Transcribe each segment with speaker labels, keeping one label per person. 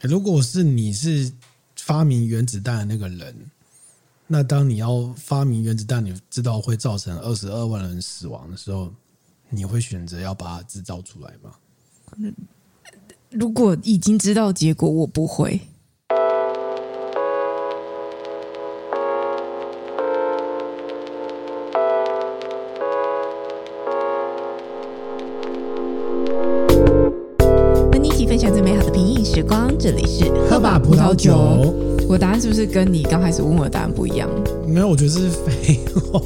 Speaker 1: 如果是你是发明原子弹的那个人，那当你要发明原子弹，你知道会造成二十二万人死亡的时候，你会选择要把它制造出来吗？
Speaker 2: 如果已经知道结果，我不会。和你一起分享最美好的平饮时光，这里是我答案是不是跟你刚开始问我的答案不一样？
Speaker 1: 没有，我觉得是废话。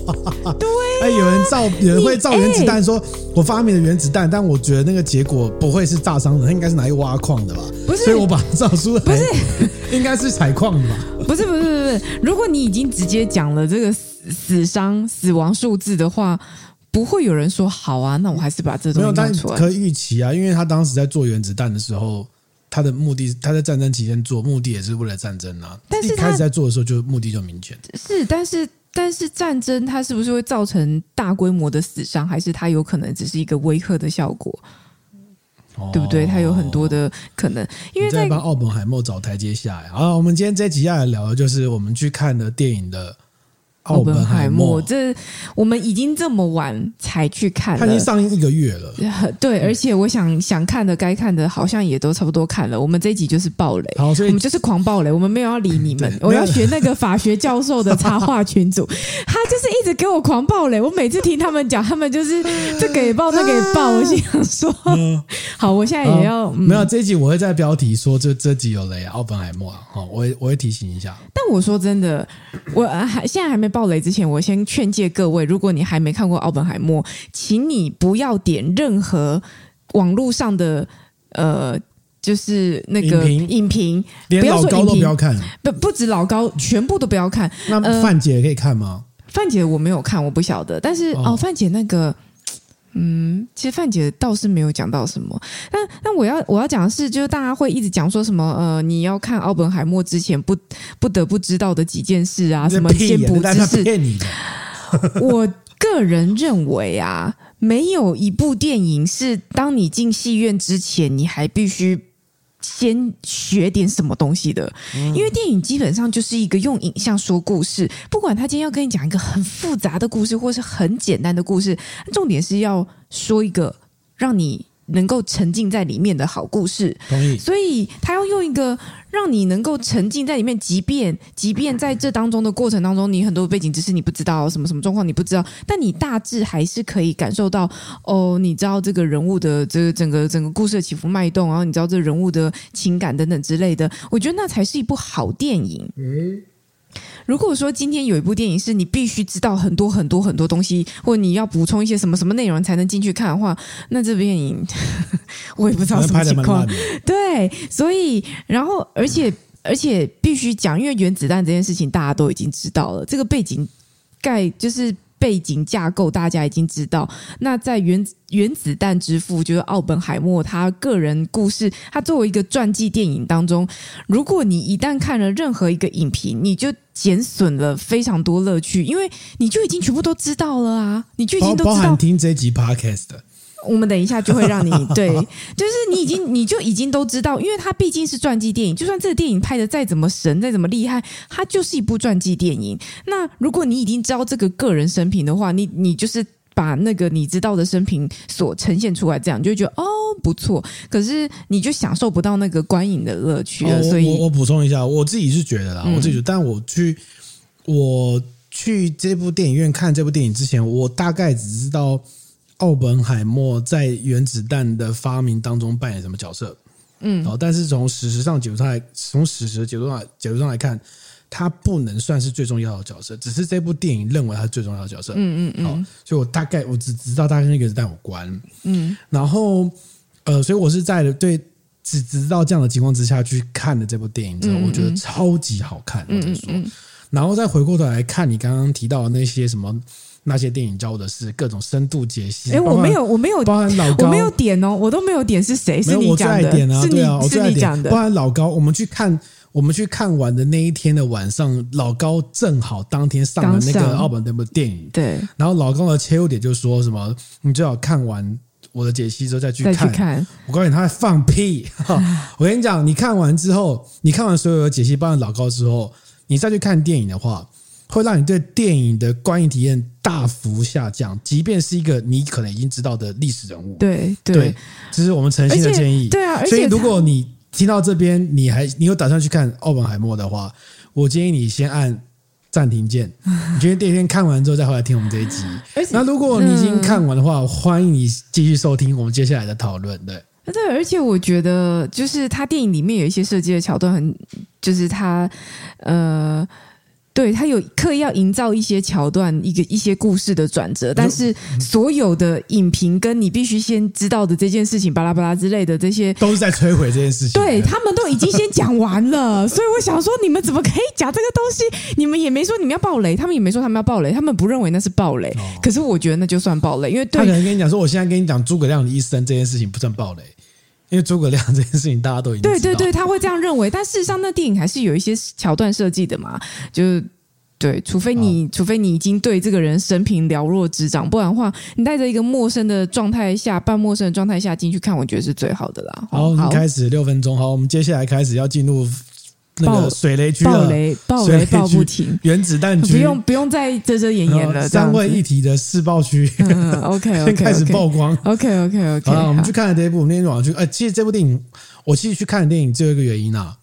Speaker 1: 对、哎，有人造，有人会造原子弹，说我发明了原子弹，但我觉得那个结果不会是炸伤人，它应该是拿去挖矿的吧？
Speaker 2: 不是
Speaker 1: 所以我把它造出来，不是， 应该是采矿的吧？
Speaker 2: 不是不是不是，不是如果你已经直接讲了这个死死伤、死亡数字的话，不会有人说好啊，那我还是把这
Speaker 1: 没
Speaker 2: 东
Speaker 1: 有，
Speaker 2: 西
Speaker 1: 但
Speaker 2: 弄出来。
Speaker 1: 可以预期啊，因为他当时在做原子弹的时候，他的目的，他在战争期间做，目的也是为了战争啊。
Speaker 2: 但是
Speaker 1: 一
Speaker 2: 他
Speaker 1: 开始在做的时候就目的就明确，
Speaker 2: 是，但是但是战争它是不是会造成大规模的死伤，还是它有可能只是一个威吓的效果，
Speaker 1: 哦
Speaker 2: 对不对？它有很多。的可能，因为
Speaker 1: 你
Speaker 2: 在
Speaker 1: 在帮奥本海默找台阶下呀！啊，我们今天这集要来聊的就是我们去看的电影的《奥本海默》，
Speaker 2: 这我们已经这么晚才去看
Speaker 1: 它已经
Speaker 2: 了。
Speaker 1: 上映一个月了。嗯
Speaker 2: 对，而且我想想看的、该看的，好像也都差不多看了。我们这一集就是暴雷，
Speaker 1: 好，所
Speaker 2: 我
Speaker 1: 以
Speaker 2: 们就是狂暴雷，我们没有要理你们。
Speaker 1: 对
Speaker 2: 我要学那个法学教授的插画群组， 他就是一直给我狂暴雷。我每次听他们讲，他们 就是这个也爆，那个也爆。我心想说， 好，我现在也要、嗯
Speaker 1: 嗯哦没有这一集，我会在标题说这这集有雷啊奥本海默啊，好，我会我会提醒一下。
Speaker 2: 但我说真的，我呃还现在还没爆雷之前，我先劝诫各位，如果你还没看过《奥本海默》，请你不要点任何网络上的呃，就是那个
Speaker 1: 影评
Speaker 2: 影评，
Speaker 1: 连
Speaker 2: 不要
Speaker 1: 老
Speaker 2: 说
Speaker 1: 高
Speaker 2: 影
Speaker 1: 都不
Speaker 2: 评
Speaker 1: 要看，
Speaker 2: 不不止老高，全部都不要看。
Speaker 1: 那
Speaker 2: 呃
Speaker 1: 范姐可以看吗？
Speaker 2: 范姐我没有看，我不晓得。但是
Speaker 1: 哦
Speaker 2: 哦范姐那个，嗯，其实范姐倒是没有讲到什么。但但我要我要讲的是，就是大家会一直讲说什么呃，你要看奥本海默之前不不得不知道的几件事啊，
Speaker 1: 那
Speaker 2: 什么
Speaker 1: 屁
Speaker 2: 先
Speaker 1: 眼
Speaker 2: 卜
Speaker 1: 那
Speaker 2: 之
Speaker 1: 他
Speaker 2: 事。
Speaker 1: 骗你的，
Speaker 2: 我个人认为啊，没有一部电影是当你进戏院之前，你还必须。先学点什么东西的，因为电影基本上就是一个用影像说故事，不管他今天要跟你讲一个很复杂的故事，或是很简单的故事，重点是要说一个让你能够沉浸在里面的好故事。
Speaker 1: 同意。
Speaker 2: 所以他要用一个让你能够沉浸在里面，即便即便在这当中的过程当中，你很多背景知识你不知道，什么什么状况你不知道，但你大致还是可以感受到哦，你知道这个人物的这个整个整个故事的起伏脉动，然后你知道这个人物的情感等等之类的，我觉得那才是一部好电影。
Speaker 1: 嗯
Speaker 2: 如果说今天有一部电影是你必须知道很多很多很多东西，或你要补充一些什么什么内容才能进去看的话，那这部电影 我也不知道
Speaker 1: 反
Speaker 2: 什
Speaker 1: 正拍的
Speaker 2: 么情
Speaker 1: 蛮
Speaker 2: 况
Speaker 1: 烂。的，
Speaker 2: 对，所以然后而且而且必须讲，因为原子弹这件事情大家都已经知道了，这个背景盖就是。背景架构大家已经知道，那在原原子弹之父就是奥本海默，他个人故事，他作为一个传记电影当中，如果你一旦看了任何一个影评，你就减损了非常多乐趣，因为你就已经全部都知道了啊，你就已经
Speaker 1: 包
Speaker 2: 都
Speaker 1: 包
Speaker 2: 知道
Speaker 1: 含听这集 podcast 的，
Speaker 2: 我们等一下就会 让你对，就是你已经你就已经都知道，因为它毕竟是传记电影，就算这个电影拍的再怎么神、再怎么厉害，它就是一部传记电影。那如果你已经知道这个个人生平的话，你你就是。把那个你知道的生平所呈现出来，这样你就会觉得哦不错，可是你就享受不到那个观影的乐趣了。
Speaker 1: 哦
Speaker 2: 所
Speaker 1: 我我
Speaker 2: 以，
Speaker 1: 我补充一下，我自己是觉得啦，
Speaker 2: 嗯
Speaker 1: 我自己觉得，但我去我去这部电影院看这部电影之前，我大概只知道奥本海默在原子弹的发明当中扮演什么角色，
Speaker 2: 嗯
Speaker 1: 哦，但是从史实上角度上来，从史实角度上来角度上来看，他不能算是最重要的角色，只是这部电影认为他是最重要的角色，
Speaker 2: 嗯嗯
Speaker 1: 好、
Speaker 2: 嗯
Speaker 1: 所以我大概我只知道大概跟原子弹有关，
Speaker 2: 嗯，
Speaker 1: 然后呃，所以我是在对只只知道这样的情况之下去看的这部电影之后，
Speaker 2: 嗯嗯嗯
Speaker 1: 我觉得超级好看，我跟你说。然后再回过头来看你刚刚提到的那些什么那些电影教我的事，各种深度解析。
Speaker 2: 哎、
Speaker 1: 包
Speaker 2: 我
Speaker 1: 含
Speaker 2: 没，有，我没有，
Speaker 1: 包含老
Speaker 2: 我
Speaker 1: 高，
Speaker 2: 没有点哦，我都没有点是谁，
Speaker 1: 没
Speaker 2: 是
Speaker 1: 有，
Speaker 2: 你
Speaker 1: 我最
Speaker 2: 讲
Speaker 1: 爱
Speaker 2: 的，
Speaker 1: 点啊，
Speaker 2: 是你、
Speaker 1: 对啊，我最
Speaker 2: 是
Speaker 1: 爱
Speaker 2: 你讲
Speaker 1: 点。
Speaker 2: 的
Speaker 1: 包，含老高，我们去看。我们去看完的那一天的晚上，老高正好当天上了那
Speaker 2: 刚
Speaker 1: 个
Speaker 2: 上
Speaker 1: 奥本那部电影，
Speaker 2: 对。
Speaker 1: 然后老高的切入点就说什么，你最好看完我的解析之后再去
Speaker 2: 再去
Speaker 1: 看。
Speaker 2: 看，
Speaker 1: 我告诉你，他在放 屁！哈我跟你讲，你看完之后，你看完所有的解析，包含老高之后，你再去看电影的话，会让你对电影的观影体验大幅下降。即便是一个你可能已经知道的历史人物，
Speaker 2: 对
Speaker 1: 对，这是我们诚
Speaker 2: 而
Speaker 1: 心的
Speaker 2: 且
Speaker 1: 建议。
Speaker 2: 对啊，而
Speaker 1: 所以
Speaker 2: 且
Speaker 1: 如
Speaker 2: 它
Speaker 1: 果你听到这边，你还你有打算去看《奥本海默》的话，我建议你先按暂停 键，你决定第二天看完之后再回来听我们这一集。
Speaker 2: 而且
Speaker 1: 那如果你已经看完的
Speaker 2: 嗯
Speaker 1: 话，欢迎你继续收听我们接下来的讨论。对，
Speaker 2: 呃对，而且我觉得，就是他电影里面有一些设计的桥段很，就是他呃，对他有刻意要营造一些桥段，一个一些故事的转折，但是
Speaker 1: 嗯
Speaker 2: 所有的影评跟你必须先知道的这件事情，巴拉巴拉之类的这些。
Speaker 1: 都是在摧毁这件事情。
Speaker 2: 对他们都已经先讲完了，所以我想说，你们怎么可以讲这个东西？你们也没说你们要暴雷，他们也没说他们要暴雷，他们不认为那是暴雷。
Speaker 1: 哦
Speaker 2: 可是我觉得那就算暴雷，因为
Speaker 1: 他
Speaker 2: 对
Speaker 1: 可能跟你讲说，我现在跟你讲诸葛亮的一生这件事情不算暴雷，因为诸葛亮这件事情大家都已经
Speaker 2: 对
Speaker 1: 知道
Speaker 2: 对对，他会这样认为，但事实上那电影还是有一些桥段设计的嘛，就是。对，除非你，
Speaker 1: 嗯
Speaker 2: 除非你已经对这个人生平了若指掌，不然的话，你带着一个陌生的状态下，半陌生的状态下进去看，我觉得是最好的啦。
Speaker 1: 好，
Speaker 2: 好，
Speaker 1: 开始六分钟。好，我们接下来开始要进入那
Speaker 2: 爆
Speaker 1: 个水雷区
Speaker 2: 暴
Speaker 1: 了，
Speaker 2: 雷，暴
Speaker 1: 啊所以
Speaker 2: 雷，暴
Speaker 1: 去
Speaker 2: 不停，
Speaker 1: 原子弹
Speaker 2: 不
Speaker 1: 区。
Speaker 2: 用不用再遮遮掩掩了，
Speaker 1: 呃三位一
Speaker 2: 一，
Speaker 1: 体的试爆区
Speaker 2: 嗯，OK
Speaker 1: 先
Speaker 2: OK，
Speaker 1: 开始曝 光。
Speaker 2: ，OK OK OK，
Speaker 1: 好了，我们去看了这一部，我们那天晚上去，呃，其实这部电影，我其实去看的电影只有一个原因啊，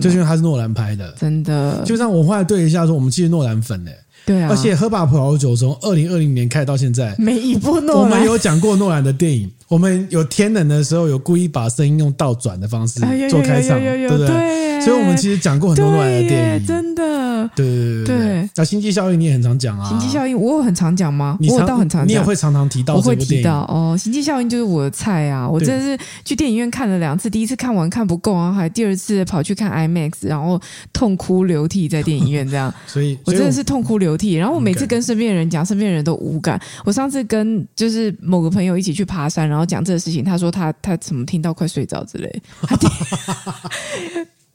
Speaker 1: 就是因为它是诺兰拍的。
Speaker 2: 真的
Speaker 1: 基，本上我后来对了一下说，我们其实诺兰粉嘞、
Speaker 2: 对啊，
Speaker 1: 而且喝吧葡萄酒从二零二零年开始到现在，
Speaker 2: 每一部
Speaker 1: 我
Speaker 2: 诺
Speaker 1: 们
Speaker 2: 兰，
Speaker 1: 有讲过诺兰的电影，我们有天冷的时候有故意把声音用倒转的方式
Speaker 2: 哎呦
Speaker 1: 做
Speaker 2: 呦
Speaker 1: 开
Speaker 2: 呦
Speaker 1: 场，
Speaker 2: 呦
Speaker 1: 对
Speaker 2: 呦
Speaker 1: 不对？
Speaker 2: 对耶，
Speaker 1: 所以我们其实讲过很多诺兰的
Speaker 2: 对
Speaker 1: 电
Speaker 2: 耶，
Speaker 1: 影，
Speaker 2: 真的。
Speaker 1: 对对对对对
Speaker 2: 对。
Speaker 1: 那《星际效应》你也很常讲啊，
Speaker 2: 行迹效应，我有很常讲吗？
Speaker 1: 你
Speaker 2: 我有
Speaker 1: 常
Speaker 2: 到很常
Speaker 1: 你也
Speaker 2: 讲。
Speaker 1: 会常常提到
Speaker 2: 我
Speaker 1: 这
Speaker 2: 会
Speaker 1: 部电
Speaker 2: 提
Speaker 1: 影
Speaker 2: 到。哦，行迹效应就是我的菜啊！我
Speaker 1: 对
Speaker 2: 真的是去电影院看了两次，第一次看完看不够，然后还第二次跑去看 IMAX，然后痛哭流涕在电影院这样。
Speaker 1: 所以，
Speaker 2: 我
Speaker 1: 所以
Speaker 2: 真的是痛哭流涕。然后我每次
Speaker 1: 无感
Speaker 2: 跟身边的人讲，身边的人都无感。我上次跟就是某个朋友一起去爬山，然后讲这个事情，他说他他怎么听到快睡着之类，他听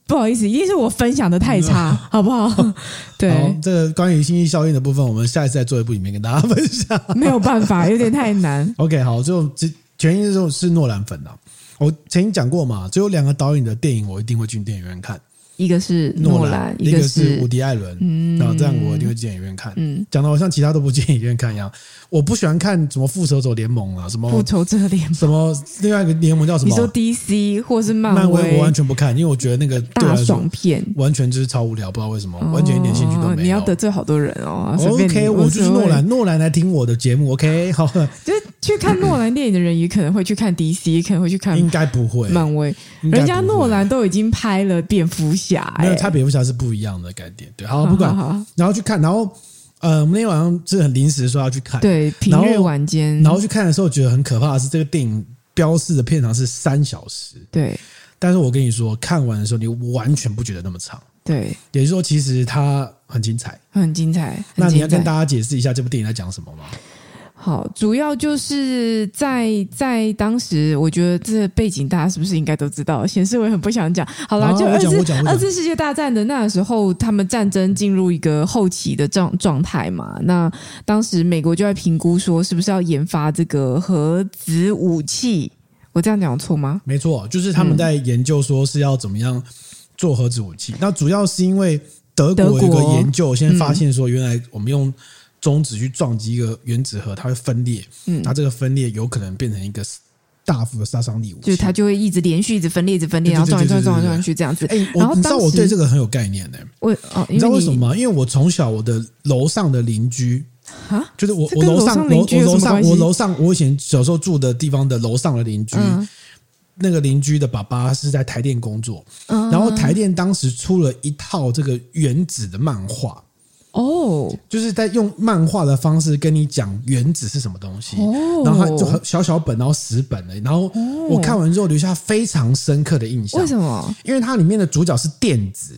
Speaker 2: 不好意思，一定是我分享的 太差，好不好？
Speaker 1: 好
Speaker 2: 对，，
Speaker 1: 这个关于星际效应的部分，我们下一次再做一部影片跟大家分享。
Speaker 2: 没有办法，有点太难。
Speaker 1: OK，好，就这全因是是诺兰粉啊。我曾经讲过嘛，只有两个导演的电影我一定会去电影院看，
Speaker 2: 一个是诺兰，
Speaker 1: 一
Speaker 2: 个
Speaker 1: 是伍迪·艾伦，然后这样我一定会去电影院看。
Speaker 2: 嗯
Speaker 1: 讲的好像其他都不进影院看一样，我不喜欢看什么《复仇者联盟》啊，什
Speaker 2: 复
Speaker 1: 么
Speaker 2: 仇者联盟，
Speaker 1: 什么另外一个联盟叫什
Speaker 2: 你
Speaker 1: 么？
Speaker 2: 说 DC 或是
Speaker 1: 漫
Speaker 2: 漫
Speaker 1: 威我完全不看，因为我觉得那个对我
Speaker 2: 大
Speaker 1: 来说
Speaker 2: 爽片，
Speaker 1: 完全就是超无聊，不知道为什么，完全一点兴趣都没有。
Speaker 2: 哦你要得罪好多人哦，随便你
Speaker 1: OK，我就是诺，
Speaker 2: 无所谓嗯
Speaker 1: 兰，诺兰来听我的节目。OK，好，
Speaker 2: 就是去看诺兰电影的人，也可能会去看 DC，也 可能会去看
Speaker 1: 应该不会，
Speaker 2: 漫威。
Speaker 1: 应该不会
Speaker 2: 人家诺兰都已经拍了蝙蝠侠，
Speaker 1: 没有，
Speaker 2: 哎
Speaker 1: 他，蝙蝠侠是不一样的概念。对，好，不管，
Speaker 2: 好好好
Speaker 1: 然后去看，然后呃，我们那天晚上是很临时说要去看，，
Speaker 2: 对平
Speaker 1: 然后
Speaker 2: 日晚间，
Speaker 1: 然后去看的时候觉得很可怕的是，这个电影标示的片长是三小时，
Speaker 2: 对
Speaker 1: 但是我跟你说，看完的时候你完全不觉得那么长，
Speaker 2: 对，
Speaker 1: 也就是说，其实它很精彩。
Speaker 2: 很精彩。很
Speaker 1: 那你要
Speaker 2: 精彩
Speaker 1: 跟大家解释一下这部电影在讲什么吗？
Speaker 2: 好，主要就是在在当时，我觉得这背景大家是不是应该都知道？显示我也很不想讲。好啦，
Speaker 1: 啊
Speaker 2: 就
Speaker 1: 我
Speaker 2: 二
Speaker 1: 讲我
Speaker 2: 次
Speaker 1: 讲我讲
Speaker 2: 二次世界大战的那时候，他们战争进入一个后期的状状态嘛。那当时美国就在评估说，是不是要研发这个核子武器？我这样讲有错吗？
Speaker 1: 没错，就是他们在
Speaker 2: 嗯
Speaker 1: 研究说是要怎么样做核子武器。那主要是因为德国
Speaker 2: 德
Speaker 1: 有
Speaker 2: 国
Speaker 1: 一个研究，先发现说原来我们用中子去撞击一个原子核，它会分裂，
Speaker 2: 嗯
Speaker 1: 它这个分裂有可能变成一个大幅的杀伤力武器。
Speaker 2: 就是它就会一直连续、一直分裂、一直分裂，
Speaker 1: 对对
Speaker 2: 然后撞来撞去、
Speaker 1: 对
Speaker 2: 撞来
Speaker 1: 对对对
Speaker 2: 撞去这样子。
Speaker 1: 哎、
Speaker 2: 然后
Speaker 1: 我你知道
Speaker 2: 当
Speaker 1: 我对
Speaker 2: 时
Speaker 1: 这个很有概念呢、
Speaker 2: 我哦，
Speaker 1: 你
Speaker 2: 因
Speaker 1: 知道为
Speaker 2: 你
Speaker 1: 什么？吗？因为我从小我的楼上的邻居
Speaker 2: 啊，
Speaker 1: 就是我
Speaker 2: 这
Speaker 1: 我
Speaker 2: 跟
Speaker 1: 楼
Speaker 2: 楼
Speaker 1: 上
Speaker 2: 上
Speaker 1: 我
Speaker 2: 邻居
Speaker 1: 我
Speaker 2: 有
Speaker 1: 楼
Speaker 2: 什么
Speaker 1: 上
Speaker 2: 关系
Speaker 1: 我楼上我以前小时候住的地方的楼上的邻居，
Speaker 2: 嗯
Speaker 1: 那个邻居的爸爸是在台电工作，
Speaker 2: 嗯
Speaker 1: 然后台电当时出了一套这个原子的漫画，
Speaker 2: 哦
Speaker 1: 就是在用漫画的方式跟你讲原子是什么东西。
Speaker 2: 哦，
Speaker 1: 然后它就很小小本，然后十本的，然后我看完之后留下非常深刻的印象。
Speaker 2: 为什么？
Speaker 1: 因为它里面的主角是电子，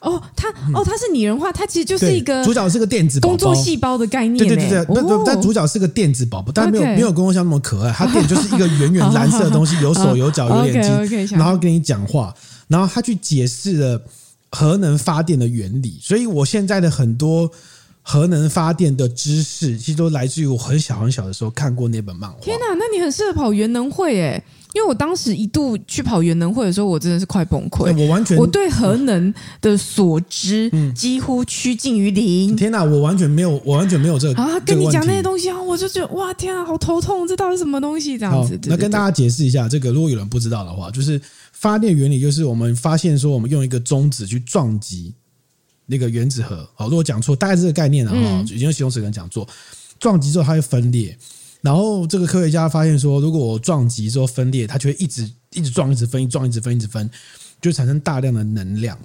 Speaker 2: 哦，它哦，它是拟人化，它其实就是
Speaker 1: 对
Speaker 2: 一个
Speaker 1: 主角是个电子宝宝
Speaker 2: 工作细胞的概念、
Speaker 1: 对
Speaker 2: 欸。
Speaker 1: 对对对，不不，
Speaker 2: 哦
Speaker 1: 但主角是个电子宝宝，但没有
Speaker 2: OK
Speaker 1: 没有跟我想那么可爱。它电就是一个圆圆蓝色的东西，有 手
Speaker 2: 哦
Speaker 1: 有脚有眼
Speaker 2: OK，OK，
Speaker 1: 睛，
Speaker 2: 想
Speaker 1: 然后跟你讲话，然后他去解释了核能发电的原理。所以我现在的很多核能发电的知识，其实都来自于我很小很小的时候看过那本漫画。
Speaker 2: 天哪，那你很适合跑元能会诶，因为我当时一度去跑元能会的时候，我真的是快崩
Speaker 1: 对
Speaker 2: 溃。
Speaker 1: 我完全
Speaker 2: 我对核能的所知
Speaker 1: 嗯
Speaker 2: 几乎趋近于零、
Speaker 1: 天哪，我完全没有，我完全没有这个
Speaker 2: 啊！
Speaker 1: 这
Speaker 2: 跟
Speaker 1: 个
Speaker 2: 你
Speaker 1: 问
Speaker 2: 讲
Speaker 1: 题
Speaker 2: 那些东西啊，我就觉得哇天啊，好头痛，这到底是什么东西？这样
Speaker 1: 好
Speaker 2: 子，，
Speaker 1: 那跟大
Speaker 2: 家
Speaker 1: 家解释一下，这个如果有人不知道的话，就是发电原理，就是我们发现说，我们用一个中子去撞击那个原子核。好，如果讲错，大概是这个概念了
Speaker 2: 嗯
Speaker 1: 哈，已经用形容词跟讲错。撞击之后它会分裂，然后这个科学家发现说，如果我撞击之后分裂，它就会一直一直撞，一直分，一直撞，一直分，一直分，就产生大量的能量。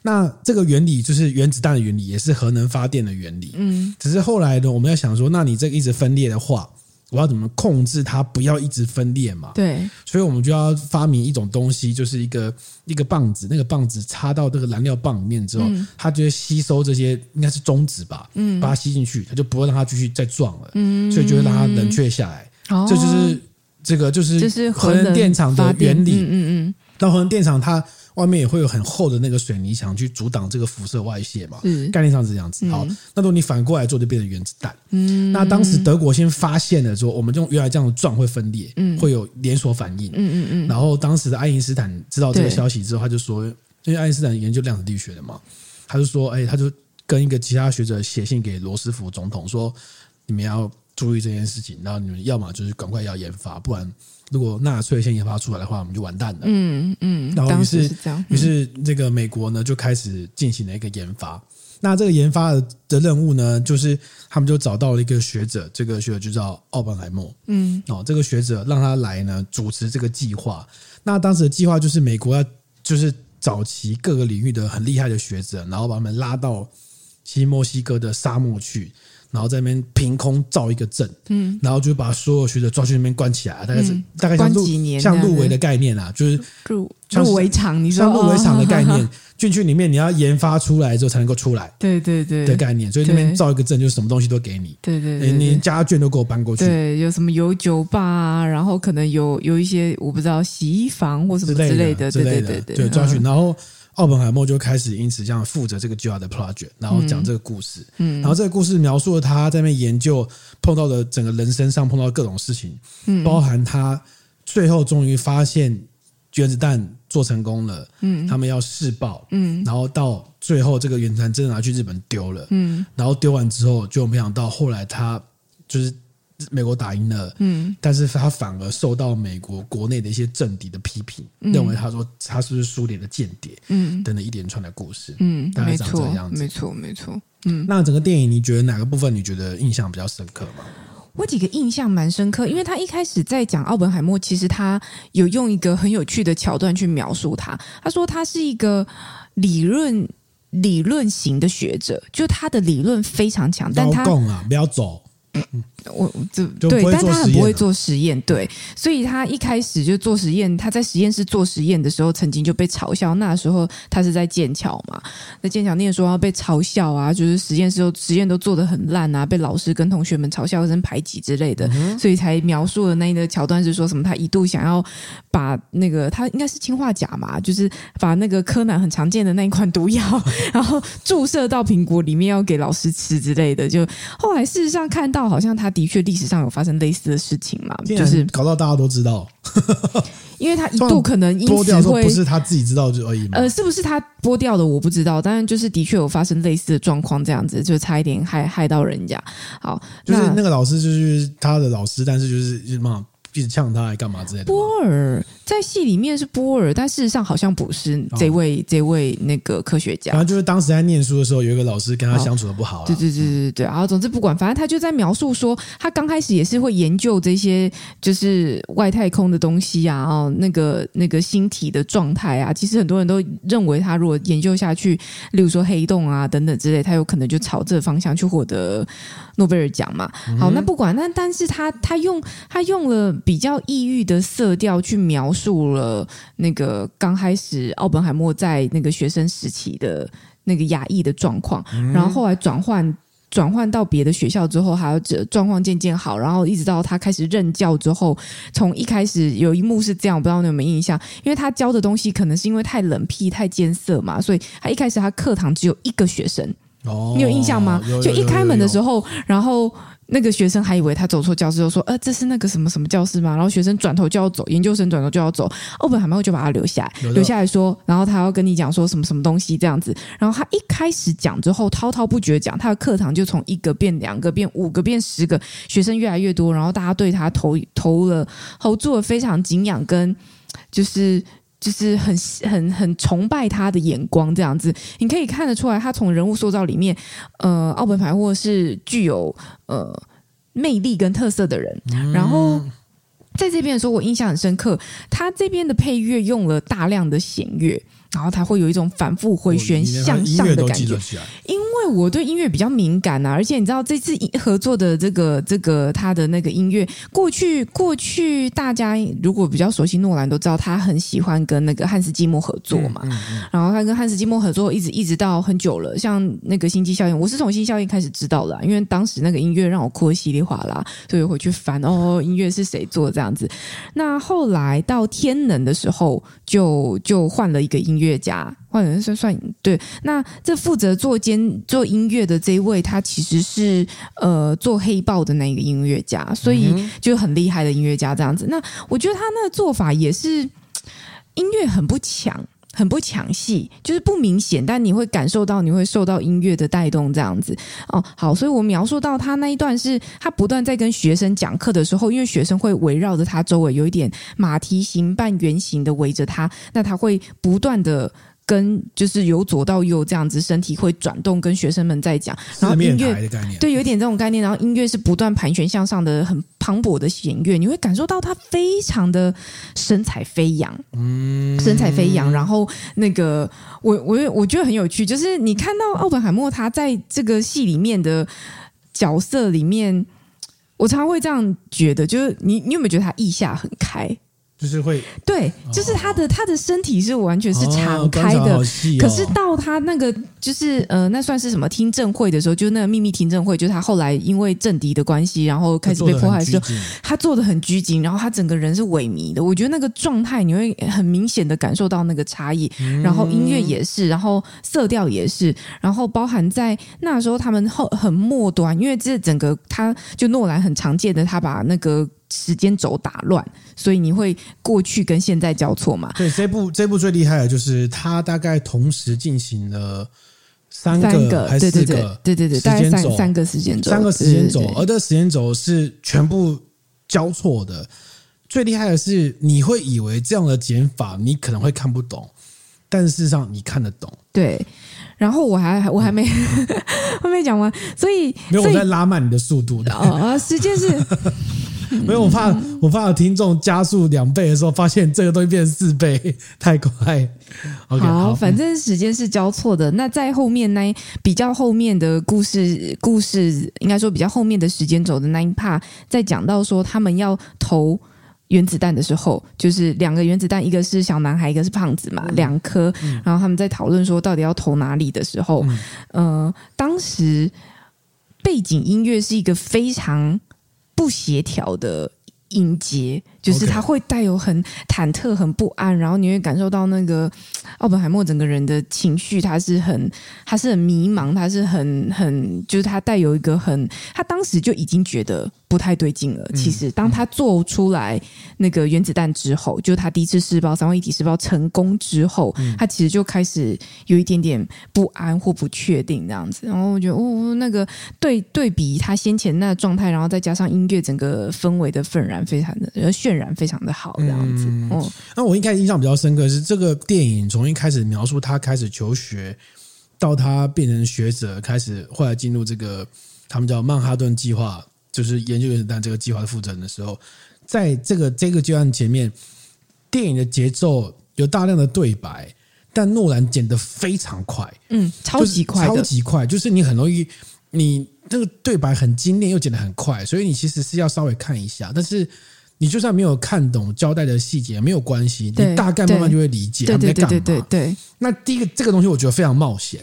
Speaker 1: 那这个原理就是原子弹的原理，也是核能发电的原理。
Speaker 2: 嗯，
Speaker 1: 只是后来呢，我们在想说，那你这个一直分裂的话，我要怎么控制它不要一直分裂嘛？
Speaker 2: 对
Speaker 1: 所以我们就要发明一种东西，就是一个一个棒子，那个棒子插到这个燃料棒里面之后，它就会吸收这些应该是中子吧，嗯，把它吸进去，它就不会让它继续再撞了，嗯，所以就会让它冷却下来。
Speaker 2: 哦
Speaker 1: 这就是这个就
Speaker 2: 这
Speaker 1: 是
Speaker 2: 是
Speaker 1: 核能电厂的
Speaker 2: 发电
Speaker 1: 原
Speaker 2: 嗯
Speaker 1: 理。
Speaker 2: 嗯
Speaker 1: 那核能电厂它外面也会有很厚的那个水泥墙去阻挡这个辐射外泄嘛，
Speaker 2: 嗯，是
Speaker 1: 概念上是这样子。好，那如果你反过来做，就变成原子弹。嗯，那当时德国先发现了说，我们用原来这样撞会分裂，嗯，会有连锁反应。
Speaker 2: 嗯嗯嗯，
Speaker 1: 然后当时的爱因斯坦知道这个
Speaker 2: 对
Speaker 1: 消息之后，他就说，因为爱因斯坦研究量子力学的嘛，他就说，哎，他就跟一个其他学者写信给罗斯福总统说，你们要注意这件事情，然后你们要么就是赶快要研发，不然如果纳粹先研发出来的话，我们就完蛋了。
Speaker 2: 嗯嗯，
Speaker 1: 然后
Speaker 2: 当
Speaker 1: 于
Speaker 2: 时
Speaker 1: 是
Speaker 2: 是这样，嗯
Speaker 1: 于是这个美国呢就开始进行了一个研发。那这个研发的的任务呢，就是他们就找到了一个学者，这个学者就叫奥本海默
Speaker 2: 嗯
Speaker 1: 哦，这个学者让他来呢主持这个计划。那当时的计划就是美国要就是找齐各个领域的很厉害的学者，然后把他们拉到西墨西哥的沙漠去，然后在那边凭空造一个阵，
Speaker 2: 嗯，
Speaker 1: 然后就把所有学者抓去那边关起来，啊大概是、
Speaker 2: 嗯
Speaker 1: 大概像
Speaker 2: 关
Speaker 1: 入
Speaker 2: 几年
Speaker 1: 像
Speaker 2: 这样
Speaker 1: 入围
Speaker 2: 子
Speaker 1: 的概念啊，就是
Speaker 2: 入
Speaker 1: 像是
Speaker 2: 入围场，你说
Speaker 1: 像入围场的概，
Speaker 2: 哦
Speaker 1: 念，进去里面你要研发出来之后才能够出来
Speaker 2: 对对对
Speaker 1: 的概念，所以那边
Speaker 2: 对
Speaker 1: 造一个证就是什么东西都给你，
Speaker 2: 对对
Speaker 1: 你
Speaker 2: 对，
Speaker 1: 你
Speaker 2: 对
Speaker 1: 家眷都给我搬过去
Speaker 2: 对，有什么有酒吧啊，然后可能有有一些我不知道洗衣房或什
Speaker 1: 之
Speaker 2: 么之
Speaker 1: 类
Speaker 2: 的，
Speaker 1: 之
Speaker 2: 对
Speaker 1: 类
Speaker 2: 对
Speaker 1: 的，
Speaker 2: 对，
Speaker 1: 对，
Speaker 2: 嗯
Speaker 1: 抓去。然后奥本海默就开始因此这样负责这个计划的 project，然后讲这个故事，
Speaker 2: 嗯
Speaker 1: 然后这个故事描述了他在那边研究碰到的整个人身上碰到的各种事情，
Speaker 2: 嗯
Speaker 1: 包含他最后终于发现原子弹做成功了，
Speaker 2: 嗯
Speaker 1: 他们要试爆，
Speaker 2: 嗯
Speaker 1: 然后到最后这个原子弹真的拿去日本丢了。
Speaker 2: 嗯
Speaker 1: 然后丢完之后，就没想到后来他就是美国打赢了，
Speaker 2: 嗯
Speaker 1: 但是他反而受到美国国内的一些政敌的批评，认为他说他是不是苏联的间谍
Speaker 2: 嗯
Speaker 1: 等等一连串的故事。
Speaker 2: 嗯，
Speaker 1: 大概
Speaker 2: 没
Speaker 1: 长这
Speaker 2: 错
Speaker 1: 个样，子
Speaker 2: 没错，没错。嗯，
Speaker 1: 那整个电影，你觉得哪个部分你觉得印象比较深刻吗？
Speaker 2: 我几个印象蛮深刻，因为他一开始在讲奥本海默，其实他有用一个很有趣的桥段去描述他。他说他是一个理论理论型的学者，就他的理论非常强，但他
Speaker 1: 供啊，不要走，
Speaker 2: 我这
Speaker 1: 就
Speaker 2: 对
Speaker 1: 不会，
Speaker 2: 但
Speaker 1: 做
Speaker 2: 他
Speaker 1: 实
Speaker 2: 很
Speaker 1: 验啊
Speaker 2: 不会
Speaker 1: 了
Speaker 2: 做实验，对，所以他一开始就做实验。他在实验室做实验的时候，曾经就被嘲笑。那时候他是在剑桥嘛，那剑桥念书要被嘲笑啊，就是实验室都实验都做得很烂啊，被老师跟同学们嘲笑、跟排挤之类
Speaker 1: 嗯
Speaker 2: 的，所以才描述了那一个桥段是说什么，他一度想要把那个他应该是氰化钾嘛，就是把那个柯南很常见的那一款毒药，然后注射到苹果里面要给老师吃之类的。就后来事实上看到，好像他的确历史上有发生类似的事情嘛，
Speaker 1: 竟
Speaker 2: 就是
Speaker 1: 然搞到大家都知道，
Speaker 2: 因为他一
Speaker 1: 这
Speaker 2: 度
Speaker 1: 样
Speaker 2: 可能因
Speaker 1: 脱掉
Speaker 2: 此
Speaker 1: 说
Speaker 2: 会
Speaker 1: 不是他自己知道就而已嘛。
Speaker 2: 呃，是不是他剥掉的我不知道，当然就是的确有发生类似的状况，这样子就差一点害害到人家。好，
Speaker 1: 就是
Speaker 2: 那
Speaker 1: 那个老师就是他的老师，但是就是就是嘛一直呛他来干嘛之类的嘛。
Speaker 2: 波尔在戏里面是波尔，但事实上好像不是
Speaker 1: 哦
Speaker 2: 这位、这位那个科学家
Speaker 1: 然。后就是当时在念书的时候，有一个老师跟他
Speaker 2: 好
Speaker 1: 相处的不好啦，
Speaker 2: 对对对对对对，然后总之不管，反正他就在描述说，他刚开始也是会研究这些就是外太空的东西啊，哦，那个那个星体的状态啊。其实很多人都认为他如果研究下去，例如说黑洞啊等等之类，他有可能就朝这个方向去获得诺贝尔奖嘛。好，那不管，那但是他他用他用了比较抑郁的色调去描述了那个刚开始奥本海默在那个学生时期的那个压抑的状况，然后后来转换。转换到别的学校之后，还有这状况渐渐好，然后一直到他开始任教之后，从一开始有一幕是这样，我不知道你有没有印象，因为他教的东西可能是因为太冷僻、太艰涩嘛，所以他一开始他课堂只有一个学生，
Speaker 1: 哦，
Speaker 2: 你有印象吗？就一开门的时
Speaker 1: 候，
Speaker 2: 候，然后那个学生还以为他走错教室，就说：“呃，这是那个什么什么教室吗？”然后学生转头就要走，研究生转头就要走，奥本海默就把他留下来
Speaker 1: 留，到
Speaker 2: 留下来说，呃然后他要跟你讲说什么什么东西这样子。然后他一开始讲之后，滔滔不绝讲，他的课堂就从一个变两个，变五个，变十个，学生越来越多，然后大家对他投投了投注了非常敬仰跟就是。就是很很很崇拜他的眼光这样子，你可以看得出来，他从人物塑造里面呃，奥本海默是具有呃魅力跟特色的人。
Speaker 1: 嗯
Speaker 2: 然后在这边的时候，我印象很深刻，他这边的配乐用了大量的弦乐，然后它会有一种反复回旋向上
Speaker 1: 音乐
Speaker 2: 的
Speaker 1: 都
Speaker 2: 感
Speaker 1: 记
Speaker 2: 觉
Speaker 1: 得。起来，
Speaker 2: 因为我对音乐比较敏感啊，而且你知道这次合作的这个这个他的那个音乐，过去过去大家如果比较熟悉诺兰都知道，他很喜欢跟那个汉斯季默合作嘛。
Speaker 1: 嗯嗯
Speaker 2: 然后他跟汉斯季默合作一直一直到很久了，像那个《星际效应》，我是从《星际效应》开始知道的啊、因为当时那个音乐让我哭得稀里哗啦，所以我回去翻哦，音乐是谁做这样子。那后来到《天能》的时候，就就换了一个音乐家，换人算算对。那这负责做监做音乐的这一位，他其实是呃做黑豹的那一个音乐家，所以就很厉害的音乐家这样子。那我觉得他那个做法也是音乐很不强。很不抢戏，就是不明显，但你会感受到，你会受到音乐的带动这样子哦。好，所以我描述到他那一段是，他不断在跟学生讲课的时候，因为学生会围绕着他周围，有一点马蹄形、半圆形的围着他，那他会不断的跟，就是由左到右这样子，身体会转动，跟学生们在讲，然
Speaker 1: 四
Speaker 2: 后音
Speaker 1: 面
Speaker 2: 乐
Speaker 1: 台的概念，
Speaker 2: 对，有点这种概念。然后音乐是不断盘旋向上的，很磅礴的弦乐，你会感受到它非常的神采飞扬，嗯，神采飞扬。然后那个，我我我觉得很有趣，就是你看到奥本海默他在这个戏里面的角色里面。我常常会这样觉得，就是你，你有没有觉得他意下很开？
Speaker 1: 就是会
Speaker 2: 对，就是他的、他的身体是完全是敞
Speaker 1: 哦
Speaker 2: 开
Speaker 1: 刚才
Speaker 2: 的，
Speaker 1: 好细哦
Speaker 2: 可是到他那个就是呃，那算是什么听证会的时候，就是那个秘密听证会，就是他后来因为政敌的关系，然后开始被迫害的时
Speaker 1: 做得
Speaker 2: 候，
Speaker 1: 很拘谨
Speaker 2: 他做的很拘谨，然后他整个人是萎靡的。我觉得那个状态你会很明显的感受到那个差异，然后音乐也是，然后色调也是，然后包含在那时候他们后很末端，因为这整个他就诺兰很常见的，他把那个。时间轴打乱，所以你会过去跟现在交错嘛？
Speaker 1: 对，这部这部最厉害的就是它大概同时进行了三
Speaker 2: 三
Speaker 1: 个还是
Speaker 2: 对
Speaker 1: 四
Speaker 2: 对
Speaker 1: 个
Speaker 2: 对，对对对，
Speaker 1: 时
Speaker 2: 大概
Speaker 1: 间
Speaker 2: 三
Speaker 1: 轴
Speaker 2: 三个时间轴，
Speaker 1: 三个时间轴哦
Speaker 2: 对对，对
Speaker 1: 而这时间轴是全部交错的。最厉害的是，你会以为这样的减法你可能会看不懂，但事实上你看得懂。
Speaker 2: 对。然后我还我还没 还没讲完，所以
Speaker 1: 没有，我
Speaker 2: 所以
Speaker 1: 在拉慢你的速度的。
Speaker 2: 哦 哦，时间是嗯
Speaker 1: 没有，我怕我怕有听众加速两倍的时候，发现这个东西变四倍， 太快。OK，好，
Speaker 2: 反正时间是交错的。那在后面那一比较后面的故事，故事应该说比较后面的时间轴的那一 part，在讲到说他们要投。原子弹的时候，就是两个原子弹，一个是小男孩，一个是胖子
Speaker 1: 嗯
Speaker 2: 嘛，两颗。然后他们在讨论说到底要投哪里的时候，呃，当时背景音乐是一个非常不协调的音节，就是它
Speaker 1: OK
Speaker 2: 会带有很忐忑、很不安，然后你会感受到那个奥本海默整个人的情绪，他是很，他是很迷茫，他是很很，就是他带有一个很，他当时就已经觉得不太对劲了。其实，当他做出来那个原子弹之后，就是他第一次试爆三位一体试爆成功之后，他其实就开始有一点点不安或不确定这样子。然后我觉得，哦，那个对对比他先前那个状态，然后再加上音乐整个氛围的渲染非常的呃渲染非常的好这样子。哦，
Speaker 1: 那我一开始印象比较深刻的是这个电影从一开始描述他开始求学，到他变成学者，开始后来进入这个他们叫曼哈顿计划，就是研究原子弹这个计划的负责人的时候，在这个这个阶段前面，电影的节奏有大量的对白，但诺兰剪得非常快，
Speaker 2: 嗯，超级快
Speaker 1: 就是超
Speaker 2: 的，
Speaker 1: 级快，就是你很容易，你这个对白很精炼又剪得很快，所以你其实是要稍微看一下，但是你就算没有看懂交代的细节没有关系，
Speaker 2: 对
Speaker 1: 你大概慢慢就会理解
Speaker 2: 对
Speaker 1: 他们
Speaker 2: 对
Speaker 1: 在干
Speaker 2: 对
Speaker 1: 嘛。
Speaker 2: 对对对。
Speaker 1: 那第一个这个东西我觉得非常冒险，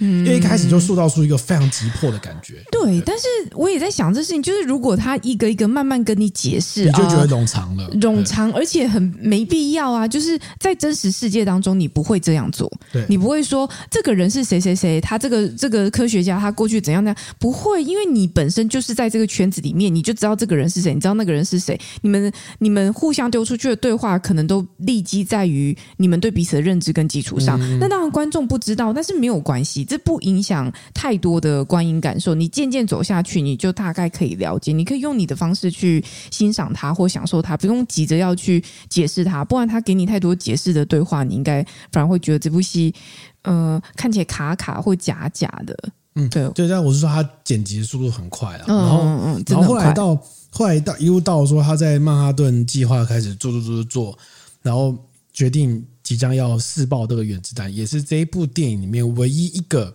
Speaker 2: 嗯
Speaker 1: 因为一开始就塑造出一个非常急迫的感觉，
Speaker 2: 对，但是我也在想这事情，就是如果他一个一个慢慢跟你解释，
Speaker 1: 你就觉
Speaker 2: 啊
Speaker 1: 得冗长了，
Speaker 2: 冗长，而且很没必要啊！就是在真实世界当中，你不会这样做，
Speaker 1: 对
Speaker 2: 你不会说这个人是谁谁谁，他这个这个科学家他过去怎样那样，不会，因为你本身就是在这个圈子里面，你就知道这个人是谁，你知道那个人是谁，你们你们互相丢出去的对话，可能都立基在于你们对彼此的认知跟基础上。那当然观众不知道，但是没有关系，这不影响太多的观影感受。你渐渐走下去，你就大概可以了解，你可以用你的方式去欣赏它或享受它，不用急着要去解释它，不然它给你太多解释的对话，你应该反而会觉得这部戏，呃，看起来卡卡或假假的。
Speaker 1: 嗯
Speaker 2: 对，
Speaker 1: 对，但我是说他剪辑的速度很快啊，然后
Speaker 2: 嗯嗯，真
Speaker 1: 然
Speaker 2: 的
Speaker 1: 后后
Speaker 2: 很
Speaker 1: 来
Speaker 2: 快。
Speaker 1: 到后来到一路到说他在曼哈顿计划开始做做做做做，然后决定即将要试爆这个原子弹，也是这一部电影里面唯一一个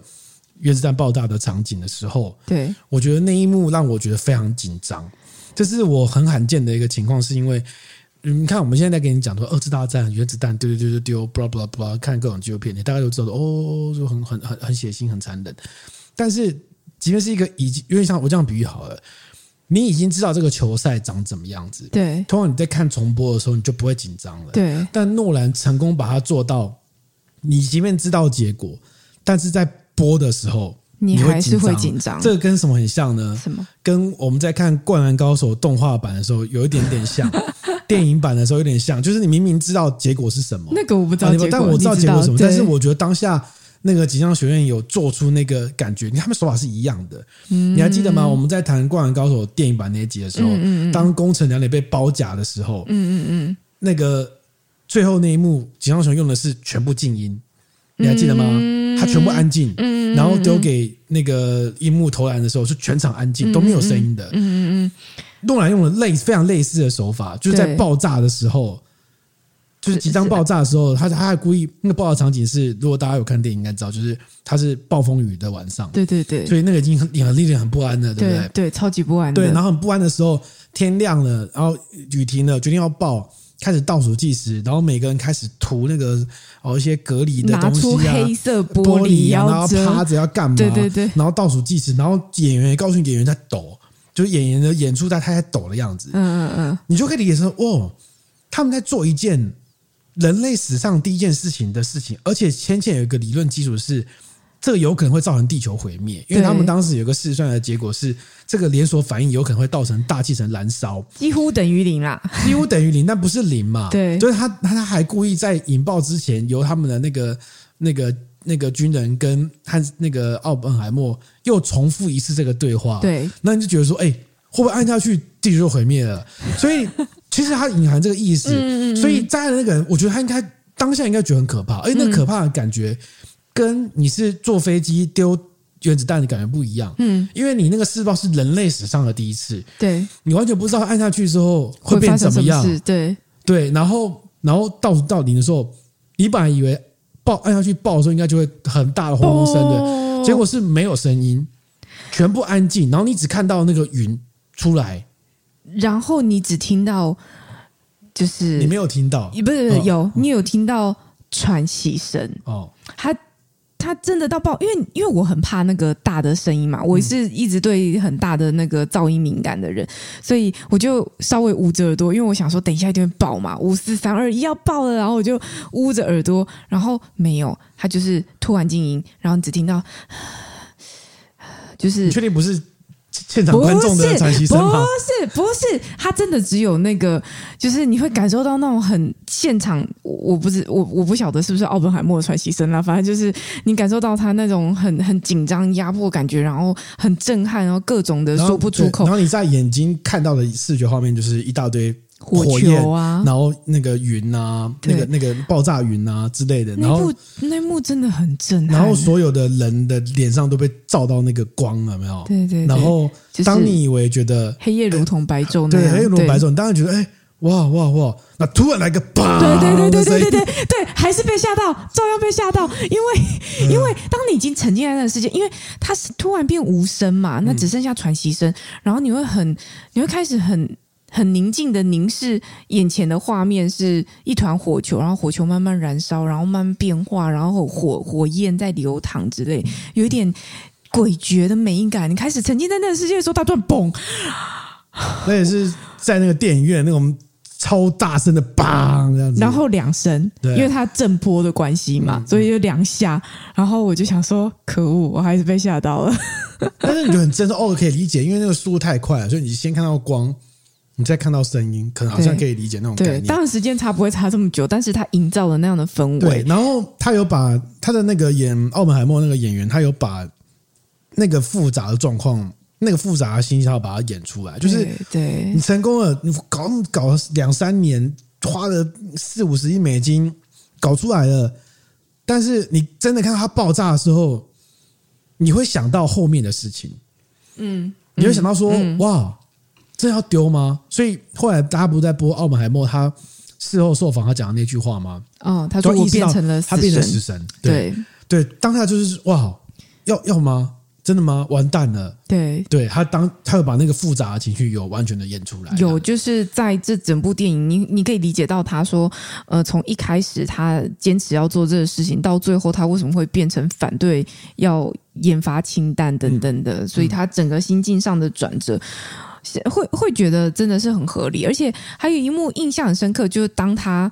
Speaker 1: 原子弹爆炸的场景的时候，
Speaker 2: 对，
Speaker 1: 我觉得那一幕让我觉得非常紧张，这是我很罕见的一个情况，是因为。嗯你看，我们现在在给你讲说二次大战、原子弹丢丢丢丢丢，blah blah blah，看各种纪录片，你大概就知道说哦，就很很很很血腥、很残忍。但是，即便是一个已经，因为像我这样比喻好了，你已经知道这个球赛长怎么样子，
Speaker 2: 对，
Speaker 1: 通常你在看重播的时候，你就不会紧张了。
Speaker 2: 对，
Speaker 1: 但诺兰成功把它做到，你即便知道结果，但是在播的时候，
Speaker 2: 你
Speaker 1: 你
Speaker 2: 还是会
Speaker 1: 紧
Speaker 2: 紧张。
Speaker 1: 这个哦跟什么很像呢？
Speaker 2: 什么？
Speaker 1: 跟我们在看《灌篮高手》动画版的时候有一点点 像，电影版的时候有点像，就是你明明知道结果是什么，
Speaker 2: 那个我不知
Speaker 1: 啊
Speaker 2: 道
Speaker 1: 你
Speaker 2: 结果，
Speaker 1: 但我
Speaker 2: 你
Speaker 1: 知
Speaker 2: 知
Speaker 1: 道结果是什么，
Speaker 2: 对
Speaker 1: 但是我觉得当下。那个锦上学院有做出那个感觉，你看他们手法是一样的，你还记得吗？
Speaker 2: 嗯
Speaker 1: 我们在谈《灌篮高手》电影版那一集的时候，当宫城良也被包夹的时候，
Speaker 2: 嗯嗯嗯，
Speaker 1: 那个最后那一幕，井上雄用的是全部静音，你还记得吗？
Speaker 2: 嗯
Speaker 1: 他全部安静，然后丢给那个樱木投篮的时候是全场安静，都没有声音的。嗯嗯嗯，诺兰用了类非常类似的手法，就是在
Speaker 2: 对
Speaker 1: 爆炸的时候。就是即将爆炸的时候，他他还故意那个爆炸场景是，如果大家有看电影应该知道，就是它是暴风雨的晚上，
Speaker 2: 对对对，
Speaker 1: 所以那个已经很很令人很不安了，对不对
Speaker 2: 对？对，超级不安的。
Speaker 1: 对，然后很不安的时候，天亮了，然后雨停了，决定要爆，开始倒数计时，然后每个人开始涂那个哦一些隔离的
Speaker 2: 拿
Speaker 1: 东
Speaker 2: 出
Speaker 1: 西啊，
Speaker 2: 黑色
Speaker 1: 玻
Speaker 2: 璃
Speaker 1: 啊，然
Speaker 2: 要
Speaker 1: 后
Speaker 2: 遮，
Speaker 1: 趴着要干嘛？
Speaker 2: 对对对
Speaker 1: 然后倒数计时，然后演员也告诉你演员在抖，就是演员的演出在他在抖的样子，
Speaker 2: 嗯嗯嗯，
Speaker 1: 你就可以理解成哦，他们在做一件人类史上第一件事情的事情，而且先前有一个理论基础是。这个有可能会造成地球毁灭，因为
Speaker 2: 对
Speaker 1: 他们当时有个试算的结果是，这个连锁反应有可能会造成大气层燃烧，
Speaker 2: 几乎等于零啦。
Speaker 1: 几乎等于零，但不是零嘛。
Speaker 2: 对
Speaker 1: 所以他他他还故意在引爆之前，由他们的那个那个那个军人跟和那个奥本海默又重复一次这个对话。，
Speaker 2: 对，
Speaker 1: 那你就觉得说，哎、会不会按下去地球就毁灭了？所以其实他隐含这个意思。
Speaker 2: 嗯嗯嗯嗯
Speaker 1: 所以站在那个人，我觉得他应该当下应该觉得很可怕，而且那个可怕的感觉跟你是坐飞机丢原子弹的感觉不一样。
Speaker 2: 嗯，
Speaker 1: 因为你那个试爆是人类史上的第一次，
Speaker 2: 对，
Speaker 1: 你完全不知道按下去之后会
Speaker 2: 会
Speaker 1: 变
Speaker 2: 发
Speaker 1: 怎
Speaker 2: 生什
Speaker 1: 样。
Speaker 2: 事？对，
Speaker 1: 对，然后然后倒数到零的时候，你本来以为爆按下去爆的时候应该就会很大的轰隆声的，
Speaker 2: 哦
Speaker 1: 结果是没有声音，全部安静，然后你只看到那个云出来，
Speaker 2: 然后你只听到就
Speaker 1: 你
Speaker 2: 是
Speaker 1: 没有听到
Speaker 2: 不是
Speaker 1: 哦
Speaker 2: 有你有听到喘息声，
Speaker 1: 哦，
Speaker 2: 他他真的到爆，因为因为我很怕那个大的声音
Speaker 1: 嗯
Speaker 2: 嘛，我是一直对很大的那个噪音敏感的人，所以我就稍微捂着耳朵，因为我想说等一下一定会爆嘛，五四三二一要爆了，然后我就捂着耳朵，然后没有，他就是突然静音，然后你只听到 就
Speaker 1: 你
Speaker 2: 是
Speaker 1: 确定不是现场观众的喘息声吗？
Speaker 2: 不是不是，他真的只有那个，就是你会感受到那种很现场，我我不知我我不晓得是不是奥本海默的喘息声啦，反正就是你感受到他那种很很紧张、压迫感觉，然后很震撼，然后各种的
Speaker 1: 然后
Speaker 2: 说不出
Speaker 1: 对
Speaker 2: 口
Speaker 1: 然，后你在眼睛看到的视觉画面就是一大堆
Speaker 2: 火
Speaker 1: 焰
Speaker 2: 球啊，
Speaker 1: 然后那个云啊，那
Speaker 2: 对
Speaker 1: 个那个爆炸云啊之类的，然
Speaker 2: 那
Speaker 1: 后
Speaker 2: 幕那幕真的很震撼，
Speaker 1: 然后所有的人的脸上都被照到那个光了，有没有？
Speaker 2: 对对对，
Speaker 1: 然后
Speaker 2: 就是
Speaker 1: 当你以为觉得
Speaker 2: 黑夜如同白昼那
Speaker 1: 对，
Speaker 2: 样，
Speaker 1: 黑龙
Speaker 2: 对
Speaker 1: 白种，你当然觉得哎哇哇哇，那突然来个砰
Speaker 2: 对
Speaker 1: 的声
Speaker 2: 对
Speaker 1: 音，
Speaker 2: 对对对对对对，还是被吓到，照样被吓到，因为因为当你已经沉浸在那个世界，因为它是突然变无声嘛，那只剩下喘息声，然后你会很你会开始很很宁静的凝视眼前的画面，是一团火球，然后火球慢慢燃烧，然后慢慢变化，然后火火焰在流淌之类，有一点诡谲的美感。你开始沉浸在那个世界的时候，它突然嘣，
Speaker 1: 那也是在那个电影院那种超大声的梆这样子，
Speaker 2: 然后两声，
Speaker 1: 对嗯
Speaker 2: 因为它震波的关系嘛，所以就两下。然后我就想说，可恶，我还是被吓到了。
Speaker 1: 但是你就很真的哦，可以理解，因为那个速度太快了，所以你先看到光，你再看到声音，可能好像
Speaker 2: 对
Speaker 1: 可以理解那种概
Speaker 2: 对，
Speaker 1: 念。
Speaker 2: 当然时间差不会差这么久，但是它营造了那样的氛
Speaker 1: 对
Speaker 2: 围，。
Speaker 1: 然后他有把他的那个演奥本海默那个演员，他有把那个复杂的状况、那个复杂的心情，他要把它演出来。就是
Speaker 2: 对对
Speaker 1: 你成功了，你搞搞两三年，花了四五十亿美金搞出来了，但是你真的看到它爆炸的时候，你会想到后面的事情。
Speaker 2: 嗯，
Speaker 1: 你会想到说，哇，这要丢吗？所以后来大家不是在播奥本海默他事后受访他讲的那句话吗？
Speaker 2: 哦，他
Speaker 1: 就
Speaker 2: 说我
Speaker 1: 意识到
Speaker 2: 变成了
Speaker 1: 他
Speaker 2: 死
Speaker 1: 变成死
Speaker 2: 神，
Speaker 1: 神，对
Speaker 2: 对
Speaker 1: 对，当下就是哇，要要吗？真的吗？完蛋了！
Speaker 2: 对，
Speaker 1: 对他当他有把那个复杂的情绪有完全的演出来，
Speaker 2: 有，就是在这整部电影，你你可以理解到他说，呃，从一开始他坚持要做这个事情，到最后他为什么会变成反对要研发氢弹等等的，
Speaker 1: 嗯
Speaker 2: 所以他整个心境上的转折。是会会觉得真的是很合理，而且还有一幕印象很深刻，就是当他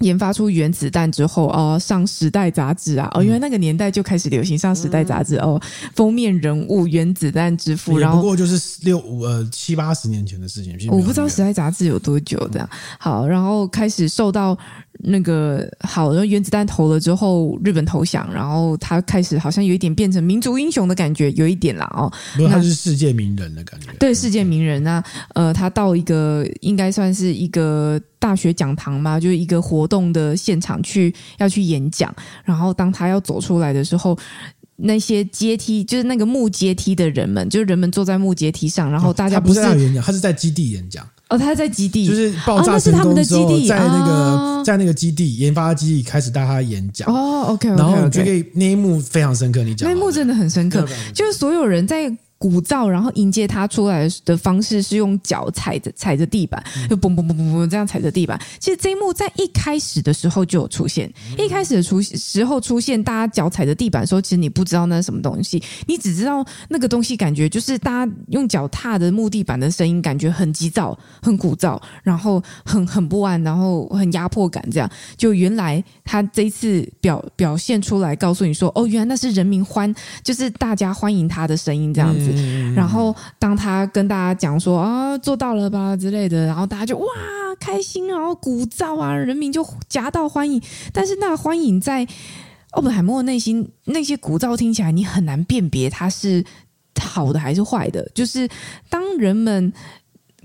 Speaker 2: 研发出原子弹之后，哦，上《时代》杂志啊，
Speaker 1: 嗯
Speaker 2: 哦，因为那个年代就开始流行上《时代》杂志，哦，封面人物原子弹之
Speaker 1: 也
Speaker 2: 父，然
Speaker 1: 不
Speaker 2: 后
Speaker 1: 过就是六五呃七八十年前的事情，其实没有
Speaker 2: 我不知道
Speaker 1: 很
Speaker 2: 时
Speaker 1: 远
Speaker 2: 代杂志有多久这样。好，然后开始受到那个好，然后原子弹投了之后，日本投降，然后他开始好像有一点变成民族英雄的感觉，有一点啦哦。
Speaker 1: 不是
Speaker 2: 那
Speaker 1: 他是世界名人的感觉，
Speaker 2: 对世界名人那呃，他到一个应该算是一个大学讲堂嘛，就是一个活动的现场去要去演讲，然后当他要走出来的时候。那些阶梯就是那个木阶梯的人们，就是人们坐在木阶梯上，然后大
Speaker 1: 哦
Speaker 2: 家
Speaker 1: 他不
Speaker 2: 是
Speaker 1: 在演讲，他是在基地演讲。
Speaker 2: 哦，他在基地，
Speaker 1: 就是爆
Speaker 2: 哦
Speaker 1: 炸
Speaker 2: 那是
Speaker 1: 成
Speaker 2: 他们
Speaker 1: 功
Speaker 2: 的
Speaker 1: 之后，
Speaker 2: 基地
Speaker 1: 在那个、
Speaker 2: 哦
Speaker 1: 在那个基地研发基地开始带他演讲，
Speaker 2: 哦，OK，, o k
Speaker 1: 然后你就可以那一幕非常深刻，你讲
Speaker 2: 那一幕真的很深刻，
Speaker 1: 就
Speaker 2: 就是所有人在鼓噪，然后迎接他出来的方式是用脚踩着踩着地板，就嘣嘣嘣嘣嘣这样踩着地板。其实这一幕在一开始的时候就有出现，一开始的出时候出现，大家脚踩着地板的时候，其实你不知道那是什么东西，你只知道那个东西感觉就是大家用脚踏的木地板的声音，感觉很急躁、很鼓噪，然后很很不安，然后很压迫感。这样，就原来他这一次表表现出来，告诉你说，哦，原来那是人民欢，就是大家欢迎他的声音这样
Speaker 1: 嗯
Speaker 2: 子。然后当他跟大家讲说啊做到了吧之类的，然后大家就哇开心，然后鼓噪啊，人民就夹道欢迎。但是那个欢迎在奥本海默内心那些鼓噪听起来，你很难辨别它是好的还是坏的。就是当人们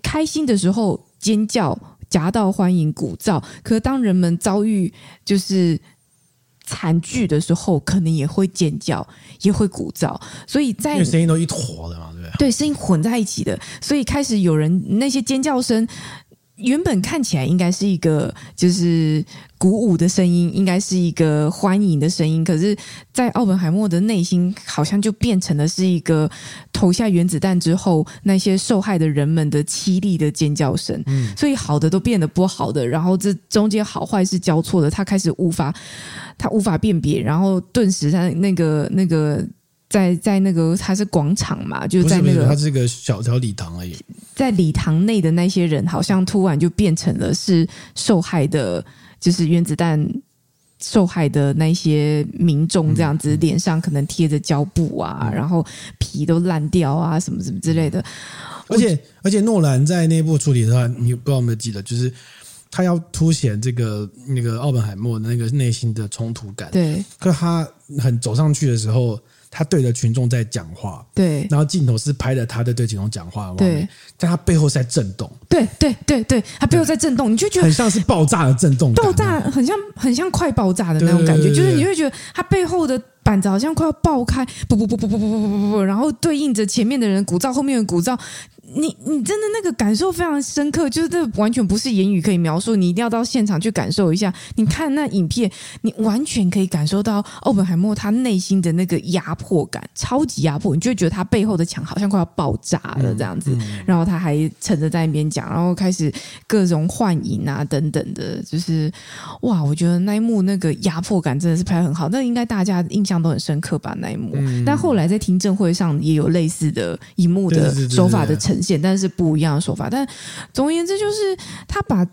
Speaker 2: 开心的时候尖叫、夹道欢迎、鼓噪，可是当人们遭遇就是惨剧的时候，可能也会尖叫，也会鼓噪。所以在
Speaker 1: 因为声音都一坨的嘛，对不对？
Speaker 2: 对，声音混在一起的，所以开始有人那些尖叫声，原本看起来应该是一个就是鼓舞的声音，应该是一个欢迎的声音，可是，在奥本海默的内心，好像就变成了是一个投下原子弹之后那些受害的人们的凄厉的尖叫声。
Speaker 1: 嗯
Speaker 2: 所以好的都变得不好的，然后这中间好坏是交错的，他开始无法他无法辨别，然后顿时他那个那个。在在那个他是广场嘛，就
Speaker 1: 不
Speaker 2: 在
Speaker 1: 是不
Speaker 2: 那
Speaker 1: 是，
Speaker 2: 个
Speaker 1: 他是一个小小礼堂而已，
Speaker 2: 在礼堂内的那些人，好像突然就变成了是受害的，就是原子弹受害的那些民众这样子，脸上可能贴着胶布啊，然后皮都烂掉啊，什么什么之类的。
Speaker 1: 而且而且诺兰在那部处理的话，你不知道有没有记得，就是他要凸显这个那个奥本海默的那个内心的冲突感，
Speaker 2: 对
Speaker 1: 可是他很走上去的时候，他对着群众在讲话。
Speaker 2: 对
Speaker 1: 然后镜头是拍着他在对群众讲话的画面
Speaker 2: 对，
Speaker 1: 但他背后是在震动，
Speaker 2: 对对对对，他背后在震动，你就觉得
Speaker 1: 很像是爆炸的震动感啊
Speaker 2: 爆炸很像很像快爆炸的那种感觉，
Speaker 1: 对对对
Speaker 2: 就是
Speaker 1: 对
Speaker 2: 你会觉得它背后的板子好像快要爆开，不不不不不不不不不，然后对应着前面的人鼓噪，后面的鼓噪，你你真的那个感受非常深刻，就是这完全不是言语可以描述，你一定要到现场去感受一下。你看那影片，你完全可以感受到奥本海默他内心的那个压迫感，超级压迫，你就会觉得他背后的墙好像快要爆炸了这样子。
Speaker 1: 嗯
Speaker 2: 然后他还撑着在那边讲，然后开始各种幻影啊等等的，就是哇，我觉得那一幕那个压迫感真的是拍得很好，那应该大家印象都很深刻吧那一幕。但后来在听证会上也有类似的一幕
Speaker 1: 嗯对
Speaker 2: 的
Speaker 1: 对对对
Speaker 2: 手法
Speaker 1: 对
Speaker 2: 的呈现，但是不一样的手法。但总而言之，就是他把。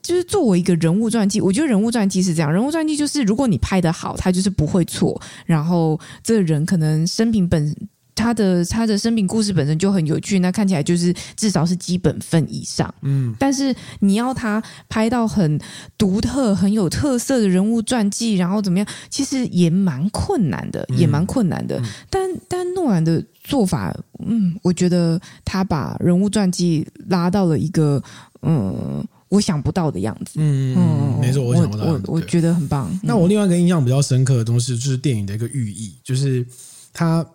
Speaker 2: 就是作为一个人物传记，我觉得人物传记是这样，人物传记就是如果你拍的好，他就是不会错。然后这个人可能生平本他的他的生平故事本身就很有趣，那看起来就是至少是基本分以上。嗯，但是你要他拍到很独特、很有特色的人物传记，然后怎么样，其实也蛮困难的，也蛮困难的。但但诺兰的做法，嗯，我觉得他把人物传记拉到了一个嗯我想不到的样子。嗯
Speaker 1: 嗯，没错，我想不到
Speaker 2: 哦我我
Speaker 1: 对
Speaker 2: 觉得很棒。
Speaker 1: 那我另外一个印象比较深刻的东西，就是电影的一个寓意，就是它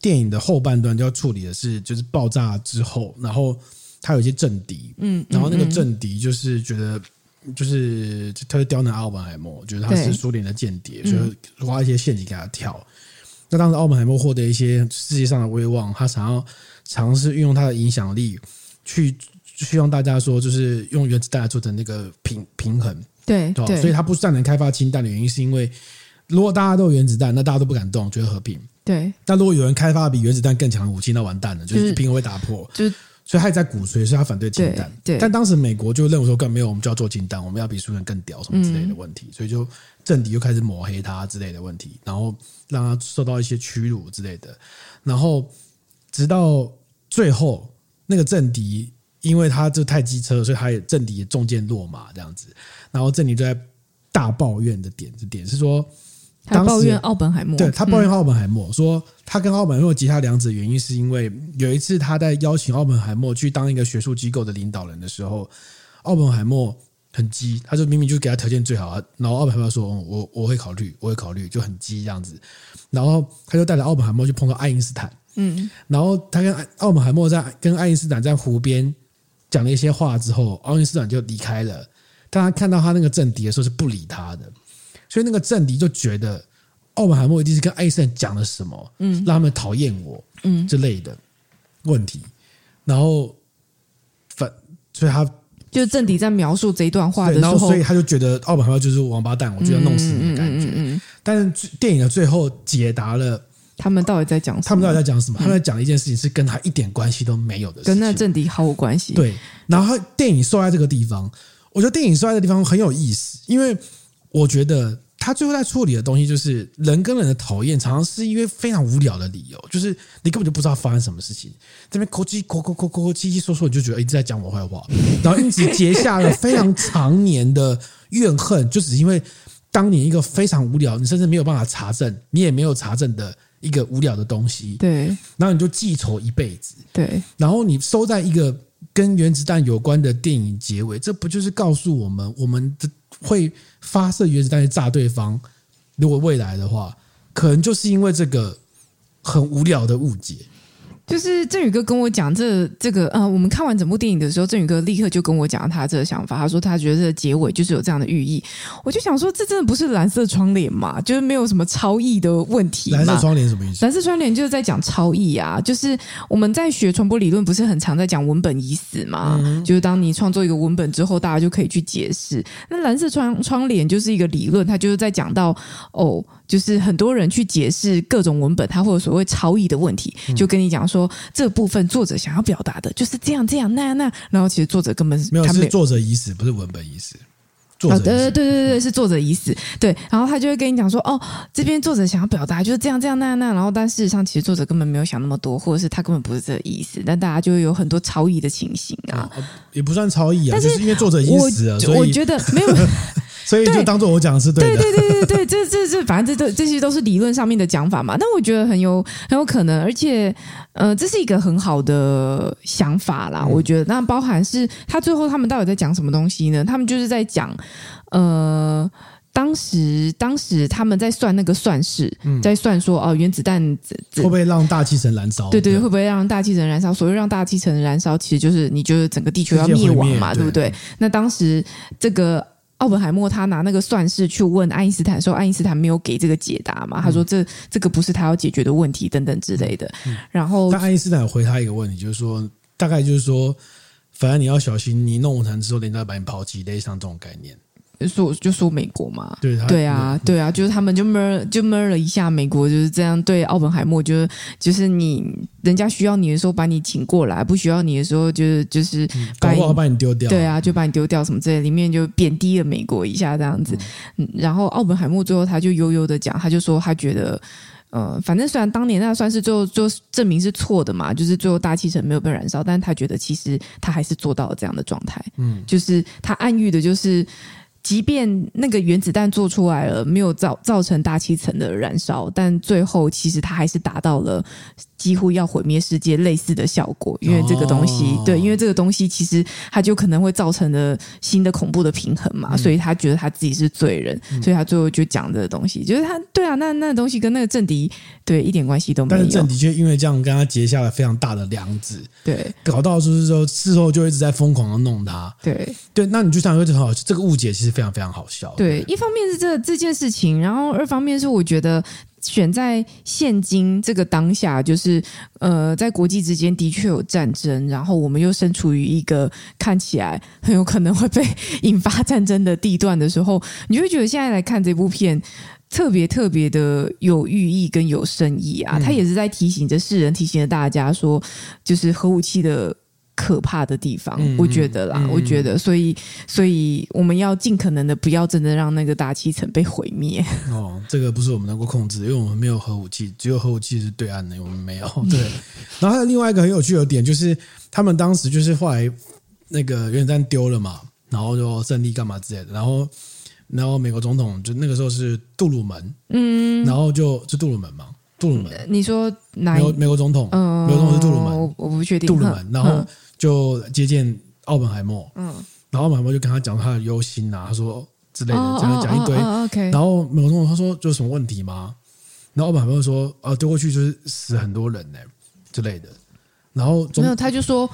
Speaker 1: 电影的后半段就要处理的是，就是爆炸之后，然后它有一些政敌，
Speaker 2: 嗯，嗯
Speaker 1: 然后那个
Speaker 2: 嗯
Speaker 1: 政敌就是觉得，就是他是刁难奥本海默，觉得他是
Speaker 2: 对
Speaker 1: 苏联的间谍，
Speaker 2: 嗯
Speaker 1: 所以挖一些陷阱给他跳。那当时奥本海默获得一些世界上的威望，他想要尝试运用他的影响力去。去让大家说，就是用原子弹来做成那个平平衡，
Speaker 2: 对
Speaker 1: 对吧，啊
Speaker 2: 对，
Speaker 1: 所以他不擅长开发氢弹的原因，是因为如果大家都有原子弹，那大家都不敢动，觉得和平；
Speaker 2: 对
Speaker 1: 但如果有人开发比原子弹更强的武器，那完蛋了，就
Speaker 2: 就是是
Speaker 1: 平衡会打破。
Speaker 2: 就是
Speaker 1: 所以他也在鼓吹，所以他反对氢
Speaker 2: 对
Speaker 1: 弹。
Speaker 2: 对，
Speaker 1: 但当时美国就认为说，更没有，我们就要做氢弹，我们要比苏联更屌什么之类的问题，
Speaker 2: 嗯
Speaker 1: 所以就政敌又开始抹黑他之类的问题，然后让他受到一些屈辱之类的。然后直到最后，那个政敌因为他就太机车，所以他也政敌也中箭落马这样子。然后政敌就在大抱怨的点，这点是说，
Speaker 2: 他抱
Speaker 1: 当时
Speaker 2: 怨奥本海默，嗯
Speaker 1: 对他抱怨奥本海默、说，他跟奥本海默结下梁子的原因是因为有一次他在邀请奥本海默去当一个学术机构的领导人的时候，奥本海默很鸡，他就明明就给他条件最好，然后奥本海默说：“嗯、我我会考虑，我会考虑，就很鸡这样子。”然后他就带着奥本海默去碰到爱因斯坦，
Speaker 2: 嗯，
Speaker 1: 然后他跟爱奥本海默在跟爱因斯坦在湖边讲了一些话之后，爱因斯坦就离开了。但他看到他那个政敌的时候是不理他的，所以那个政敌就觉得奥本海默一定是跟爱因斯坦讲了什么，嗯，让他们讨厌我，嗯之类的问题。然后反，所以他
Speaker 2: 就是正迪在描述这一段话的
Speaker 1: 对，
Speaker 2: 时
Speaker 1: 然后
Speaker 2: 候
Speaker 1: 所以，他就觉得奥本海默就是王八蛋，我就要弄死你的感
Speaker 2: 嗯
Speaker 1: 觉。但是最电影的最后解答了
Speaker 2: 他们到底在讲什
Speaker 1: 他
Speaker 2: 么？
Speaker 1: 们到底在讲什么，他们在讲的一件事情是跟他一点关系都没有的事情，
Speaker 2: 跟那正迪毫无关系。，
Speaker 1: 对，然后电影收在这个地方，我觉得电影收在这个地方很有意思，因为我觉得他最后在处理的东西就是人跟人的讨厌，常常是因为非常无聊的理由，就是你根本就不知道发生什么事情，这边口叽口口口口口叽叽说说，你就觉得一直在讲我坏话，然后因此结下了非常常年的怨恨，就只是因为当年一个非常无聊，你甚至没有办法查证，你也没有查证的一个无聊的东西，
Speaker 2: 对，
Speaker 1: 然后你就记仇一辈子。
Speaker 2: 对，
Speaker 1: 然后你收在一个跟原子弹有关的电影结尾，这不就是告诉我们，我们的会发射原子弹去炸对方？如果未来的话，可能就是因为这个很无聊的误解。
Speaker 2: 就是振宇哥跟我讲这这个呃，我们看完整部电影的时候，振宇哥立刻就跟我讲他这个想法，他说他觉得这个结尾就是有这样的寓意。我就想说，这真的不是蓝色窗帘嘛？就是没有什么超意的问题嘛。
Speaker 1: 蓝色窗帘什么意思？
Speaker 2: 蓝色窗帘就是在讲超意啊，就是我们在学传播理论，不是很常在讲文本已死嘛？
Speaker 1: 嗯
Speaker 2: 就是当你创作一个文本之后，大家就可以去解释。那蓝色窗窗帘就是一个理论，它就是在讲到哦，就是很多人去解释各种文本，它会有所谓超意的问题，
Speaker 1: 嗯
Speaker 2: 就跟你讲说这部分作者想要表达的就是这样这样那样那样，然后其实作者根本
Speaker 1: 没有，
Speaker 2: 他没
Speaker 1: 是
Speaker 2: 有
Speaker 1: 作者已死，不是文本已死。作
Speaker 2: 啊，
Speaker 1: 者
Speaker 2: 对
Speaker 1: 已
Speaker 2: 对
Speaker 1: 死
Speaker 2: 对对对，是作者已死。对，然后他就会跟你讲说，哦，这边作者想要表达就是这样这样那样那样，然后但事实上其实作者根本没有想那么多，或者是他根本不是这个意思，但大家就会有很多超意的情形啊。
Speaker 1: 哦也不算超意啊，
Speaker 2: 但
Speaker 1: 就是是因为作者已经死了，
Speaker 2: 我
Speaker 1: 所
Speaker 2: 我
Speaker 1: 以
Speaker 2: 觉得没有，
Speaker 1: 所以就
Speaker 2: 对
Speaker 1: 当做我讲的是
Speaker 2: 对
Speaker 1: 的。
Speaker 2: 对对对对，这这这，反正这这这些都是理论上面的讲法嘛。但我觉得很有很有可能，而且呃，这是一个很好的想法啦。我觉得那包含是他最后他们到底在讲什么东西呢？他们就是在讲呃。当时当时他们在算那个算式，在算说哦、原子弹子
Speaker 1: 会不会让大气层燃烧？
Speaker 2: 对哦对，会不会让大气层燃烧？所谓让大气层燃烧，其实就是你觉得整个地球要灭亡嘛，
Speaker 1: 世界毁灭
Speaker 2: 对不对？那当时这个奥本海默他拿那个算式去问爱因斯坦的时候，爱因斯坦没有给这个解答嘛？他说这、这个不是他要解决的问题，等等之类的。然后
Speaker 1: 但爱因斯坦有回他一个问题，就是说，大概就是说，反正你要小心，你弄完之后，人家把你抛弃，类似像这种概念。
Speaker 2: 说就说美国嘛，
Speaker 1: 对他
Speaker 2: 对啊，对啊，就是他们就闷就闷了一下，美国就是这样对奥本海默，就是就是你人家需要你的时候把你请过来，不需要你的时候就是就是
Speaker 1: 嗯搞
Speaker 2: 把你
Speaker 1: 不好把你丢掉。
Speaker 2: 对，啊，就把你丢掉什么之类的，里面就贬低了美国一下这样子。嗯然后奥本海默最后他就悠悠的讲，他就说他觉得。呃，反正虽然当年那算是最后就证明是错的嘛，就是最后大气层没有被燃烧，但是他觉得其实他还是做到了这样的状态，嗯，就是他暗喻的就是，即便那个原子弹做出来了，没有造造成大气层的燃烧，但最后其实他还是达到了几乎要毁灭世界类似的效果，因为这个东西，
Speaker 1: 哦
Speaker 2: 对，因为这个东西其实它就可能会造成的新的恐怖的平衡嘛，所以他觉得他自己是罪人，
Speaker 1: 嗯
Speaker 2: 所以他最后就讲这个东西，就是他对啊，那那东西跟那个政敌对一点关系都没
Speaker 1: 但是
Speaker 2: 有
Speaker 1: 郑，的确因为这样跟他结下了非常大的梁子，
Speaker 2: 对
Speaker 1: 搞到就是说事后就一直在疯狂的弄他。
Speaker 2: 对
Speaker 1: 对，那你就想说这很好，这个误解其实非常非常好笑。
Speaker 2: 对，一方面是这这件事情，然后二方面是我觉得。选在现今这个当下，就是呃，在国际之间的确有战争，然后我们又身处于一个看起来很有可能会被引发战争的地段的时候，你就会觉得现在来看这部片。特别特别的有寓意跟有深意
Speaker 1: 嗯
Speaker 2: 啊，它也是在提醒着世人，提醒着大家说，就是核武器的可怕的地方，
Speaker 1: 嗯
Speaker 2: 我觉得啦，
Speaker 1: 嗯
Speaker 2: 我觉得，所以，所以我们要尽可能的不要真的让那个大气层被毁灭。
Speaker 1: 哦，这个不是我们能够控制的，因为我们没有核武器，只有核武器是对岸的，我们 没有。对，然后还有另外一个很有趣的点就是，他们当时就是后来那个原子弹丢了嘛，然后就胜利干嘛之类的，然后然后美国总统就那个时候是杜鲁门，嗯，然后就是杜鲁门嘛，杜鲁门，
Speaker 2: 你说哪
Speaker 1: 美
Speaker 2: 一？
Speaker 1: 国美国总统，
Speaker 2: 嗯，
Speaker 1: 美国总统是杜鲁门，
Speaker 2: 我我不确定。
Speaker 1: 杜鲁
Speaker 2: 哼
Speaker 1: 门，然后
Speaker 2: 嗯
Speaker 1: 就接见奥本海默，
Speaker 2: 嗯，
Speaker 1: 然后奥本海默就跟他讲他的忧心啊，他说之类的
Speaker 2: 哦，
Speaker 1: 讲一讲一堆，
Speaker 2: 哦哦哦 OK，
Speaker 1: 然后美国总统他说就有什么问题吗？然后奥本海默说啊，丢过去就是死很多人呢、之类的。然后总
Speaker 2: 没有，他就说，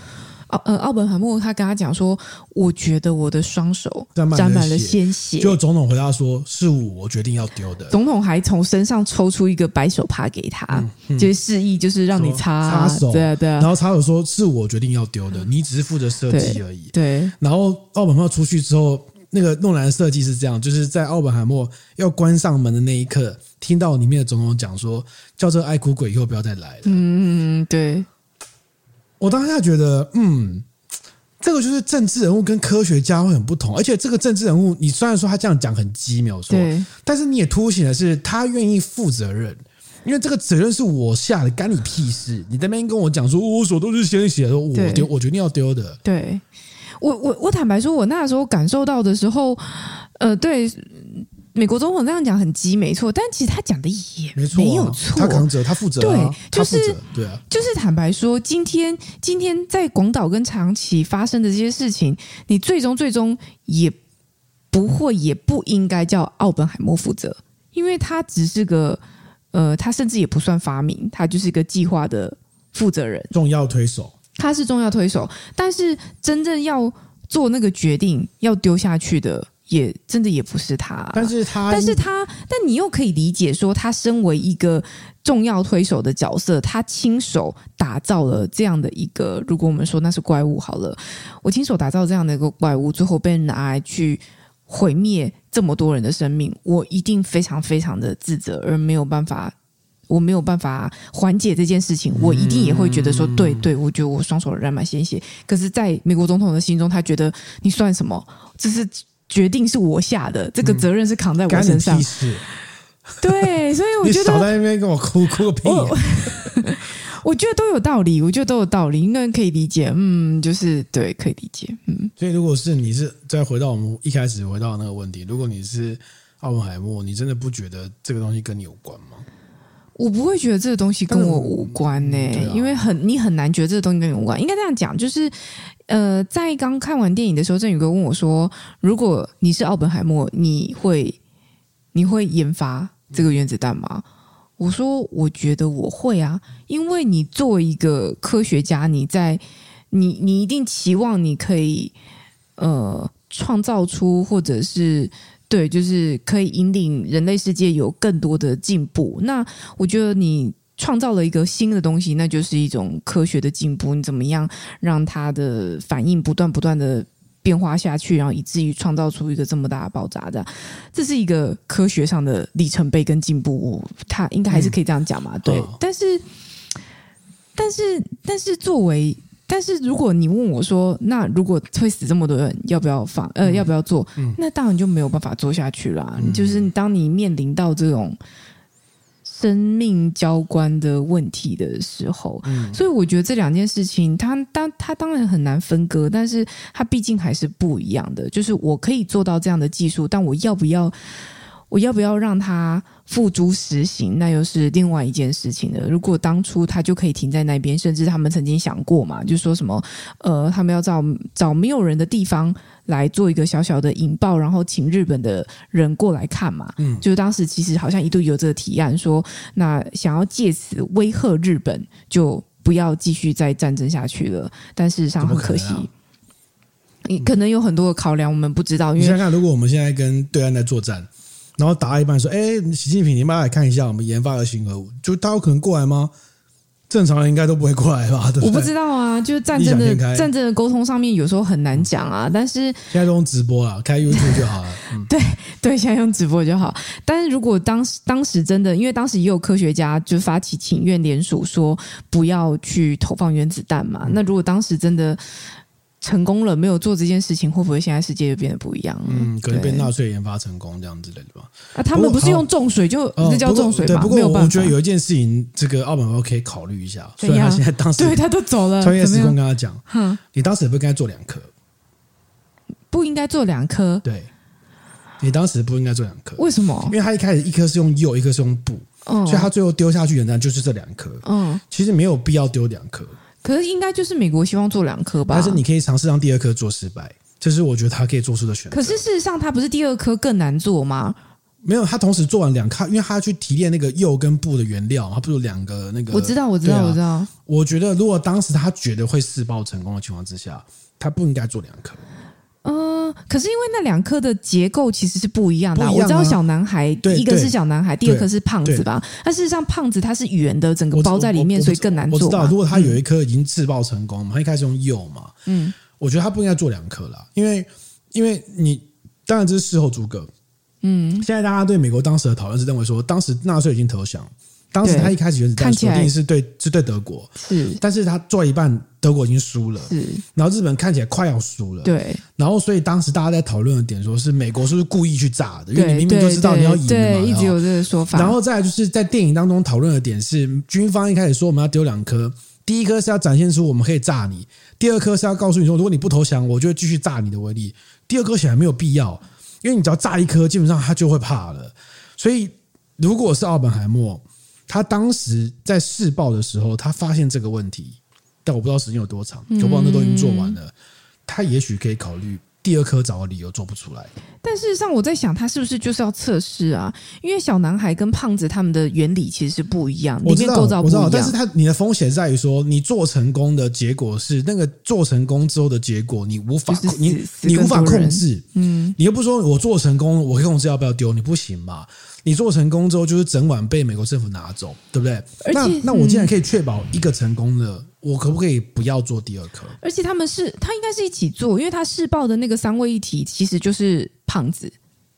Speaker 2: 奥呃，奥本海默他跟他讲说，我觉得我的双手
Speaker 1: 沾满了
Speaker 2: 沾满了
Speaker 1: 血
Speaker 2: 鲜血。
Speaker 1: 就总统回答说是我决定要丢的，
Speaker 2: 总统还从身上抽出一个白手帕给他，就是示意，就是让你
Speaker 1: 说
Speaker 2: 擦
Speaker 1: 嗯擦
Speaker 2: 啊
Speaker 1: 手
Speaker 2: 对啊，对
Speaker 1: 然
Speaker 2: 啊，
Speaker 1: 后插手说是我决定要丢的，你只是负责设计而已。
Speaker 2: 对，
Speaker 1: 然后奥本海默出去之后，那个诺兰的设计是这样，就是在奥本海默要关上门的那一刻，听到里面的总统讲说，叫这个爱哭鬼以后不要再来了。
Speaker 2: 嗯嗯对，
Speaker 1: 我当下觉得，嗯，这个就是政治人物跟科学家会很不同，而且这个政治人物，你虽然说他这样讲很鸡没有错，
Speaker 2: 对，
Speaker 1: 但是你也凸显的是他愿意负责任。因为这个责任是我下的，干你屁事！你在那边跟我讲说，哦我手都是鲜血，说我
Speaker 2: 对
Speaker 1: 丢，我决定要丢的。
Speaker 2: 对我我我坦白说，我那时候感受到的时候，呃，对美国总统这样讲很急，没错，但其实他讲的也
Speaker 1: 没错啊、
Speaker 2: 有错
Speaker 1: 他。扛责，他负责、啊，
Speaker 2: 对就是
Speaker 1: 他负责，对啊，
Speaker 2: 就是坦白说，今天今天在广岛跟长崎发生的这些事情，你最终最终也不会也不应该叫奥本海默负责，因为他只是个呃，他甚至也不算发明，他就是一个计划的负责人。
Speaker 1: 重要推手。
Speaker 2: 他是重要推手，但是真正要做那个决定要丢下去的，也真的也不是他。
Speaker 1: 但是他，
Speaker 2: 啊但是他，但你又可以理解说，他身为一个重要推手的角色，他亲手打造了这样的一个，如果我们说那是怪物好了，我亲手打造这样的一个怪物，最后被拿来去毁灭这么多人的生命，我一定非常非常的自责，而没有办法。我没有办法缓解这件事
Speaker 1: 嗯
Speaker 2: 情，我一定也会觉得说，对对，我觉得我双手沾满鲜血。可是，在美国总统的心中，他觉得你算什么？这是决定是我下的，这个责任是扛在我
Speaker 1: 干你
Speaker 2: 身上
Speaker 1: 屁。事！
Speaker 2: 对，所以我
Speaker 1: 你
Speaker 2: 觉
Speaker 1: 少
Speaker 2: 得，
Speaker 1: 在那边跟我哭哭个屁、啊！
Speaker 2: 我我觉得都有道理，我觉得都有道理，应该可以理解。嗯，就是对，可以理解。嗯，
Speaker 1: 所以，如果是你是再回到我们一开始回到那个问题，如果你是奥本海默，你真的不觉得这个东西跟你有关吗？
Speaker 2: 我不会觉得这个东西跟
Speaker 1: 但我
Speaker 2: 我无关呢、
Speaker 1: 对啊
Speaker 2: 因为很你很难觉得这个东西跟你无关。应该这样讲，就是呃，在刚看完电影的时候，振宇哥问我说：“如果你是奥本海默，你会你会研发这个原子弹吗？我说，我觉得我会啊，因为你作为一个科学家，你在你你一定期望你可以呃创造出或者是对，就是可以引领人类世界有更多的进步。那我觉得你创造了一个新的东西，那就是一种科学的进步。你怎么样让它的反应不断不断的变化下去，然后以至于创造出一个这么大的爆炸？这样，这是一个科学上的里程碑跟进步。我它应该还是可以这样讲嘛？对
Speaker 1: 哦，
Speaker 2: 但是。但是，但是作为，但是如果你问我说，那如果会死这么多人，要不要放？呃，要不要做？那当然就没有办法做下去啦。就是当你面临到这种生命交关的问题的时候，所以我觉得这两件事情，它当它当然很难分割，但是它毕竟还是不一样的。就是我可以做到这样的技术，但我要不要？我要不要让它付诸实行，那又是另外一件事情了。如果当初它就可以停在那边，甚至他们曾经想过嘛，就说什么呃，他们要找找没有人的地方来做一个小小的引爆，然后请日本的人过来看嘛。
Speaker 1: 嗯
Speaker 2: 就是当时其实好像一度有这个提案说，那想要借此威吓日本，就不要继续再战争下去了。但事实上
Speaker 1: 怎么
Speaker 2: 很
Speaker 1: 可能
Speaker 2: 可惜
Speaker 1: 啊。
Speaker 2: 你可能有很多的考量，我们不知道，因
Speaker 1: 你
Speaker 2: 为
Speaker 1: 想想看，如果我们现在跟对岸在作战，然后打到一半说：“哎，习近平，你妈来看一下我们研发的新核武，就他有可能过来吗？正常人应该都不会过来吧？对
Speaker 2: 我
Speaker 1: 对？
Speaker 2: 不知道啊，就是战
Speaker 1: 异想
Speaker 2: 争的
Speaker 1: 天开
Speaker 2: 战争的沟通上面有时候很难讲啊。但是
Speaker 1: 现在都用直播了，开 YouTube 就好 了。嗯
Speaker 2: 对，现在用直播就好。但是如果当时当时真的，因为当时也有科学家就发起请愿联署，说不要去投放原子弹嘛。
Speaker 1: 嗯
Speaker 2: 那如果当时真的成功了，没有做这件事情，会不会现在世界就变得不一样了？
Speaker 1: 嗯，可能被
Speaker 2: 对
Speaker 1: 纳粹研发成功这样之类的吧。
Speaker 2: 啊，他
Speaker 1: 不
Speaker 2: 们
Speaker 1: 过
Speaker 2: 不是
Speaker 1: 好
Speaker 2: 用重水就
Speaker 1: 哦
Speaker 2: 这叫
Speaker 1: 不过
Speaker 2: 重水
Speaker 1: 对，
Speaker 2: 吧？
Speaker 1: 不
Speaker 2: 没
Speaker 1: 过
Speaker 2: 有
Speaker 1: 我
Speaker 2: 办法。
Speaker 1: 我觉得有一件事情，这个奥本豪可以考虑一下。虽然他
Speaker 2: 怎样
Speaker 1: 现在当时
Speaker 2: 对他都走了，
Speaker 1: 穿越
Speaker 2: 怎么
Speaker 1: 时空
Speaker 2: 样？
Speaker 1: 跟他讲，
Speaker 2: 哼，
Speaker 1: 你当时也不应该做两颗，
Speaker 2: 不应该做两颗，
Speaker 1: 对，你当时不应该做两颗，
Speaker 2: 为什么
Speaker 1: 因？为他一开始一颗是用釉，一颗是用布，
Speaker 2: 嗯
Speaker 1: 所以他最后丢下去原子弹就是这两颗。
Speaker 2: 嗯，
Speaker 1: 其实没有必要丢两颗，
Speaker 2: 可是应该就是美国希望做两颗吧？
Speaker 1: 但是你可以尝试让第二颗做失败，这是我觉得他可以做出的选择。
Speaker 2: 可是事实上，它不是第二颗更难做吗？
Speaker 1: 没有，他同时做完两颗，因为他去提炼那个釉跟布的原料，他不是有两个那个。
Speaker 2: 我知道，我知道，
Speaker 1: 对啊
Speaker 2: 我知道。
Speaker 1: 我觉得如果当时他觉得会试爆成功的情况之下，他不应该做两颗。
Speaker 2: 嗯，可是因为那两颗的结构其实是不一样的啊、
Speaker 1: 不一
Speaker 2: 我
Speaker 1: 样啊
Speaker 2: 知道小男孩，
Speaker 1: 对
Speaker 2: 一个是
Speaker 1: 对
Speaker 2: 小男孩，第二个是胖子
Speaker 1: 对
Speaker 2: 吧？但事实上，胖子它是圆的，整个
Speaker 1: 我
Speaker 2: 包在里面，
Speaker 1: 我
Speaker 2: 所以更难
Speaker 1: 我知
Speaker 2: 做
Speaker 1: 道，
Speaker 2: 嘛
Speaker 1: 如。果他有一颗已经制爆成功嘛，他一开始用釉嘛，
Speaker 2: 嗯，
Speaker 1: 我觉得他不应该做两颗啦，因为因为你当然这是事后诸葛。嗯，现在大家对美国当时的讨论是认为说，当时纳粹已经投降，当时
Speaker 2: 对
Speaker 1: 他一开始原子弹
Speaker 2: 看起
Speaker 1: 锁
Speaker 2: 来
Speaker 1: 定是对是对德国，
Speaker 2: 是
Speaker 1: 但是他做到一半，德国已经输了，
Speaker 2: 是，
Speaker 1: 然后日本看起来快要输了，
Speaker 2: 嗯对
Speaker 1: 然后所以当时大家在讨论的点说是美国是不是故意去炸的，因为你
Speaker 2: 对
Speaker 1: 明明就
Speaker 2: 对
Speaker 1: 知道你要
Speaker 2: 对
Speaker 1: 赢的嘛，
Speaker 2: 对，一
Speaker 1: 然
Speaker 2: 直
Speaker 1: 后
Speaker 2: 有这个说法。
Speaker 1: 然后再来就是在电影当中讨论的点是，军方一开始说我们要丢两颗，第一颗是要展现出我们可以炸你，第二颗是要告诉你说，如果你不投降，我就会继续炸你的威力。第二颗显然没有必要，因为你只要炸一颗，基本上他就会怕了。所以如果是奥本海默，他当时在试爆的时候，他发现这个问题，但我不知道时间有多长，我不知道那都已经做完了，他也许可以考虑第二颗找个理由做不出来。
Speaker 2: 但事实上，我在想，他是不是就是要测试啊？因为小男孩跟胖子他们的原理其实是不一样，
Speaker 1: 我
Speaker 2: 里
Speaker 1: 知
Speaker 2: 面
Speaker 1: 道，
Speaker 2: 构造
Speaker 1: 我
Speaker 2: 不一
Speaker 1: 知道，
Speaker 2: 样。
Speaker 1: 但是它你的风险在于说，你做成功的结果是那个做成功之后的结果，你无法
Speaker 2: 就是死
Speaker 1: 你
Speaker 2: 死
Speaker 1: 你无
Speaker 2: 更多
Speaker 1: 法控
Speaker 2: 人
Speaker 1: 制，嗯，你又不说我做成功，我可以控制要不要丢，你不行嘛？你做成功之后，就是整晚被美国政府拿走，对不对？
Speaker 2: 而
Speaker 1: 那
Speaker 2: 且嗯
Speaker 1: 那我既然可以确保一个成功的，我可不可以不要做第二颗？
Speaker 2: 而且他们是，他应该是一起做，因为他试爆的那个三位一体其实就是胖子，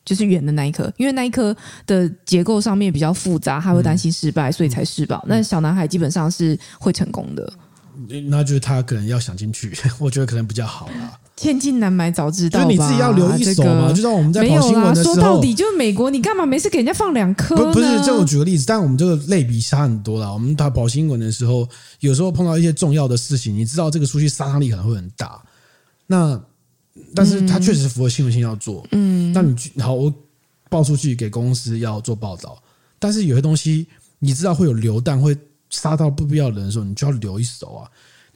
Speaker 2: 就是圆的那一颗，因为那一颗的结构上面比较复杂，他会担心失败，所以才试爆。那小男孩基本上是会成功的，
Speaker 1: 那就是他可能要想进去， 我觉得可能比较好啦。
Speaker 2: 千金难买早知
Speaker 1: 就
Speaker 2: 道
Speaker 1: 是
Speaker 2: 吧，
Speaker 1: 你自己要留一手嘛，
Speaker 2: 这个
Speaker 1: 就像我们在
Speaker 2: 没
Speaker 1: 跑
Speaker 2: 有
Speaker 1: 新
Speaker 2: 啦，
Speaker 1: 闻的时
Speaker 2: 说
Speaker 1: 候，
Speaker 2: 到底就是美国，你干嘛没事给人家放两颗
Speaker 1: 不
Speaker 2: 呢？
Speaker 1: 不是，这我举个例子，但我们这个类比差很多啦。我们打跑新闻的时候，有时候碰到一些重要的事情，你知道这个出去杀伤力可能会很大。那但是它确实符合新闻性要做，嗯，那你去好，我报出去给公司要做报道，但是有些东西你知道会有流弹，会杀到不必要的人的时候，你就要留一手啊。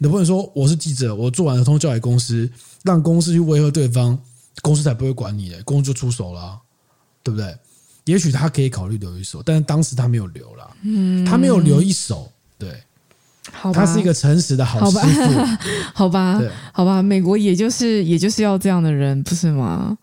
Speaker 1: 你不能说我是记者，我做完了通知交给公司，让公司去威吓对方，公司才不会管你嘞，公司就出手了啊、对不对？也许他可以考虑留一手，但是当时他没有留啦，嗯，他没有留一手，对
Speaker 2: 好吧，
Speaker 1: 他是一个诚实的好
Speaker 2: 好
Speaker 1: 师
Speaker 2: 吧
Speaker 1: 傅，
Speaker 2: 好吧
Speaker 1: 对，
Speaker 2: 好吧，美国也就是也就是要这样的人，不是吗？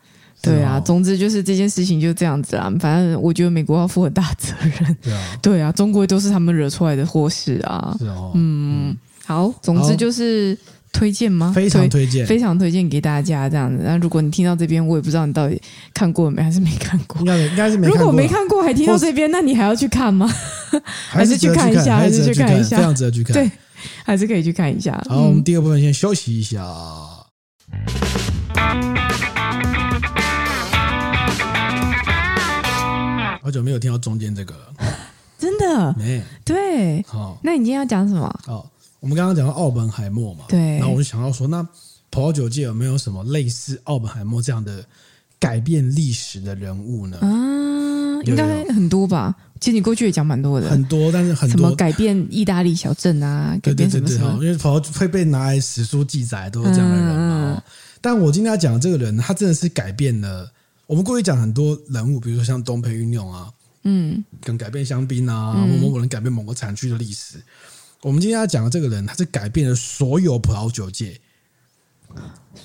Speaker 1: 是
Speaker 2: 对啊，
Speaker 1: 哦
Speaker 2: 总之就是这件事情就这样子啦。反正我觉得美国要负很大责任。
Speaker 1: 对啊，
Speaker 2: 对啊，终归都是他们惹出来的祸事啊。
Speaker 1: 是哦，
Speaker 2: 嗯，好，总之
Speaker 1: 好
Speaker 2: 就是推荐吗？
Speaker 1: 非常推荐，
Speaker 2: 非常推荐给大家这样子。那如果你听到这边，我也不知道你到底看过没，还是没看过
Speaker 1: 应。该应该是没
Speaker 2: 如
Speaker 1: 看
Speaker 2: 果
Speaker 1: 过啊
Speaker 2: 没
Speaker 1: 啦，
Speaker 2: 看过还听到这边，那你还要去 看吗？
Speaker 1: 还
Speaker 2: 还是
Speaker 1: 值
Speaker 2: 去
Speaker 1: 得
Speaker 2: 看一下
Speaker 1: 还是值
Speaker 2: 还是
Speaker 1: 得
Speaker 2: 去
Speaker 1: 去
Speaker 2: 看一下
Speaker 1: 非常值得去看。
Speaker 2: 对 嗯还是可以去看一下。
Speaker 1: 好，我们第二部分先休息一下。好久没有听到中间这个了，
Speaker 2: 真的
Speaker 1: 没
Speaker 2: 对。
Speaker 1: 好
Speaker 2: 那你今天要讲什么？
Speaker 1: 好。我们刚刚讲到奥本海默嘛，
Speaker 2: 对
Speaker 1: 然后我就想到说，那葡萄酒界有没有什么类似奥本海默这样的改变历史的人物呢？
Speaker 2: 啊，应该很多吧。其实你过去也讲蛮多的，
Speaker 1: 很多，但是很
Speaker 2: 什么
Speaker 1: 多，
Speaker 2: 改变意大利小镇啊，嗯改
Speaker 1: 对对
Speaker 2: 变
Speaker 1: 对
Speaker 2: 什么
Speaker 1: 对，
Speaker 2: 什
Speaker 1: 哦
Speaker 2: 么
Speaker 1: 因。为葡萄酒会被拿来史书记载，都是这样的人嘛。哦但我今天要讲的这个人，他真的是改变了我们过去讲很多人物，比如说像东培运用啊，
Speaker 2: 嗯
Speaker 1: 跟改变香槟啊，或某某人改变某个产区的历史。我们今天要讲的这个人，他是改变了所有葡萄酒界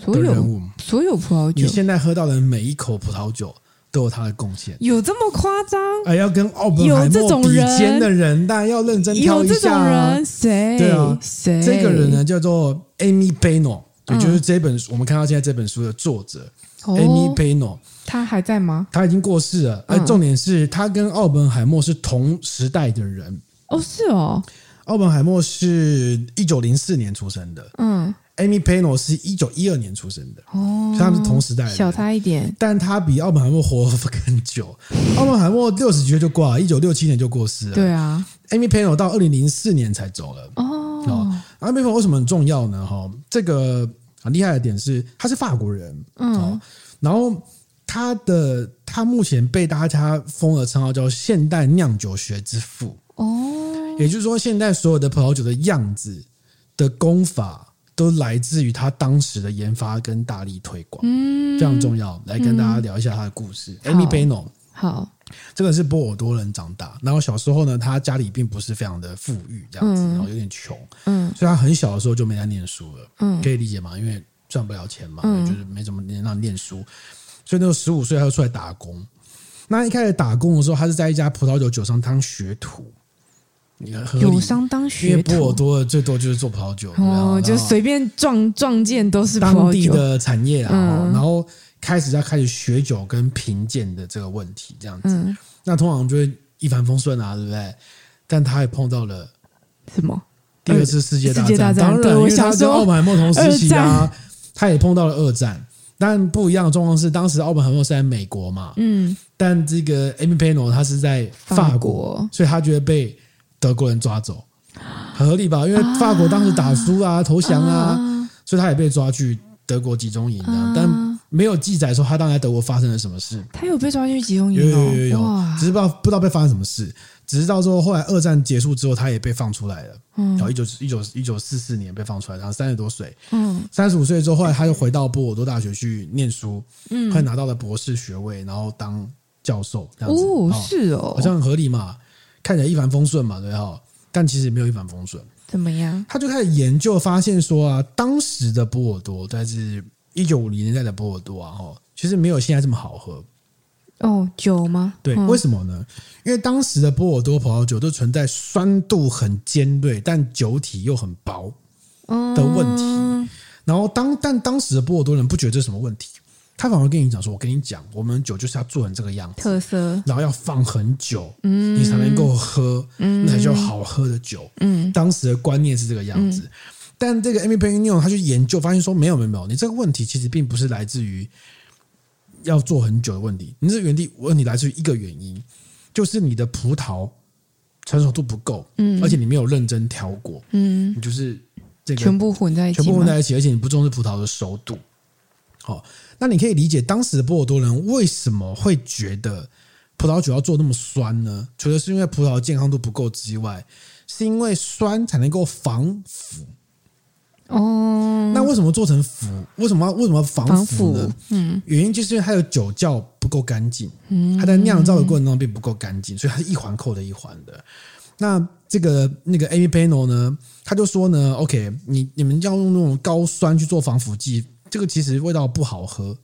Speaker 2: 所
Speaker 1: 的人
Speaker 2: 有
Speaker 1: 物。
Speaker 2: 所有葡萄
Speaker 1: 你
Speaker 2: 酒
Speaker 1: 现在喝到的每一口葡萄酒都有他的贡献。
Speaker 2: 有这么夸张？
Speaker 1: 哎，要跟奥本海
Speaker 2: 有这
Speaker 1: 默
Speaker 2: 种
Speaker 1: 比
Speaker 2: 人
Speaker 1: 肩的人，当然要认真挑
Speaker 2: 有
Speaker 1: 一
Speaker 2: 这种
Speaker 1: 下啊。
Speaker 2: 人？谁？
Speaker 1: 对啊
Speaker 2: 谁？
Speaker 1: 这个人呢，叫做 Amy Beno，也
Speaker 2: 嗯
Speaker 1: 就是这本书我们看到现在这本书的作者
Speaker 2: 哦
Speaker 1: Amy Beno，
Speaker 2: 他还在吗？
Speaker 1: 他已经过世了。而
Speaker 2: 嗯
Speaker 1: 重点是他跟奥本海默是同时代的人。
Speaker 2: 哦，是哦，
Speaker 1: 奥本海默是一九零四年出生的
Speaker 2: 嗯，
Speaker 1: ，Amy Pano 是一九一二年出生的，
Speaker 2: 哦
Speaker 1: 所以，他们是同时代的人。
Speaker 2: 小他一点，
Speaker 1: 但他比奥本海默活得更久。奥本海默六十几岁就挂了，一九六七年就过世了。
Speaker 2: 对啊，
Speaker 1: Amy Pano 到二零零四年才走了。
Speaker 2: 哦，
Speaker 1: Amy Pano 为什么很重要呢？哈，这个很厉害的点是，他是法国人，
Speaker 2: 嗯
Speaker 1: 哦，然后他的他目前被大家封了称号叫现代酿酒学之父。
Speaker 2: 哦，
Speaker 1: 也就是说，现在所有的葡萄酒的样子的功法都来自于他当时的研发跟大力推广，
Speaker 2: 嗯，
Speaker 1: 非常重要。来跟大家聊一下他的故事。Amy
Speaker 2: 好
Speaker 1: Beno
Speaker 2: 好，
Speaker 1: 这个人是波尔多人长大，然后小时候呢，他家里并不是非常的富裕，这样子，
Speaker 2: 嗯
Speaker 1: 然后有点穷，
Speaker 2: 嗯
Speaker 1: 所以他很小的时候就没在念书了，
Speaker 2: 嗯
Speaker 1: 可以理解吗？因为赚不了钱嘛，
Speaker 2: 嗯
Speaker 1: 就是没怎么让念书，所以那时候十五岁他就出来打工。那一开始打工的时候，他是在一家葡萄酒酒商当学徒，你看合理
Speaker 2: 有
Speaker 1: 吗
Speaker 2: 商当
Speaker 1: 因
Speaker 2: 学
Speaker 1: 为波尔
Speaker 2: 徒，
Speaker 1: 多的最多就是做葡萄酒，
Speaker 2: 哦，
Speaker 1: 你知
Speaker 2: 就
Speaker 1: 道吗
Speaker 2: 随便撞撞见都是葡
Speaker 1: 当
Speaker 2: 萄
Speaker 1: 地
Speaker 2: 酒，
Speaker 1: 的产业啊，
Speaker 2: 嗯
Speaker 1: 然后开始要开始学酒跟评鉴的这个问题，这样子，
Speaker 2: 嗯，
Speaker 1: 那通常就会一帆风顺啊，对不对？但他也碰到了
Speaker 2: 什么？
Speaker 1: 第二次世界大
Speaker 2: 世界大战
Speaker 1: 当
Speaker 2: 对
Speaker 1: 然，因
Speaker 2: 我
Speaker 1: 为他
Speaker 2: 想
Speaker 1: 跟
Speaker 2: 说
Speaker 1: 奥本海默同时期
Speaker 2: 二
Speaker 1: 啊，他也碰到了二战。但不一样的状况是，当时奥本海默是在美国嘛，
Speaker 2: 嗯，
Speaker 1: 但这个 Amy Pano 他是在法
Speaker 2: 法
Speaker 1: 国，
Speaker 2: 国，
Speaker 1: 所以他就会被德国人抓走，合理吧？因为法国当时打输啊，投降啊，
Speaker 2: 啊，
Speaker 1: 所以他也被抓去德国集中营啊
Speaker 2: 啊，
Speaker 1: 但没有记载说他当时在德国发生了什么事，
Speaker 2: 他有被抓去集中营
Speaker 1: 有有有有
Speaker 2: 哦，
Speaker 1: 有，
Speaker 2: 哇
Speaker 1: 只，是不知道不知道被发生什么事，只是到最后后来二战结束之后，他也被放出来了，然后
Speaker 2: 嗯
Speaker 1: 一九一九一九四四年被放出来，然后三十多岁，
Speaker 2: 嗯
Speaker 1: 三十五岁之后，后来他又回到波尔多大学去念书，后来
Speaker 2: 嗯，
Speaker 1: 拿到了博士学位，然后当教授这样子，
Speaker 2: 哦，是哦，
Speaker 1: 好像很合理嘛，看起来一帆风顺嘛，对哈，但其实没有一帆风顺。
Speaker 2: 怎么样？
Speaker 1: 他就开始研究，发现说啊，当时的波尔多，但是一九五零年代的波尔多啊，哦，其实没有现在这么好喝。
Speaker 2: 哦，酒吗？
Speaker 1: 对，
Speaker 2: 嗯
Speaker 1: 为什么呢？因为当时的波尔多葡萄酒都存在酸度很尖锐，但酒体又很薄。的问题
Speaker 2: 嗯
Speaker 1: 然后当但当时的波尔多人不觉得这是什么问题，他反而跟你讲说：“我跟你讲，我们酒就是要做成这个样子，
Speaker 2: 特色，
Speaker 1: 然后要放很久，你才能够喝，那才叫好喝的酒。”
Speaker 2: 嗯
Speaker 1: 当时的观念是这个样子。但这个 Amy p e n i o n 他去研究发现说，没有没有没有，你这个问题其实并不是来自于要做很久的问题，你这个原地问题来自于一个原因，就是你的葡萄成熟度不够，
Speaker 2: 嗯
Speaker 1: 而且你没有认真挑过，
Speaker 2: 嗯，
Speaker 1: 你就是这个
Speaker 2: 全部混在一起
Speaker 1: 全
Speaker 2: 吗，
Speaker 1: 部混在一起，而且你不重视葡萄的熟度。好、那你可以理解当时的波尔多人为什么会觉得葡萄酒要做那么酸呢？除了是因为葡萄健康度不够之外，是因为酸才能够防腐。
Speaker 2: 哦，
Speaker 1: 那为什么做成腐？为什么要为什么要防
Speaker 2: 防
Speaker 1: 腐呢
Speaker 2: 腐？，嗯
Speaker 1: 原因就是因为它有酒窖不够干净，
Speaker 2: 嗯，
Speaker 1: 它在酿造的过程中并不够干净，所以它是一环扣着一环的。那这个那个 Amy Panel 呢，他就说呢，OK，你你们要用那种高酸去做防腐剂，这个其实味道不好喝。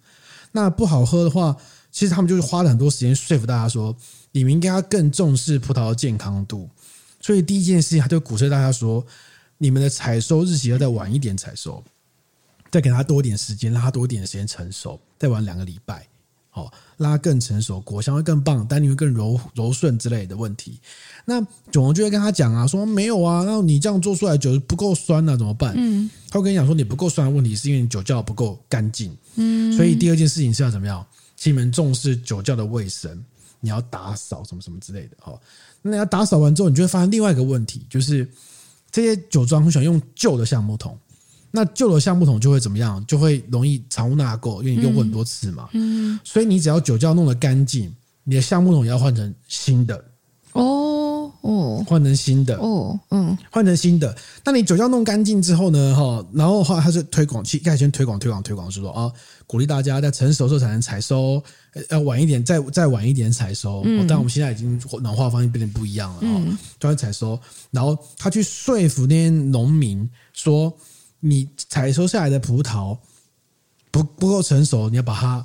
Speaker 1: 那不好喝的话，其实他们就是花了很多时间说服大家说，你们应该要更重视葡萄的健康度。所以第一件事情，他就鼓吹大家说，你们的采收日期要再晚一点采收，再给它多一点时间，让它多一点时间成熟，再晚两个礼拜，好、哦，让它更成熟，果香会更棒，单宁会更柔柔顺之类的问题。那总红就会跟他讲啊，说没有啊，那你这样做出来酒不够酸啊，怎么办？
Speaker 2: 嗯
Speaker 1: 他会跟你讲说，你不够酸的问题是因为你酒窖不够干净，嗯，所以第二件事情是要怎么样？请你们重视酒窖的卫生，你要打扫什么什么之类的。好，那你要打扫完之后，你就会发现另外一个问题，就是这些酒庄很喜欢用旧的橡木桶，那旧的橡木桶就会怎么样？就会容易藏污纳垢，因为你用过很多次嘛。
Speaker 2: 嗯，
Speaker 1: 所以你只要酒窖弄得干净，你的橡木桶也要换成新的，
Speaker 2: 哦哦
Speaker 1: 换成新的。
Speaker 2: 哦，嗯
Speaker 1: 换成新的。那你酒窖弄干净之后呢？哈，然后后来他是推广，去一开始先推广推广推广，是说啊，鼓励大家在成熟的时候才能采收，呃要晚一点，再再晚一点采收。
Speaker 2: 嗯
Speaker 1: 哦但我们现在已经暖化方面变得不一样了啊，专、采收。然后他去说服那些农民说，你采收下来的葡萄不不够成熟，你要把它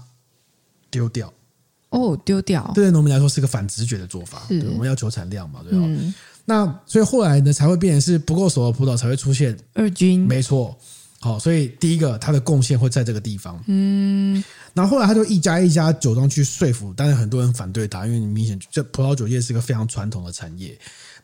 Speaker 1: 丢掉。
Speaker 2: 哦，丢掉，
Speaker 1: 对农民来说是个反直觉的做法，
Speaker 2: 是
Speaker 1: 对，我们要求产量嘛，对吧？
Speaker 2: 嗯，
Speaker 1: 那所以后来呢，才会变成是不够熟的葡萄才会出现，
Speaker 2: 二军，
Speaker 1: 没错。好，所以第一个它的贡献会在这个地方。
Speaker 2: 嗯
Speaker 1: 然后后来他就一家一家酒庄去说服，但是很多人反对他，因为你明显这葡萄酒业是一个非常传统的产业。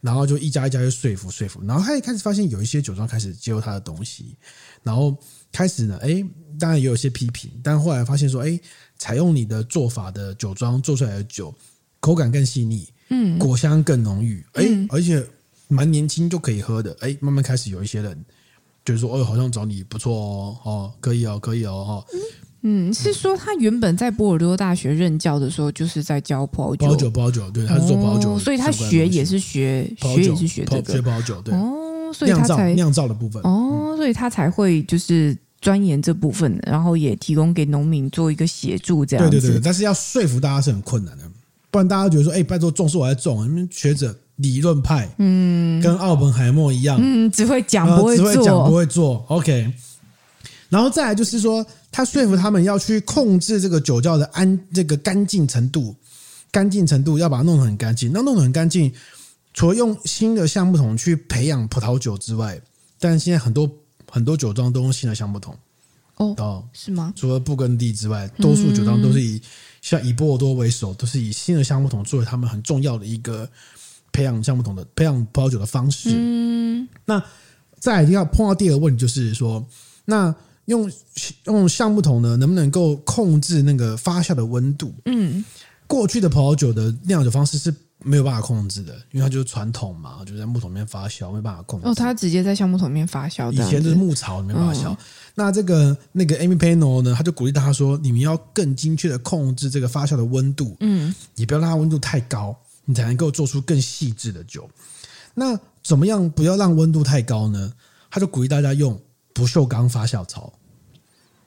Speaker 1: 然后就一家一家去说服说服，然后他也开始发现有一些酒庄开始接受他的东西，然后开始呢，哎，当然也有一些批评，但后来发现说，哎，采用你的做法的酒庄做出来的酒，口感更细腻，
Speaker 2: 嗯，
Speaker 1: 果香更浓郁，哎、而且蛮年轻就可以喝的，哎、慢慢开始有一些人就是说，哦，好像找你不错哦，哦，可以哦，可以哦，哦，
Speaker 2: 嗯，是说他原本在波尔多大学任教的时候，就是在教葡萄
Speaker 1: 葡萄酒，葡萄酒，对，他是做葡萄酒、
Speaker 2: 哦所以他学也是学，
Speaker 1: 葡
Speaker 2: 学
Speaker 1: 萄酒
Speaker 2: 也是学
Speaker 1: 葡
Speaker 2: 这
Speaker 1: 萄学
Speaker 2: 个，
Speaker 1: 葡萄酒，对，
Speaker 2: 哦，所以
Speaker 1: 酿
Speaker 2: 他
Speaker 1: 造
Speaker 2: 才，
Speaker 1: 酿造的部分，
Speaker 2: 哦，所以他才会就是钻研这部分，然后也提供给农民做一个协助，这样
Speaker 1: 对
Speaker 2: 子，
Speaker 1: 对对，对但是要说服大家是很困难的，不然大家觉得说，哎、拜托，种是我在种，你们学者理论派，嗯，跟奥本海默一样，
Speaker 2: 嗯，只会讲
Speaker 1: 呃
Speaker 2: 不会
Speaker 1: 只会讲不
Speaker 2: 做，
Speaker 1: 会做。OK，然后再来就是说，他说服他们要去控制这个酒窖的安这个干净程度，干净程度要把它弄得很干净。那弄得很干净，除了用新的橡木桶去培养葡萄酒之外，但现在很多很多酒庄都用新的橡木桶
Speaker 2: 哦，
Speaker 1: 哦，
Speaker 2: 是吗？
Speaker 1: 除了布根地之外，多数酒庄都是以、像以波尔多为首，都是以新的橡木桶作为他们很重要的一个培养橡木桶的培养葡萄酒的方式。
Speaker 2: 嗯，
Speaker 1: 那再来要碰到第二个问题，就是说，那用用橡木桶呢，能不能够控制那个发酵的温度？
Speaker 2: 嗯，
Speaker 1: 过去的葡萄酒的酿酒方式是没有办法控制的，因为它就是传统嘛，就是在木桶里面发酵，没办法控制。
Speaker 2: 哦，他直接在橡木桶里面发酵
Speaker 1: 以
Speaker 2: 这样子，嗯
Speaker 1: 前就是牧草，没办法消。那这个那个 Amy Panel 呢，他就鼓励大家说，你们要更精确的控制这个发酵的温度，
Speaker 2: 嗯，
Speaker 1: 你不要让它温度太高，你才能够做出更细致的酒。那怎么样不要让温度太高呢？他就鼓励大家用不锈钢发酵槽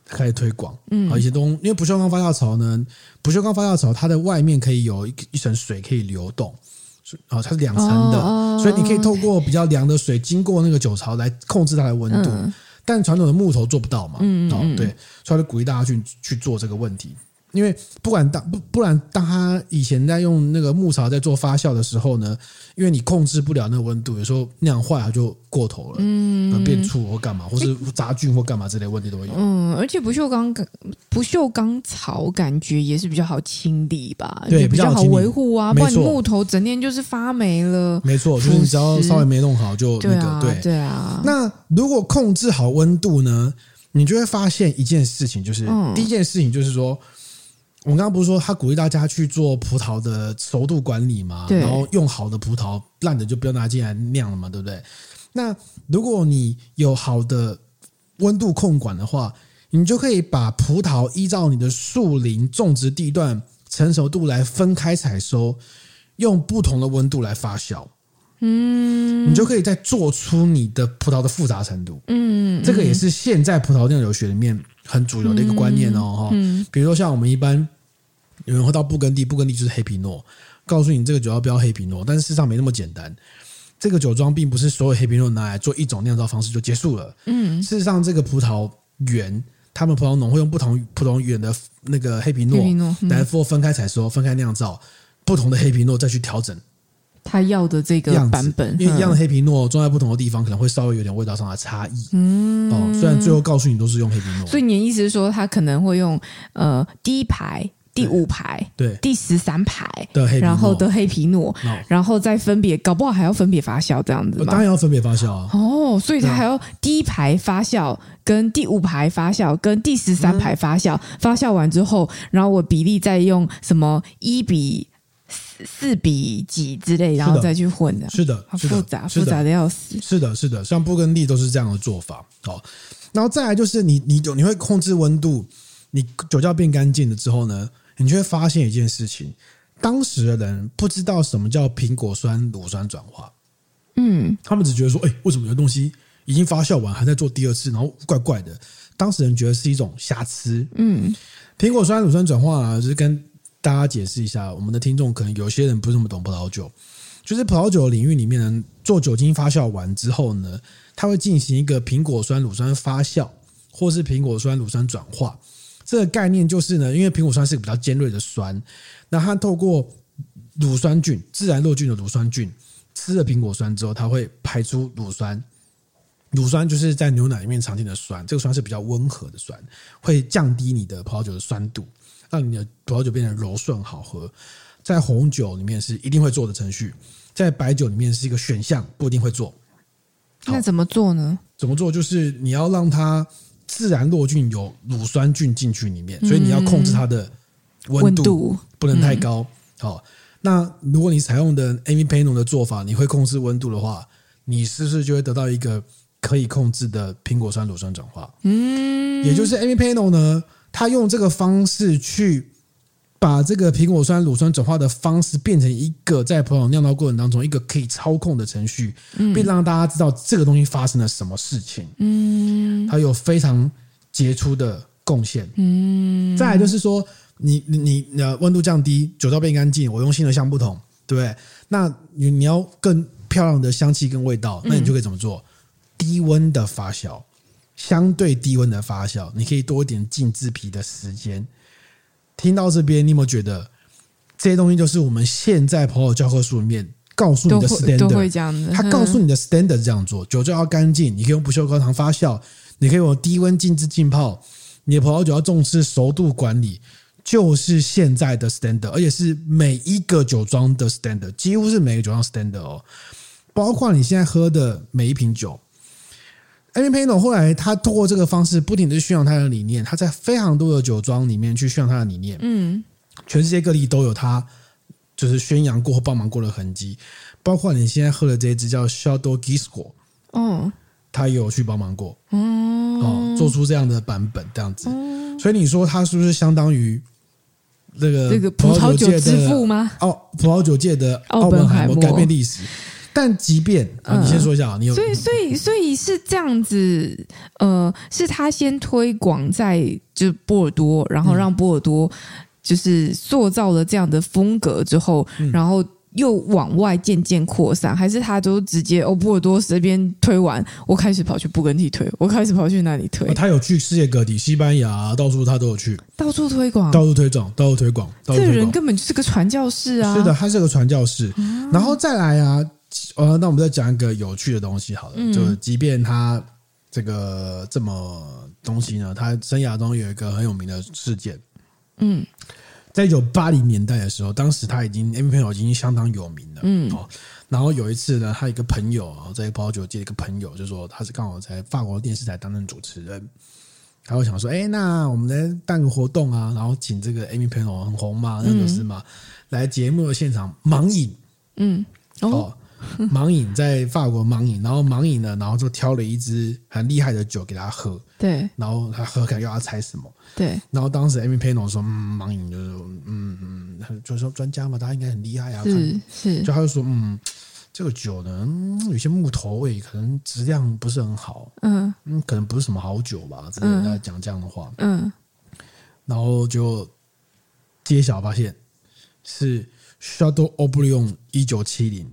Speaker 1: 开始推广。嗯，啊，一些东，因为不锈钢发酵槽呢，不锈钢发酵槽它的外面可以有一一层水可以流动，所以哦，它是两层的，
Speaker 2: 哦哦
Speaker 1: 所以你可以透过比较凉的水经过那个酒槽来控制它的温度。
Speaker 2: 嗯
Speaker 1: 但传统的木头做不到嘛，
Speaker 2: 嗯嗯
Speaker 1: 哦，对，所以他就鼓励大家去去做这个问题，因为不管当不不然，当他以前在用那个木槽在做发酵的时候呢，因为你控制不了那个温度，有时候酿坏它就过头了，嗯，变醋或干嘛，或是杂菌或干嘛之类的问题都会有。
Speaker 2: 嗯，而且不锈钢感不锈钢草感觉也是比较好清理吧，
Speaker 1: 对
Speaker 2: 也比
Speaker 1: 比较
Speaker 2: 较
Speaker 1: 好
Speaker 2: 好
Speaker 1: 清理
Speaker 2: 维护啊，
Speaker 1: 没
Speaker 2: 不然你
Speaker 1: 错
Speaker 2: 木头整天就是发霉了。
Speaker 1: 没错，就是你只要稍微没弄好就那
Speaker 2: 对
Speaker 1: 个
Speaker 2: 啊，
Speaker 1: 对。
Speaker 2: 对啊，
Speaker 1: 那如果控制好温度呢，你就会发现一件事情，就是、
Speaker 2: 嗯
Speaker 1: 第一件事情就是说，我刚刚不是说他鼓励大家去做葡萄的熟度管理嘛，
Speaker 2: 对
Speaker 1: 然后用好的葡萄，烂的就不要拿进来酿了嘛，对不对？那如果你有好的温度控管的话，你就可以把葡萄依照你的树林种植地段成熟度来分开采收，用不同的温度来发酵。嗯，你就可以再做出你的葡萄的复杂程度。
Speaker 2: 嗯，
Speaker 1: 这个也是现在葡萄酿酒学里面很主流的一个观念
Speaker 2: 嗯
Speaker 1: 哦。哈、比如说像我们一般有人会到布根地，布根地就是黑皮诺，告诉你这个酒要标黑皮诺，但是事实上没那么简单。这个酒庄并不是所有黑皮诺拿来做一种酿造方式就结束了。嗯，事实上，这个葡萄园，他们葡萄农会用不同葡萄园的那个黑皮诺
Speaker 2: 黑皮诺嗯
Speaker 1: 来做分开采收、分开酿造，不同的黑皮诺再去调整
Speaker 2: 他要的这个
Speaker 1: 样子
Speaker 2: 版本，
Speaker 1: 因为一样的
Speaker 2: 嗯
Speaker 1: 黑皮诺种在不同的地方，可能会稍微有点味道上的差异。嗯，哦，虽然最后告诉你都是用黑皮诺，
Speaker 2: 所以你的意思是说，他可能会用呃第一排、第五排、
Speaker 1: 对
Speaker 2: 第十三排，
Speaker 1: 的黑皮诺，
Speaker 2: 然后的黑皮诺，
Speaker 1: 那
Speaker 2: 然后再分别，搞不好还要分别发酵这样子
Speaker 1: 我哦当
Speaker 2: 嘛。
Speaker 1: 然要分别发酵啊。
Speaker 2: 哦，所以他还要第一排发酵，跟第五排发酵，跟第十三排发酵，发酵完之后，然后我比例再用什么一比四四比几之类，然后再去混的，
Speaker 1: 是的
Speaker 2: 好，
Speaker 1: 是
Speaker 2: 复
Speaker 1: 的，
Speaker 2: 杂，
Speaker 1: 是
Speaker 2: 复
Speaker 1: 的
Speaker 2: 杂的要死。
Speaker 1: 是的，是的，像布根地都是这样的做法。好，然后再来就是你你酒你会控制温度，你酒窖变干净了之后呢，你就会发现一件事情：当时的人不知道什么叫苹果酸乳酸转化，
Speaker 2: 嗯，
Speaker 1: 他们只觉得说，哎、为什么有东西已经发酵完还在做第二次，然后怪怪的。当时人觉得是一种瑕疵。
Speaker 2: 嗯，
Speaker 1: 苹果酸乳酸转化啊，就是跟大家解释一下，我们的听众可能有些人不是那么懂葡萄酒，就是葡萄酒领域里面呢，做酒精发酵完之后呢，它会进行一个苹果酸乳酸发酵，或是苹果酸乳酸转化。这个概念就是呢，因为苹果酸是个比较尖锐的酸，那它透过乳酸菌自然落菌的乳酸菌吃了苹果酸之后，它会排出乳酸。乳酸就是在牛奶里面常见的酸，这个酸是比较温和的酸，会降低你的葡萄酒的酸度，让你的葡萄酒变得柔顺好喝。在红酒里面是一定会做的程序，在白酒里面是一个选项，不一定会做。好
Speaker 2: 那怎么做呢？
Speaker 1: 怎么做？就是你要让它自然落菌，有乳酸菌进去里面，所以你要控制它的温
Speaker 2: 嗯温
Speaker 1: 度，
Speaker 2: 度嗯
Speaker 1: 不能太高。好，那如果你采用的 Amy p a n o 的做法，你会控制温度的话，你是不是就会得到一个可以控制的苹果酸乳酸转化？嗯，也就是 Amy p a n o 呢，它用这个方式去把这个苹果酸乳酸转化的方式变成一个在葡萄酿造过程当中一个可以操控的程序，并让大家知道这个东西发生了什么事情。嗯，它有非常杰出的贡献。嗯，再来就是说，你你你呃，温度降低，酒窖变干净，我用新的橡木桶，对不对？那你你要更漂亮的香气跟味道，
Speaker 2: 嗯
Speaker 1: 那你就可以怎么做？低温的发酵，相对低温的发酵，你可以多一点浸制皮的时间。听到这边，你有没有觉得这些东西就是我们现在朋友教科书里面告诉你
Speaker 2: 都
Speaker 1: 的
Speaker 2: 会都会
Speaker 1: standard？
Speaker 2: 这样的。
Speaker 1: 他告诉你的 standard 这样做，酒就要干净，你可以用不锈钢糖发酵，你可以用低温浸制浸泡，你的葡萄酒要重视熟度管理，就是现在的 standard，而且是每一个酒庄的 standard，几乎是每个酒庄 standard 哦，包括你现在喝的每一瓶酒。a m p a n o 后来他通过这个方式不停的宣扬他的理念，他在非常多的酒庄里面去宣扬他的理念，
Speaker 2: 嗯，
Speaker 1: 全世界各地都有他就是宣扬过或帮忙过的痕迹，包括你现在喝的这一支叫 Shadow Gisco，
Speaker 2: 哦，
Speaker 1: 他也有去帮忙过
Speaker 2: 嗯，
Speaker 1: 哦，做出这样的版本这样子，所以你说他是不是相当于这个
Speaker 2: 这个葡萄酒
Speaker 1: 界
Speaker 2: 之
Speaker 1: 的
Speaker 2: 父吗？
Speaker 1: 奥葡萄酒界的
Speaker 2: 奥
Speaker 1: 奥本
Speaker 2: 本
Speaker 1: 海
Speaker 2: 海
Speaker 1: 默
Speaker 2: 默嗯
Speaker 1: 改变历史？但即便啊，你先说一下啊，你有
Speaker 2: 所以，所以，所以是这样子，呃，是他先推广在就是波尔多，然后让波尔多就是塑造了这样的风格之后，
Speaker 1: 嗯
Speaker 2: 然后又往外渐渐扩散，还是他都直接哦，波尔多这边推完，我开始跑去布根地推，我开始跑去哪里推
Speaker 1: 啊，他有去世界各地，西班牙到处他都有去，
Speaker 2: 到处推广。
Speaker 1: 到处推广，到处推广，到处
Speaker 2: 哦这个
Speaker 1: 推广
Speaker 2: 人。根本就是个传教士啊！
Speaker 1: 是的，，他是个传教士。然后再来啊，呃，那我们再讲一个有趣的东西好了，
Speaker 2: 嗯
Speaker 1: 就即便他这个这么东西呢，他生涯中有一个很有名的事件，
Speaker 2: 嗯，
Speaker 1: 在一九八零年代的时候，当时他已经 M 朋友已经相当有名了，嗯，哦，然后有一次呢，他一个朋友啊，在葡萄酒界的一个朋友就说，他是刚好在法国电视台担任主持人，他会想说，哎、那我们来办个活动啊，然后请这个 Amy 朋友很红嘛，那个是嘛，来节目的现场盲饮
Speaker 2: 嗯，哦，
Speaker 1: 哦，盲饮在法国盲饮，然后盲饮呢，然后就挑了一支很厉害的酒给他喝，
Speaker 2: 对
Speaker 1: 然后他喝看要他猜什么。
Speaker 2: 对，
Speaker 1: 然后当时 Amy Pano 说，嗯，盲饮就是，嗯嗯，就是说专家嘛，他应该很厉害啊。看
Speaker 2: 是是
Speaker 1: 就他就说，嗯，这个酒呢，嗯有些木头味，可能质量不是很好，
Speaker 2: 嗯
Speaker 1: 嗯，可能不是什么好酒吧，之类的
Speaker 2: 嗯
Speaker 1: 在讲这样的话，
Speaker 2: 嗯，
Speaker 1: 然后就揭晓发现是 Shadow Oblivion 一九七零，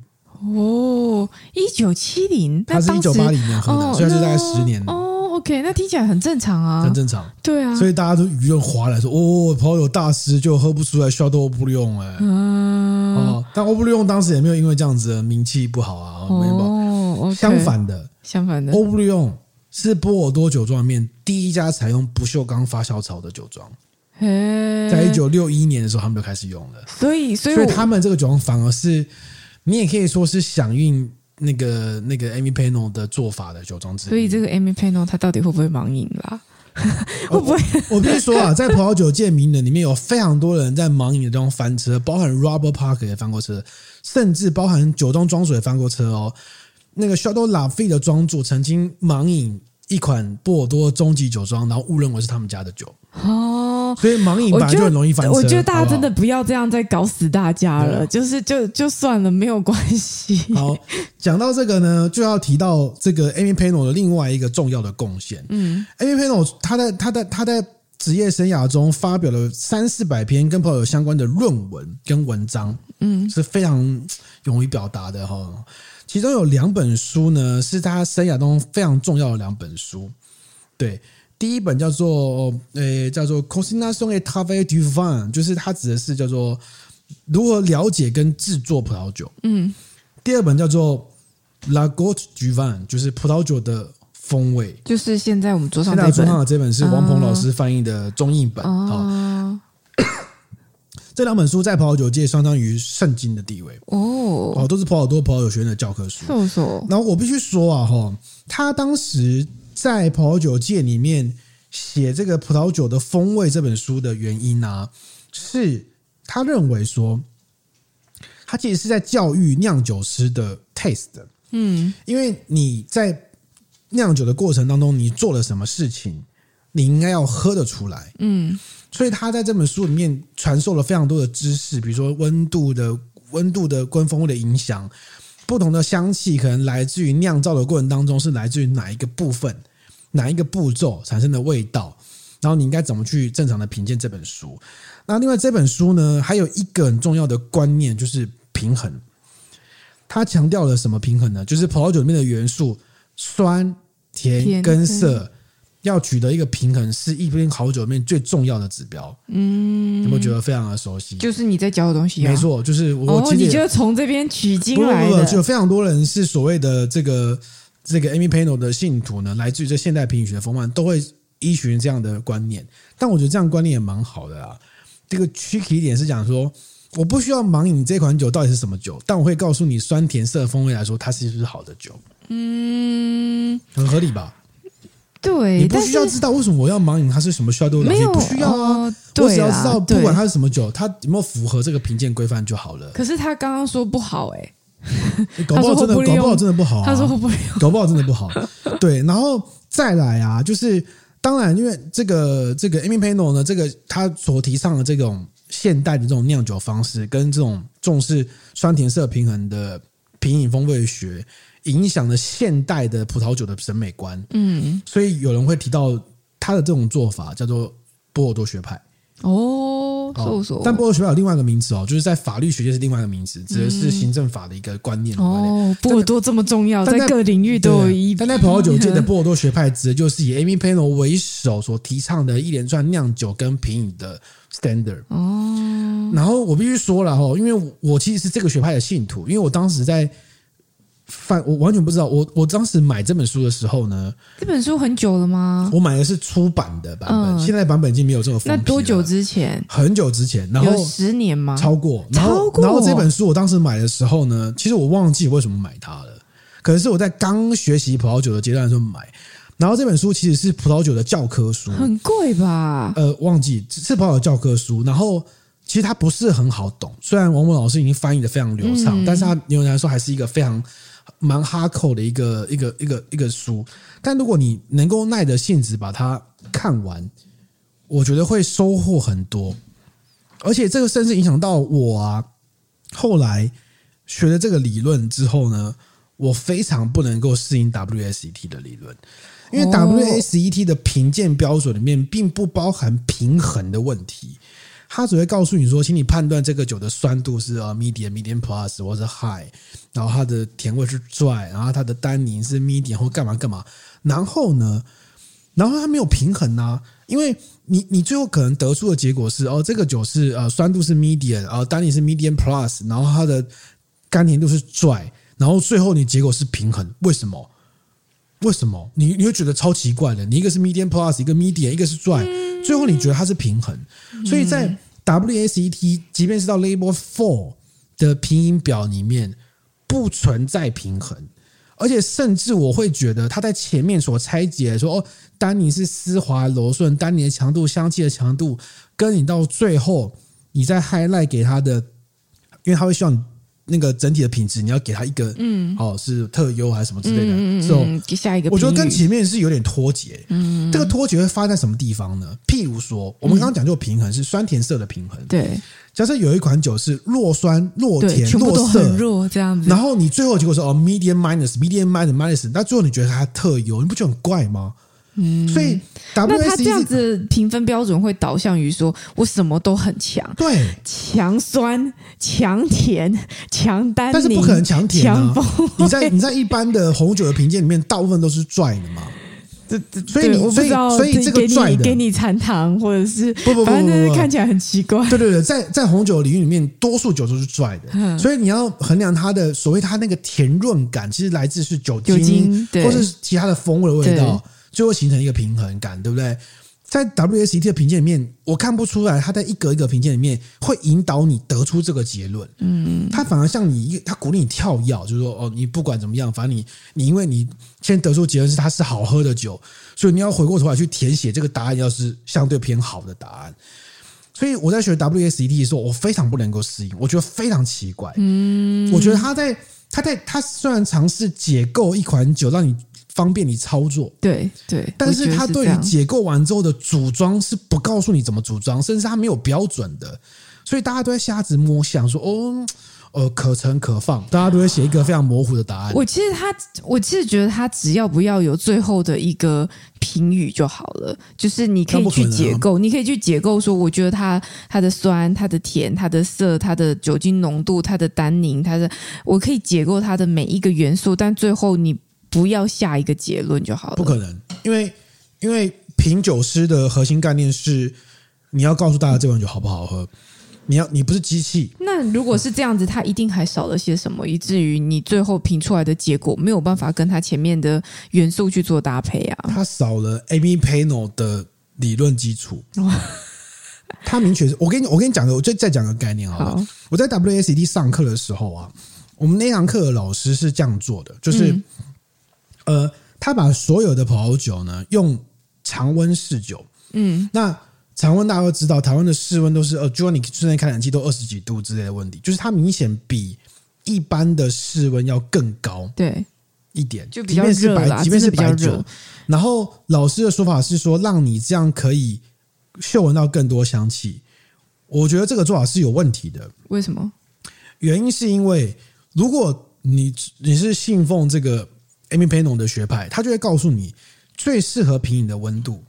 Speaker 2: 哦，一九七零，
Speaker 1: 它
Speaker 2: 那
Speaker 1: 是一
Speaker 2: 当
Speaker 1: 九
Speaker 2: 时
Speaker 1: 八零年喝的，
Speaker 2: 哦，
Speaker 1: 所以它是大概
Speaker 2: 那
Speaker 1: 十年，
Speaker 2: 哦，OK，那听起来很正常啊
Speaker 1: 很，正常。
Speaker 2: 对啊，
Speaker 1: 所以大家都舆论哗然说：“哦，朋友大师就喝不出来 Shadow Oblivion 哎、
Speaker 2: 嗯，
Speaker 1: 哦，但 Oblivion 当时也没有因为这样子的名气不好啊，没有吧。
Speaker 2: 哦，OK，
Speaker 1: 相反哦的
Speaker 2: 相反的，
Speaker 1: ，Oblivion 是波尔多酒庄里面第一家采用不锈钢发酵槽的酒庄，
Speaker 2: 嘿
Speaker 1: 在一，九六一年的时候他们就开始用了。
Speaker 2: 所以所
Speaker 1: 嗯
Speaker 2: 以
Speaker 1: 所以
Speaker 2: 我
Speaker 1: 他们这个酒庄反而是，你也可以说是响应那个那个 Amy Panel 的做法的酒庄之一。
Speaker 2: 所以这个 Amy Panel 他到底会不会盲饮啦？会不会？
Speaker 1: 我必须说 啊，在葡萄酒界名人里面有非常多人在盲饮的地方翻车，包含 Robert Parker 也翻过车，甚至包含酒庄庄主也翻过车哦。那个 Shadow l a f i 的庄主曾经盲饮一款波尔多终极酒庄，然后误认为是他们家的酒，
Speaker 2: 哦，
Speaker 1: 所以盲饮
Speaker 2: 我
Speaker 1: 本来
Speaker 2: 觉
Speaker 1: 就
Speaker 2: 得
Speaker 1: 很容易翻车。
Speaker 2: 我觉得大
Speaker 1: 好
Speaker 2: 家
Speaker 1: 不好
Speaker 2: 真的不要这样再搞死大家
Speaker 1: 对
Speaker 2: 了，
Speaker 1: 啊
Speaker 2: 就是就就算了，没有关系。
Speaker 1: 好，讲到这个呢，就要提到这个 Amy Panel 的另外一个重要的贡献。嗯，Amy Panel 他在他在他在职业生涯中发表了三四百篇跟朋友相关的论文跟文章，嗯，是非常勇于表达的哈。其中有两本书呢，是他生涯中非常重要的两本书。对，第一本叫做呃、叫做《Consignation et Travail du Vin》，就是它指的是叫做如何了解跟制作葡萄酒。
Speaker 2: 嗯，
Speaker 1: 第二本叫做《La Gote du Vin》，就是葡萄酒的风味。
Speaker 2: 就是现在我们桌上
Speaker 1: 现在
Speaker 2: 这
Speaker 1: 桌上
Speaker 2: 本
Speaker 1: 的这本是王鹏老师翻译的中译本啊、
Speaker 2: 哦
Speaker 1: 这两本书在葡萄酒界相当于圣经的地位
Speaker 2: 哦，
Speaker 1: 哦，都是葡萄多葡萄酒学院的教科书。
Speaker 2: 瘦瘦
Speaker 1: 然后我必须说啊，哈，他当时在葡萄酒界里面写这个《葡萄酒的风味》这本书的原因啊，是他认为说，他其实是在教育酿酒师的 taste 的
Speaker 2: 嗯
Speaker 1: 因为你在酿酒的过程当中，你做了什么事情，你应该要喝得出来。
Speaker 2: 嗯
Speaker 1: 所以他在这本书里面传授了非常多的知识，比如说温度的温度的跟风味的影响，不同的香气可能来自于酿造的过程当中是来自于哪一个部分、哪一个步骤产生的味道，然后你应该怎么去正常的品鉴这本书。那另外这本书呢，还有一个很重要的观念就是平衡。它强调了什么平衡呢？就是葡萄酒里面的元素酸、甜
Speaker 2: 甜
Speaker 1: 跟
Speaker 2: 跟
Speaker 1: 涩要取得一个平衡，是一杯好酒里面最重要的指标。有没有
Speaker 2: 嗯，
Speaker 1: 觉得非常的熟悉？
Speaker 2: 就是你在教的东西啊，
Speaker 1: 没。错，就是我
Speaker 2: 哦，
Speaker 1: 其
Speaker 2: 你
Speaker 1: 实
Speaker 2: 就
Speaker 1: 也、
Speaker 2: 是从这边取
Speaker 1: 不
Speaker 2: 经
Speaker 1: 不
Speaker 2: 来
Speaker 1: 不不，就
Speaker 2: 的
Speaker 1: 有非常多人是所谓的这个这个 Amy Panel 的信徒呢，来自于这现代评语学的风范，都会依循这样的观念。但我觉得这样观念也蛮好的啊。这个 tricky 一点是讲说，我不需要盲饮这款酒到底是什么酒，但我会告诉你酸甜涩风味来说，它是不是好的酒，
Speaker 2: 嗯，
Speaker 1: 很合理吧？你
Speaker 2: 对，
Speaker 1: 不
Speaker 2: 但
Speaker 1: 需要
Speaker 2: 是
Speaker 1: 知道为什么我要盲饮它是什么 shadow 的，
Speaker 2: 没
Speaker 1: 你
Speaker 2: 有
Speaker 1: 不需要啊。
Speaker 2: 哦
Speaker 1: 我只
Speaker 2: 对
Speaker 1: 要
Speaker 2: 啦
Speaker 1: 知道，不
Speaker 2: 对
Speaker 1: 管它是什么酒，它有没有符合这个评鉴规范就好了。
Speaker 2: 可是他刚刚说不好哎、欸
Speaker 1: 搞不好真的，
Speaker 2: 他说会不利用
Speaker 1: 搞不好真的不好、啊。
Speaker 2: 他说会不会
Speaker 1: 搞不好真的不好。对，然后再来啊，就是当然，因为这个这个 Amy Panel 呢，这个他所提倡的这种现代的这种酿酒方式，跟这种重视酸甜涩平衡的品饮风味学，影响了现代的葡萄酒的审美观。
Speaker 2: 嗯
Speaker 1: 所以有人会提到他的这种做法叫做波尔多学派。
Speaker 2: 哦，
Speaker 1: 哦
Speaker 2: 搜索，
Speaker 1: 但波尔多学派有另外一个名词哦，就是在法律学界是另外一个名词，指的是行政法的一个观念。对不对
Speaker 2: 哦，波尔多这么重要，
Speaker 1: 但在
Speaker 2: 在各领域都有一
Speaker 1: 对但在葡萄酒界 的波尔多学派，指的就是以 Amy Panel 为首所提倡的一连串酿酒跟品饮的 standard。
Speaker 2: 哦，
Speaker 1: 然后我必须说了哈，因为我我其实是这个学派的信徒，因为我当时在翻，我完全不知道，我我当时买这本书的时候呢，
Speaker 2: 这本书很久了吗？
Speaker 1: 我买的是出版的版本，
Speaker 2: 嗯
Speaker 1: 现在版本已经没有这么封
Speaker 2: 那
Speaker 1: 皮
Speaker 2: 多久
Speaker 1: 了
Speaker 2: 之前？
Speaker 1: 很久之前，然后
Speaker 2: 有十年吗？
Speaker 1: 超过，然后
Speaker 2: 超过
Speaker 1: 然后这本书我当时买的时候呢，其实我忘记我为什么买它了，可能是我在刚学习葡萄酒的阶段的时候买。然后这本书其实是葡萄酒的教科书，
Speaker 2: 很贵吧？
Speaker 1: 呃，忘记是葡萄酒教科书。然后其实它不是很好懂，虽然王蒙老师已经翻译的非常流畅，但是它仍然说还是一个非常蛮哈扣的一个一个一个一个书。但如果你能够耐着性子把它看完，我觉得会收获很多。而且这个甚至影响到我啊，后来学了这个理论之后呢，我非常不能够适应 WSET 的理论，因为
Speaker 2: 哦
Speaker 1: WSET 的评鉴标准里面并不包含平衡的问题。它只会告诉你说，请你判断这个酒的酸度是呃 medium、medium plus 或者 high，然后它的甜味是 dry，然后它的单宁是 medium 或干嘛干嘛。然后呢，然后它没有平衡啊，因为你你最后可能得出的结果是哦，这个酒是呃酸度是 medium，呃单宁是 medium plus，然后它的甘甜度是 dry，然后最后你结果是平衡，为什么？为什么？你你会觉得超奇怪的，你一个是 medium plus，一个 medium，一个是 dry，、最
Speaker 2: 嗯
Speaker 1: 后你觉得它是平衡，所以在 WSET，即便是到 Label Four 的拼音表里面，不存在平衡。而且甚至我会觉得他在前面所拆解说哦，丹宁是丝滑柔顺，丹宁的强度、香气的强度，跟你到最后你在 highlight 给他的，因为他会希望你那个整体的品质，你要给他一个嗯，哦是特优还是什么之类的，
Speaker 2: 嗯
Speaker 1: 这种、
Speaker 2: 嗯，下一个
Speaker 1: 我觉得
Speaker 2: 评
Speaker 1: 跟
Speaker 2: 语
Speaker 1: 前面是有点脱节。嗯，这个脱节会发生在什么地方呢？譬如说，我们刚刚讲究平衡是酸甜色的平衡。，
Speaker 2: 对
Speaker 1: 假设有一款酒是弱酸、弱
Speaker 2: 对，
Speaker 1: 甜、
Speaker 2: 全部都
Speaker 1: 弱
Speaker 2: 很
Speaker 1: 涩，
Speaker 2: 弱这样子
Speaker 1: 然。后你最后结果是哦 medium minus、medium minus minus，那最后你觉得它特优，你不觉得很怪吗？嗯，所以
Speaker 2: 那他
Speaker 1: WSC
Speaker 2: 这样子评分标准会导向于说，我什么都很强，
Speaker 1: 对，
Speaker 2: 强酸、强甜、强单宁，
Speaker 1: 但是不可能强甜啊
Speaker 2: 强风。
Speaker 1: 你在你在一般的红酒的评鉴里面，大部分都是 dry 的嘛。这这，所以
Speaker 2: 对
Speaker 1: 你
Speaker 2: 我不
Speaker 1: 所以
Speaker 2: 知道
Speaker 1: 所以这个
Speaker 2: 给你
Speaker 1: dry
Speaker 2: 给
Speaker 1: 的，
Speaker 2: 你残糖，或者是
Speaker 1: 不不不不不不
Speaker 2: 反正就是看起来很奇怪。
Speaker 1: 对对对，在在红酒领域里面，多数酒都是拽
Speaker 2: 嗯
Speaker 1: 的，所以你要衡量它的所谓它那个甜润感，其实来自是酒精，
Speaker 2: 酒精对
Speaker 1: 或是其他的风味的味道，最后形成一个平衡感，对不对？在 WSET 的评鉴里面，我看不出来它在一格一格评鉴里面会引导你得出这个结论。嗯，它反而像你一个，它鼓励你跳跃，就是说哦，你不管怎么样，反正你你因为你先得出结论是它是好喝的酒，所以你要回过头来去填写这个答案，要是相对偏好的答案。所以我在学 WSET 的时候，我非常不能够适应，我觉得非常奇怪。嗯，我觉得他在他在他虽然尝试解构一款酒，让你方便你操作，
Speaker 2: 对对，
Speaker 1: 但是他
Speaker 2: 他
Speaker 1: 对于解构完之后的组装是不告诉你怎么组装，甚至他没有标准的，所以大家都在瞎子摸象，说哦，呃，可乘可放，大家都会写一个非常模糊的答案。
Speaker 2: 我其实他，我其实觉得他只要不要有最后的一个评语就好了，就是你可以去解构，
Speaker 1: 啊
Speaker 2: 你可以去解构说，我觉得它它的酸、它的甜、它的涩、它的酒精浓度、它的单宁、它的，我可以解构它的每一个元素，但最后你不要下一个结论就好了。
Speaker 1: 不可能，因为因为品酒师的核心概念是你要告诉大家这款酒好不好喝，你要你不是机器。
Speaker 2: 那如果是这样子，它一定还少了些什么，以至于你最后评出来的结果没有办法跟它前面的元素去做搭配啊。
Speaker 1: 它少了 Amy Panel 的理论基础。它明确是，我跟你我跟你讲个，我再再讲个概念好了。
Speaker 2: 好
Speaker 1: 我在 WSET 上课的时候啊，我们那堂课的老师是这样做的，就是、呃，他把所有的葡萄酒呢用常温试酒，
Speaker 2: 嗯，
Speaker 1: 那常温大家都知道，台湾的室温都是呃，就算你室内开冷气都二十几度之类的问题，就是它明显比一般的室温要更高。
Speaker 2: 对，
Speaker 1: 一点，
Speaker 2: 就比较
Speaker 1: 即便
Speaker 2: 热
Speaker 1: 是
Speaker 2: 啦
Speaker 1: 白，即便是
Speaker 2: 真的比较
Speaker 1: 白酒
Speaker 2: 热。
Speaker 1: 然后老师的说法是说，让你这样可以嗅闻到更多香气。我觉得这个做法是有问题的，
Speaker 2: 为什么？
Speaker 1: 原因是因为如果你你是信奉这个 Amy Panel 的学派，他就会告诉你最适合品饮的温度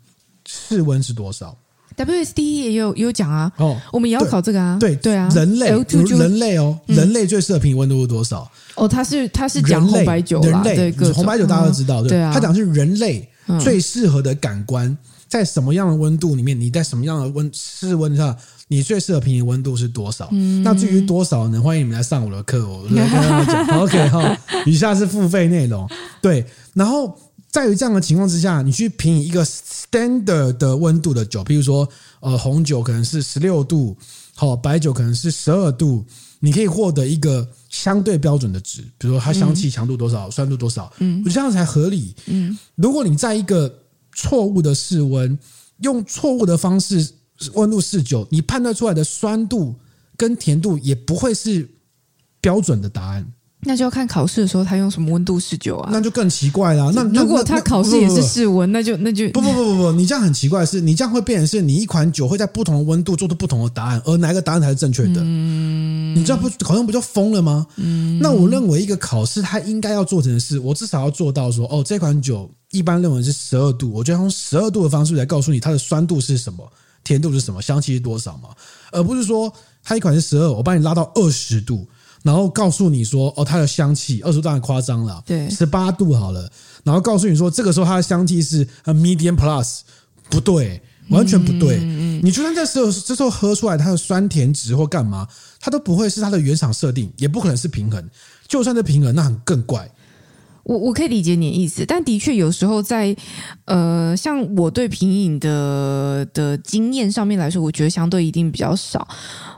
Speaker 1: 室温是多少。
Speaker 2: WSD 也有也有讲啊，
Speaker 1: 哦，
Speaker 2: 我们也要考这个啊，
Speaker 1: 对
Speaker 2: 对啊，
Speaker 1: 人类
Speaker 2: L two 就嗯
Speaker 1: 人类哦，人类最适合品饮温度是多少？
Speaker 2: 哦，他是他是
Speaker 1: 人
Speaker 2: 讲
Speaker 1: 类
Speaker 2: 红白酒
Speaker 1: 人
Speaker 2: 啦，对
Speaker 1: 类
Speaker 2: 各种
Speaker 1: 红白酒大家都知道，
Speaker 2: 嗯
Speaker 1: 对
Speaker 2: 对啊，
Speaker 1: 他讲是人类
Speaker 2: 嗯
Speaker 1: 最适合的感官，在什么样的温度里面，你在什么样的温室温上，你最适合平饮温度是多少？那至于多少呢？欢迎你们来上我的课，我来跟大家 讲。OK 哈，以下是付费内容。对，然后在于这样的情况之下，你去品饮一个 standard 的温度的酒，譬如说呃红酒可能是十六度，好、白酒可能是十二度，你可以获得一个相对标准的值，比如说它香气强度多少，酸度多少，嗯，我觉得这样才合理。嗯，如果你在一个错误的室温，用错误的方式温度试酒，你判断出来的酸度跟甜度也不会是标准的答案。
Speaker 2: 那就要看考试的时候他用什么温度试酒啊。
Speaker 1: 那就更奇怪啦。那那
Speaker 2: 如果
Speaker 1: 那
Speaker 2: 他
Speaker 1: 那
Speaker 2: 考
Speaker 1: 不
Speaker 2: 试也
Speaker 1: 不
Speaker 2: 是
Speaker 1: 不
Speaker 2: 室温，那就那就
Speaker 1: 不不不不不，你这样很奇怪的是，你这样会变成是你一款酒会在不同的温度做出不同的答案，而哪一个答案才是正确的？你这样不好像不就疯了吗？那我认为一个考试它应该要做成的是，我至少要做到说，哦，这款酒一般认为是十二度，我就要用十二度的方式来告诉你它的酸度是什么，甜度是什么，香气是多少嘛，而不是说它一款是十二，我帮你拉到二十度。然后告诉你说，哦，它的香气，二十度当然夸张了，
Speaker 2: 对
Speaker 1: 十八度好了，然后告诉你说，这个时候它的香气是呃 medium plus，不对，完全不
Speaker 2: 嗯
Speaker 1: 对。你就算这时候这时候喝出来它的酸甜值或干嘛，它都不会是它的原厂设定，也不可能是平衡。就算是平衡，那很更怪。
Speaker 2: 我我可以理解你的意思，但的确有时候在呃，像我对品饮的的经验上面来说，我觉得相对一定比较少。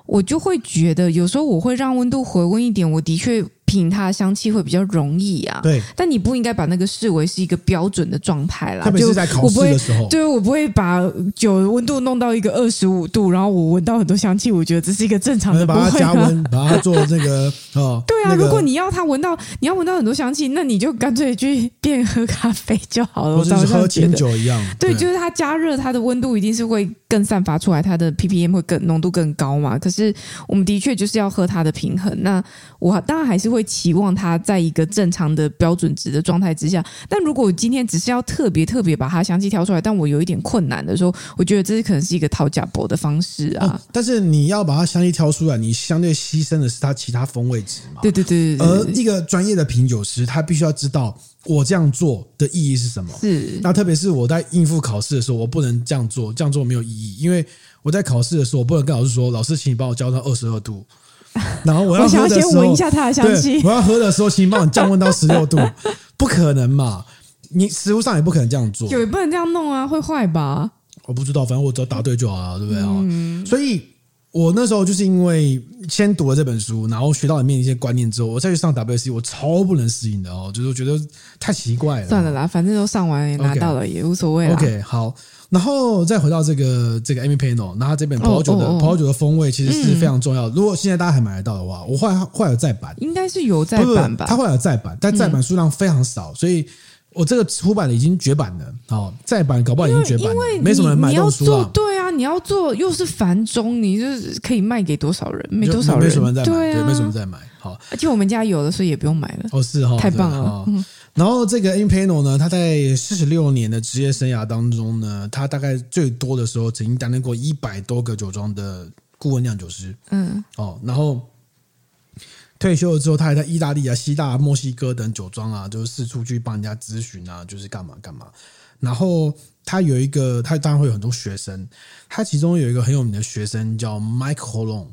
Speaker 2: 我就会觉得有时候我会让温度回温一点，我的确品它的香气会比较容易啊。
Speaker 1: 对，
Speaker 2: 但你不应该把那个视为是一个标准的状态啦，
Speaker 1: 特别
Speaker 2: 啊就是
Speaker 1: 在考
Speaker 2: 我
Speaker 1: 试
Speaker 2: 不会
Speaker 1: 的时候，
Speaker 2: 对，我不会把酒的温度弄到一个二十五度，然后我闻到很多香气，我觉得这是一个正常的，
Speaker 1: 嗯
Speaker 2: 不
Speaker 1: 把它
Speaker 2: 会
Speaker 1: 加
Speaker 2: 啊。
Speaker 1: 温，把它做那个哦，
Speaker 2: 对啊，
Speaker 1: 那个
Speaker 2: 如果你要它闻到，你要闻到很多香气，那你就干脆去变喝咖啡就好了。
Speaker 1: 或
Speaker 2: 我
Speaker 1: 者
Speaker 2: 早
Speaker 1: 是
Speaker 2: 上
Speaker 1: 喝
Speaker 2: 觉
Speaker 1: 清
Speaker 2: 得，
Speaker 1: 酒一样，
Speaker 2: 对，就是它加热，它的温度一定是会更散发出来，它的 ppm 会更浓度更高嘛。可是我们的确就是要喝它的平衡。那我当然还是会期望它在一个正常的标准值的状态之下。但如果我今天只是要特别特别把它香气挑出来，但我有一点困难的时候，我觉得这是可能是一个讨价博的方式啊
Speaker 1: 哦。但是你要把它香气挑出来，你相对牺牲的是它其他风味值嘛。
Speaker 2: 对对对对
Speaker 1: 而
Speaker 2: 对对，
Speaker 1: 一个专业的品酒师，他必须要知道我这样做的意义是什么。
Speaker 2: 是。
Speaker 1: 那特别是我在应付考试的时候，我不能这样做，这样做没有意义，因为我在考试的时候，我不能跟老师说，老师，请你帮我教到二十二 度，然后我要
Speaker 2: 我想
Speaker 1: 喝
Speaker 2: 要
Speaker 1: 的
Speaker 2: 先
Speaker 1: 时
Speaker 2: 闻
Speaker 1: 候
Speaker 2: 一，下它的香
Speaker 1: 对，
Speaker 2: 气
Speaker 1: 我，要喝的时候，请你帮我降温到十 六度，不可能嘛？你食物上也不可能这样做，
Speaker 2: 酒也不能这样弄啊，会坏吧？
Speaker 1: 我不知道，反正我只要答对就好了，对不对啊？
Speaker 2: 嗯
Speaker 1: 所以我那时候就是因为先读了这本书，然后学到里面一些观念之后，我再去上 WC，我超不能适应的哦，就是我觉得太奇怪了。
Speaker 2: 算了啦，反正都上完也拿
Speaker 1: 嗯 OK
Speaker 2: 到了，也无所谓啦。
Speaker 1: OK，好，然后再回到这个这个 Amy Panel，那它这本葡萄酒的
Speaker 2: 哦哦哦
Speaker 1: 葡萄酒的风味其实是非常重要的。如果现在大家还买得到的话，我后来后来有再版，
Speaker 2: 应该是有再
Speaker 1: 不不
Speaker 2: 版
Speaker 1: 不，它
Speaker 2: 吧？嗯
Speaker 1: 会有再版，但再版数量非常少，所以我这个出版的已经绝版了，哦，再版搞不好已经绝版了
Speaker 2: 因为，
Speaker 1: 没什么人
Speaker 2: 你
Speaker 1: 买
Speaker 2: 你
Speaker 1: 这
Speaker 2: 要
Speaker 1: 种书
Speaker 2: 做
Speaker 1: 了。
Speaker 2: 对啊，你要做又是繁中，你就是可以卖给多少人？没
Speaker 1: 就
Speaker 2: 多少人，
Speaker 1: 没什么人在买，
Speaker 2: 对啊，
Speaker 1: 没什么人在买。好，
Speaker 2: 而且我们家有了，所以也不用买了。
Speaker 1: 哦是哈，
Speaker 2: 太棒
Speaker 1: 对
Speaker 2: 了嗯
Speaker 1: 哦然后这个 Impano 呢，他在四十六年的职业生涯当中呢，他大概最多的时候曾经担任过一百多个酒庄的顾问酿酒师
Speaker 2: 嗯，
Speaker 1: 哦，然后。退休了之后，他还在意大利啊、希腊啊、墨西哥等酒庄啊，就是四处去帮人家咨询啊，就是干嘛干嘛。然后他有一个，他当然会有很多学生，他其中有一个很有名的学生叫 Mike Holon，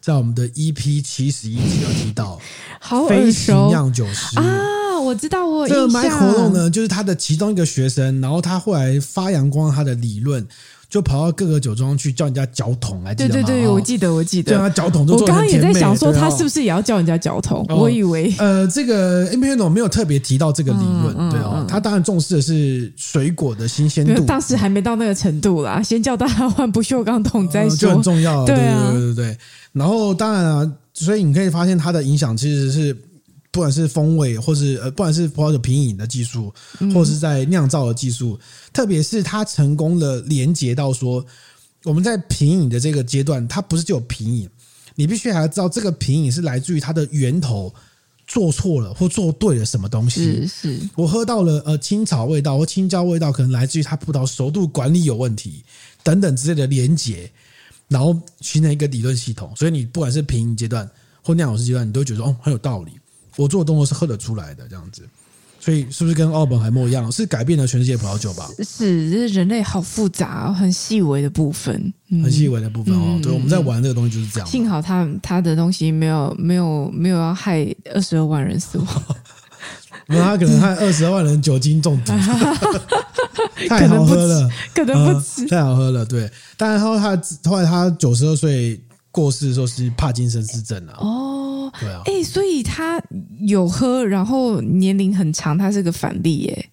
Speaker 1: 在我们的 EP 七十一集有提到，
Speaker 2: 好
Speaker 1: 飞
Speaker 2: 耳
Speaker 1: 行
Speaker 2: 熟
Speaker 1: 酿酒师。
Speaker 2: 哦啊！我知道，我
Speaker 1: 这个
Speaker 2: 有印
Speaker 1: Mike Holon
Speaker 2: 象。啊
Speaker 1: 呢，就是他的其中一个学生，然后他后来发扬光他的理论，就跑到各个酒庄去叫人家搅桶来，
Speaker 2: 对对对，我记得，我记
Speaker 1: 得哦叫
Speaker 2: 得。
Speaker 1: 他搅桶，就
Speaker 2: 我
Speaker 1: 做得
Speaker 2: 刚
Speaker 1: 很
Speaker 2: 刚也
Speaker 1: 甜
Speaker 2: 在
Speaker 1: 美
Speaker 2: 想说，
Speaker 1: 对啊
Speaker 2: 他是不是也要叫人家脚头？
Speaker 1: 哦
Speaker 2: 我以为
Speaker 1: 呃，这个 i m p e r o 没有特别提到这个理论，
Speaker 2: 嗯嗯
Speaker 1: 对哦
Speaker 2: 嗯，
Speaker 1: 他当然重视的是水果的新鲜度，
Speaker 2: 当时还没到那个程度啦，先叫大家换不锈钢桶再
Speaker 1: 嗯就
Speaker 2: 说
Speaker 1: 很。重要，
Speaker 2: 对
Speaker 1: 对
Speaker 2: 啊
Speaker 1: 对对对对。然后当然啊，所以你可以发现它的影响其实是。不管是风味，或是呃，不管是葡萄酒品饮的技术，
Speaker 2: 嗯
Speaker 1: 或是在酿造的技术，特别是它成功的连接到说，我们在品饮的这个阶段，它不是只有品饮，你必须还要知道这个品饮是来自于它的源头做错了或做对了什么东西。
Speaker 2: 是是，
Speaker 1: 我喝到了呃青草味道或青椒味道，可能来自于它葡萄熟度管理有问题等等之类的连结，然后形成一个理论系统。所以你不管是品饮阶段或酿酒师阶段，你都会觉得说哦很有道理，我做的动作是喝得出来的这样子。所以是不是跟奥本海默一样，是改变了全世界葡萄酒吧？
Speaker 2: 是，这人类好复杂、很细微的部分。嗯，
Speaker 1: 很细微的部分哦。对，我们在玩这个东西就是这样。
Speaker 2: 幸好他他的东西没有没有没有要害二十二万人死亡，
Speaker 1: 那他可能害二十万人酒精中 毒， 太好喝了。
Speaker 2: 可能不
Speaker 1: 嗯，
Speaker 2: 止。
Speaker 1: 太好喝了，对。但然后他后来他九十二岁过世的时候是帕金森氏症啊，
Speaker 2: 哦，
Speaker 1: 对啊，
Speaker 2: 哎、所以他有喝，然后年龄很长，他是个反例耶。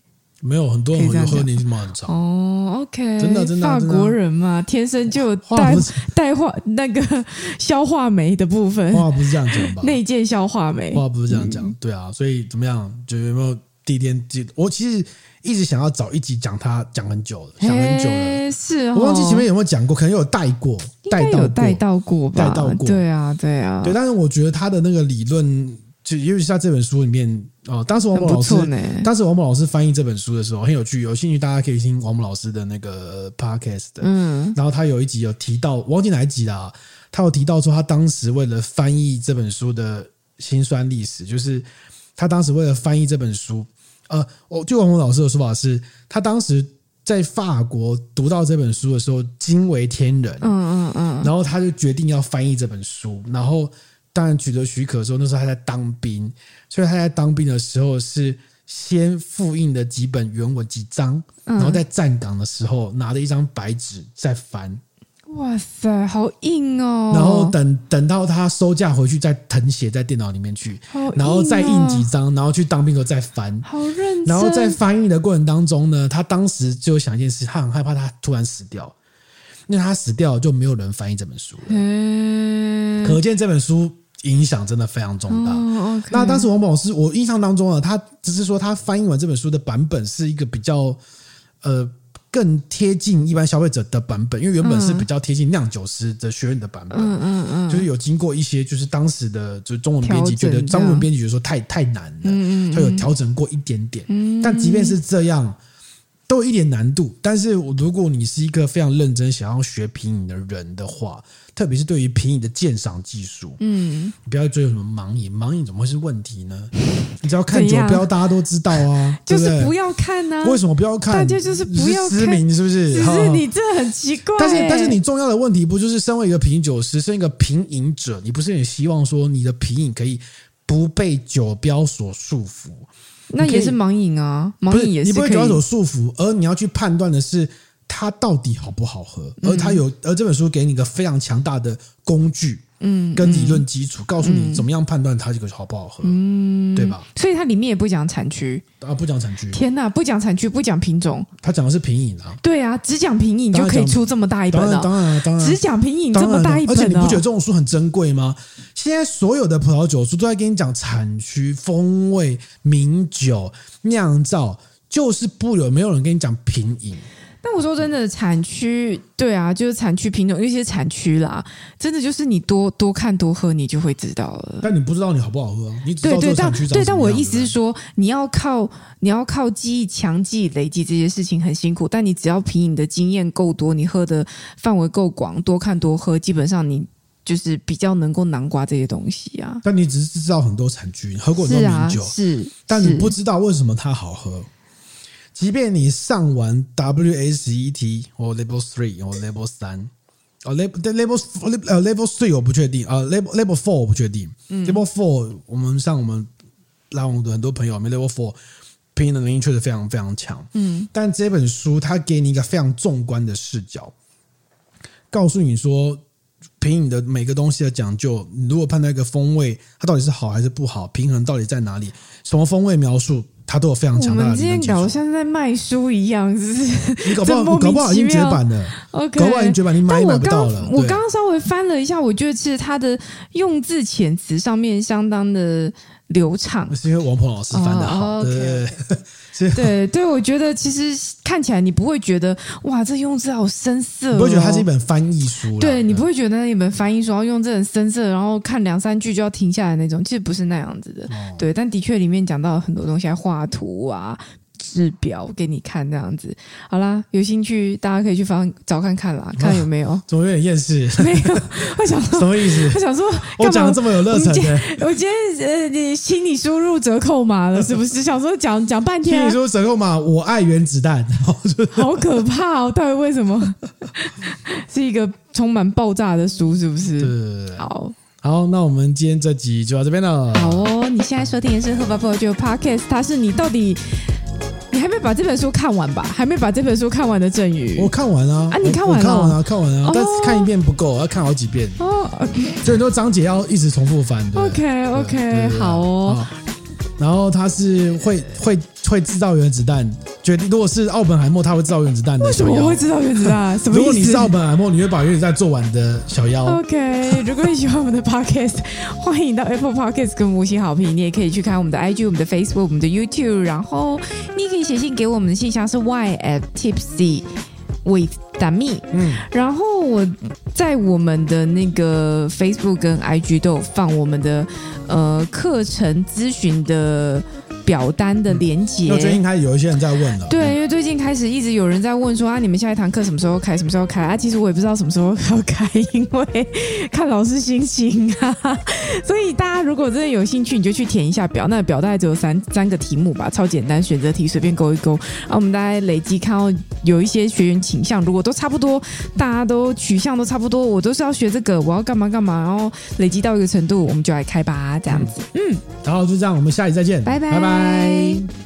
Speaker 1: 没有很多人
Speaker 2: 可以这样
Speaker 1: 有
Speaker 2: 讲
Speaker 1: 喝年纪蛮很长，
Speaker 2: 哦，OK，
Speaker 1: 真的真的
Speaker 2: 法
Speaker 1: 真的
Speaker 2: 国人嘛，天生就有
Speaker 1: 话
Speaker 2: 带
Speaker 1: 不是
Speaker 2: 带化那个消化酶的部分，
Speaker 1: 话不是这样讲 吧？
Speaker 2: 内建消化酶。
Speaker 1: 话不是这样
Speaker 2: 嗯
Speaker 1: 讲，对啊，所以怎么样？就有没有第一天记？我其实一直想要找一集讲他讲很久了，想很久了，
Speaker 2: 嘿是哦，
Speaker 1: 我忘记前面有没有讲过，可能有带过，
Speaker 2: 应
Speaker 1: 带
Speaker 2: 该
Speaker 1: 到过，
Speaker 2: 有带到过吧？
Speaker 1: 带到过
Speaker 2: 对啊，对啊，
Speaker 1: 对。但是我觉得他的那个理论，就尤其是他这本书里面，哦，当时王
Speaker 2: 很
Speaker 1: 某
Speaker 2: 不
Speaker 1: 老师
Speaker 2: 错呢。
Speaker 1: 当时王某老师翻译这本书的时候很有趣，有兴趣大家可以听王某老师的那个呃 podcast 的。
Speaker 2: 嗯，
Speaker 1: 然后他有一集有提到，我忘记哪一集啦、他有提到说他当时为了翻译这本书的辛酸历史，就是他当时为了翻译这本书，呃，我据王红老师的说法是，他当时在法国读到这本书的时候惊为天人，
Speaker 2: 嗯嗯嗯，
Speaker 1: 然后他就决定要翻译这本书，然后当然取得许可的时候，那时候他在当兵，所以他在当兵的时候是先复印的几本原文几章，
Speaker 2: 嗯
Speaker 1: 然后在站岗的时候拿着一张白纸在翻，
Speaker 2: 哇塞，好硬哦。
Speaker 1: 然后等等到他收假回去再誊写在电脑里面去，
Speaker 2: 好硬哦
Speaker 1: 然后再印几，张，然后去当兵的时候再翻。
Speaker 2: 好认真。
Speaker 1: 然后在翻译的过程当中呢，他当时就想一件事，他很害怕他突然死掉，因为他死掉了就没有人翻译这本书了。
Speaker 2: 嗯，
Speaker 1: 可见这本书影响真的非常重大。
Speaker 2: 哦，OK，
Speaker 1: 那当时王宝老师，我印象当中啊，他只是说他翻译完这本书的版本是一个比较呃更贴近一般消费者的版本，因为原本是比较贴近酿酒师的学院的版本，
Speaker 2: 嗯嗯嗯，
Speaker 1: 就是有经过一些就是当时的就是中文编辑觉
Speaker 2: 调
Speaker 1: 得
Speaker 2: 整这样
Speaker 1: 中文编辑觉得说太太难了，
Speaker 2: 嗯
Speaker 1: 他有调整过一点点，但即便是这样。都有一点难度，但是我如果你是一个非常认真想要学品饮的人的话，特别是对于品饮的鉴赏技术，
Speaker 2: 嗯，
Speaker 1: 你不要追求什么盲饮，盲饮怎么会是问题呢？你只要看酒
Speaker 2: 怎样
Speaker 1: 标，大家都知道啊，
Speaker 2: 就是不
Speaker 1: 对
Speaker 2: 要看呢、
Speaker 1: 不对？为什么不要看？
Speaker 2: 大家就是不要看
Speaker 1: 知名是不是？
Speaker 2: 只
Speaker 1: 哈
Speaker 2: 是你这很奇怪、
Speaker 1: 但是
Speaker 2: 欸
Speaker 1: 但是你重要的问题不就是身为一个品酒师，身为一个品饮者，你不是也希望说你的品饮可以不被酒标所束缚？
Speaker 2: 那也是盲饮啊，
Speaker 1: 不
Speaker 2: 盲
Speaker 1: 是
Speaker 2: 饮也
Speaker 1: 你不
Speaker 2: 可
Speaker 1: 会
Speaker 2: 以。
Speaker 1: 酒标所束缚，而你要去判断的是它到底好不好喝，
Speaker 2: 嗯
Speaker 1: 而它有而这本书给你一个非常强大的工具。嗯，跟理论基础告诉你怎么样判断它这个好不好喝，嗯，对吧？
Speaker 2: 所以它里面也不讲产区。
Speaker 1: 啊，不讲产区，
Speaker 2: 天哪，不讲产区，不讲品种，
Speaker 1: 他讲的是品饮啊，
Speaker 2: 对啊，只讲品饮
Speaker 1: 当
Speaker 2: 就
Speaker 1: 然
Speaker 2: 可以
Speaker 1: 讲
Speaker 2: 出这么大一本
Speaker 1: 当然
Speaker 2: 了、
Speaker 1: 当然啊当然，
Speaker 2: 只讲品饮这
Speaker 1: 当
Speaker 2: 么
Speaker 1: 然啊
Speaker 2: 大一
Speaker 1: 而
Speaker 2: 本、哦，
Speaker 1: 且你不觉得这种书很珍贵吗？现在所有的葡萄酒书都在跟你讲产区、风味、名酒、酿造，就是不有没有人跟你讲品饮。
Speaker 2: 但我说真的，产区对啊，就是产区品种，有一些产区啦，真的就是你多多看多喝，你就会知道了。
Speaker 1: 但你不知道你好不好喝啊，你只知
Speaker 2: 对
Speaker 1: 道这
Speaker 2: 对，
Speaker 1: 个
Speaker 2: 但
Speaker 1: 产区长
Speaker 2: 对，
Speaker 1: 什
Speaker 2: 但
Speaker 1: 么
Speaker 2: 我的
Speaker 1: 样
Speaker 2: 意思是，说，你要靠你要靠记忆强记累积这些事情很辛苦，但你只要品饮的经验够多，你喝的范围够广，多看多喝，基本上你就是比较能够南瓜这些东西啊。
Speaker 1: 但你只是知道很多产区，你喝过很
Speaker 2: 是
Speaker 1: 多
Speaker 2: 啊，
Speaker 1: 名酒，
Speaker 2: 是，
Speaker 1: 但你
Speaker 2: 是
Speaker 1: 不知道为什么它好喝。即便你上完 WSET 或 Level Three 或 Level 三，哦 Level 对 Level 呃 Level Three 我不确定啊、呃、，Level Level Four 我不确定、Level
Speaker 2: 嗯
Speaker 1: Four 我们像我们拉网的很多朋友，我们 Level Four 拼音的能力确实非常非常强。嗯，但这本书它给你一个非常纵观的视角，告诉你说，凭你的每个东西的讲究，你如果判断一个风味它到底是好还是不好，平衡到底在哪里，什么风味描述，它都有非常
Speaker 2: 我
Speaker 1: 强大
Speaker 2: 们
Speaker 1: 的
Speaker 2: 今
Speaker 1: 理
Speaker 2: 天
Speaker 1: 论基
Speaker 2: 搞得
Speaker 1: 础。
Speaker 2: 像是在卖书一样，是不是
Speaker 1: 你搞不好
Speaker 2: 这莫名
Speaker 1: 搞不好已经
Speaker 2: 其
Speaker 1: 绝
Speaker 2: 妙
Speaker 1: 版了，
Speaker 2: ？OK，
Speaker 1: 搞不好已经绝版，你买
Speaker 2: 但
Speaker 1: 也买
Speaker 2: 我
Speaker 1: 不到
Speaker 2: 刚
Speaker 1: 了。
Speaker 2: 我
Speaker 1: 对
Speaker 2: 刚刚稍微翻了一下，我觉得其实他的用字遣词上面相当的流畅
Speaker 1: 那。是因为王鹏老师翻的好，
Speaker 2: 哦
Speaker 1: 对
Speaker 2: ，OK，
Speaker 1: 对对啊
Speaker 2: 对对，我觉得其实看起来你不会觉得哇，这用字好深涩、哦，
Speaker 1: 你不会觉得它是一。本翻译书啦
Speaker 2: 对你不
Speaker 1: 会
Speaker 2: 会觉得那本翻译书要用这种深涩，然后看两三句就要停下来那种，其实不是那样子的。
Speaker 1: 哦
Speaker 2: 对，但的确里面讲到了很多东西，还画图啊、制表给你看这样子。好啦，有兴趣大家可以去翻找看看啦，
Speaker 1: 啊
Speaker 2: 看有没有。
Speaker 1: 怎么有点厌 世？
Speaker 2: 没有，我想
Speaker 1: 什
Speaker 2: 说，
Speaker 1: 么意思？
Speaker 2: 我想说，
Speaker 1: 我讲
Speaker 2: 干
Speaker 1: 的
Speaker 2: 嘛
Speaker 1: 这么有热
Speaker 2: 我们
Speaker 1: 忱
Speaker 2: 今
Speaker 1: 的，
Speaker 2: 我今天呃，你请你输入折扣码了，是不是？想说讲讲半
Speaker 1: 听
Speaker 2: 天啊
Speaker 1: 你，说折扣码，我爱原子弹， 然后就
Speaker 2: 好可怕哦！到底为 什么？是一个充满爆炸的书，是不
Speaker 1: 对
Speaker 2: 是？
Speaker 1: 对对对。
Speaker 2: 好
Speaker 1: 好，那我们今天这集就到这边了。
Speaker 2: 好哦，你现在收听的是《喝吧不喝酒》Podcast，它是你到底你还没把这本书看完吧？还没把这本书看完的郑宇
Speaker 1: 我看完啊，
Speaker 2: 啊你
Speaker 1: 我
Speaker 2: 看
Speaker 1: 我
Speaker 2: 完
Speaker 1: 看
Speaker 2: 了
Speaker 1: 完啊，看完啊
Speaker 2: 哦，
Speaker 1: 但是看一遍不够，要看好几遍，
Speaker 2: 哦
Speaker 1: 所以很多章节要一直重复翻。对不对
Speaker 2: ，OK
Speaker 1: 对对
Speaker 2: OK，
Speaker 1: 对
Speaker 2: 好哦，
Speaker 1: 好然后它是会会会制造原子弹，决定，如果是奥本海默，他会造原子弹的
Speaker 2: 为什
Speaker 1: 小
Speaker 2: 么我
Speaker 1: 妖
Speaker 2: 会。知道原子弹？什么意思？哦
Speaker 1: 如果你是奥本海默，你会把原子弹做完的小妖。
Speaker 2: OK，如果你喜欢我们的 Podcast，欢迎到 Apple Podcast 跟我们五星好评。你也可以去看我们的 IG、我们的 Facebook、我们的 YouTube，然后你也可以写信给我们的信箱是 y at tipsy with d a m i
Speaker 1: 嗯，
Speaker 2: 然后我在我们的那个 Facebook 跟 IG 都有放我们的呃课程咨询的表单的连接。
Speaker 1: 因为最近开始有一些人在问了。
Speaker 2: 对，因为最近开始一直有人在问说啊，你们下一堂课什么时候开？什么时候开啊？其实我也不知道什么时候要开， 因为看老师心情啊。所以大家如果真的有兴趣，你就去填一下表。那表大概只有三三个题目吧，超简单，选择题随便勾一勾。啊，我们大概累积看到有一些学员倾向，如果都差不多，大家都取向都差不多，我都是要学这个，我要干嘛干嘛，然后累积到一个程度，我们就来开吧，这样子。
Speaker 1: 然后就这样，我们下期再见，
Speaker 2: 拜拜
Speaker 1: 拜拜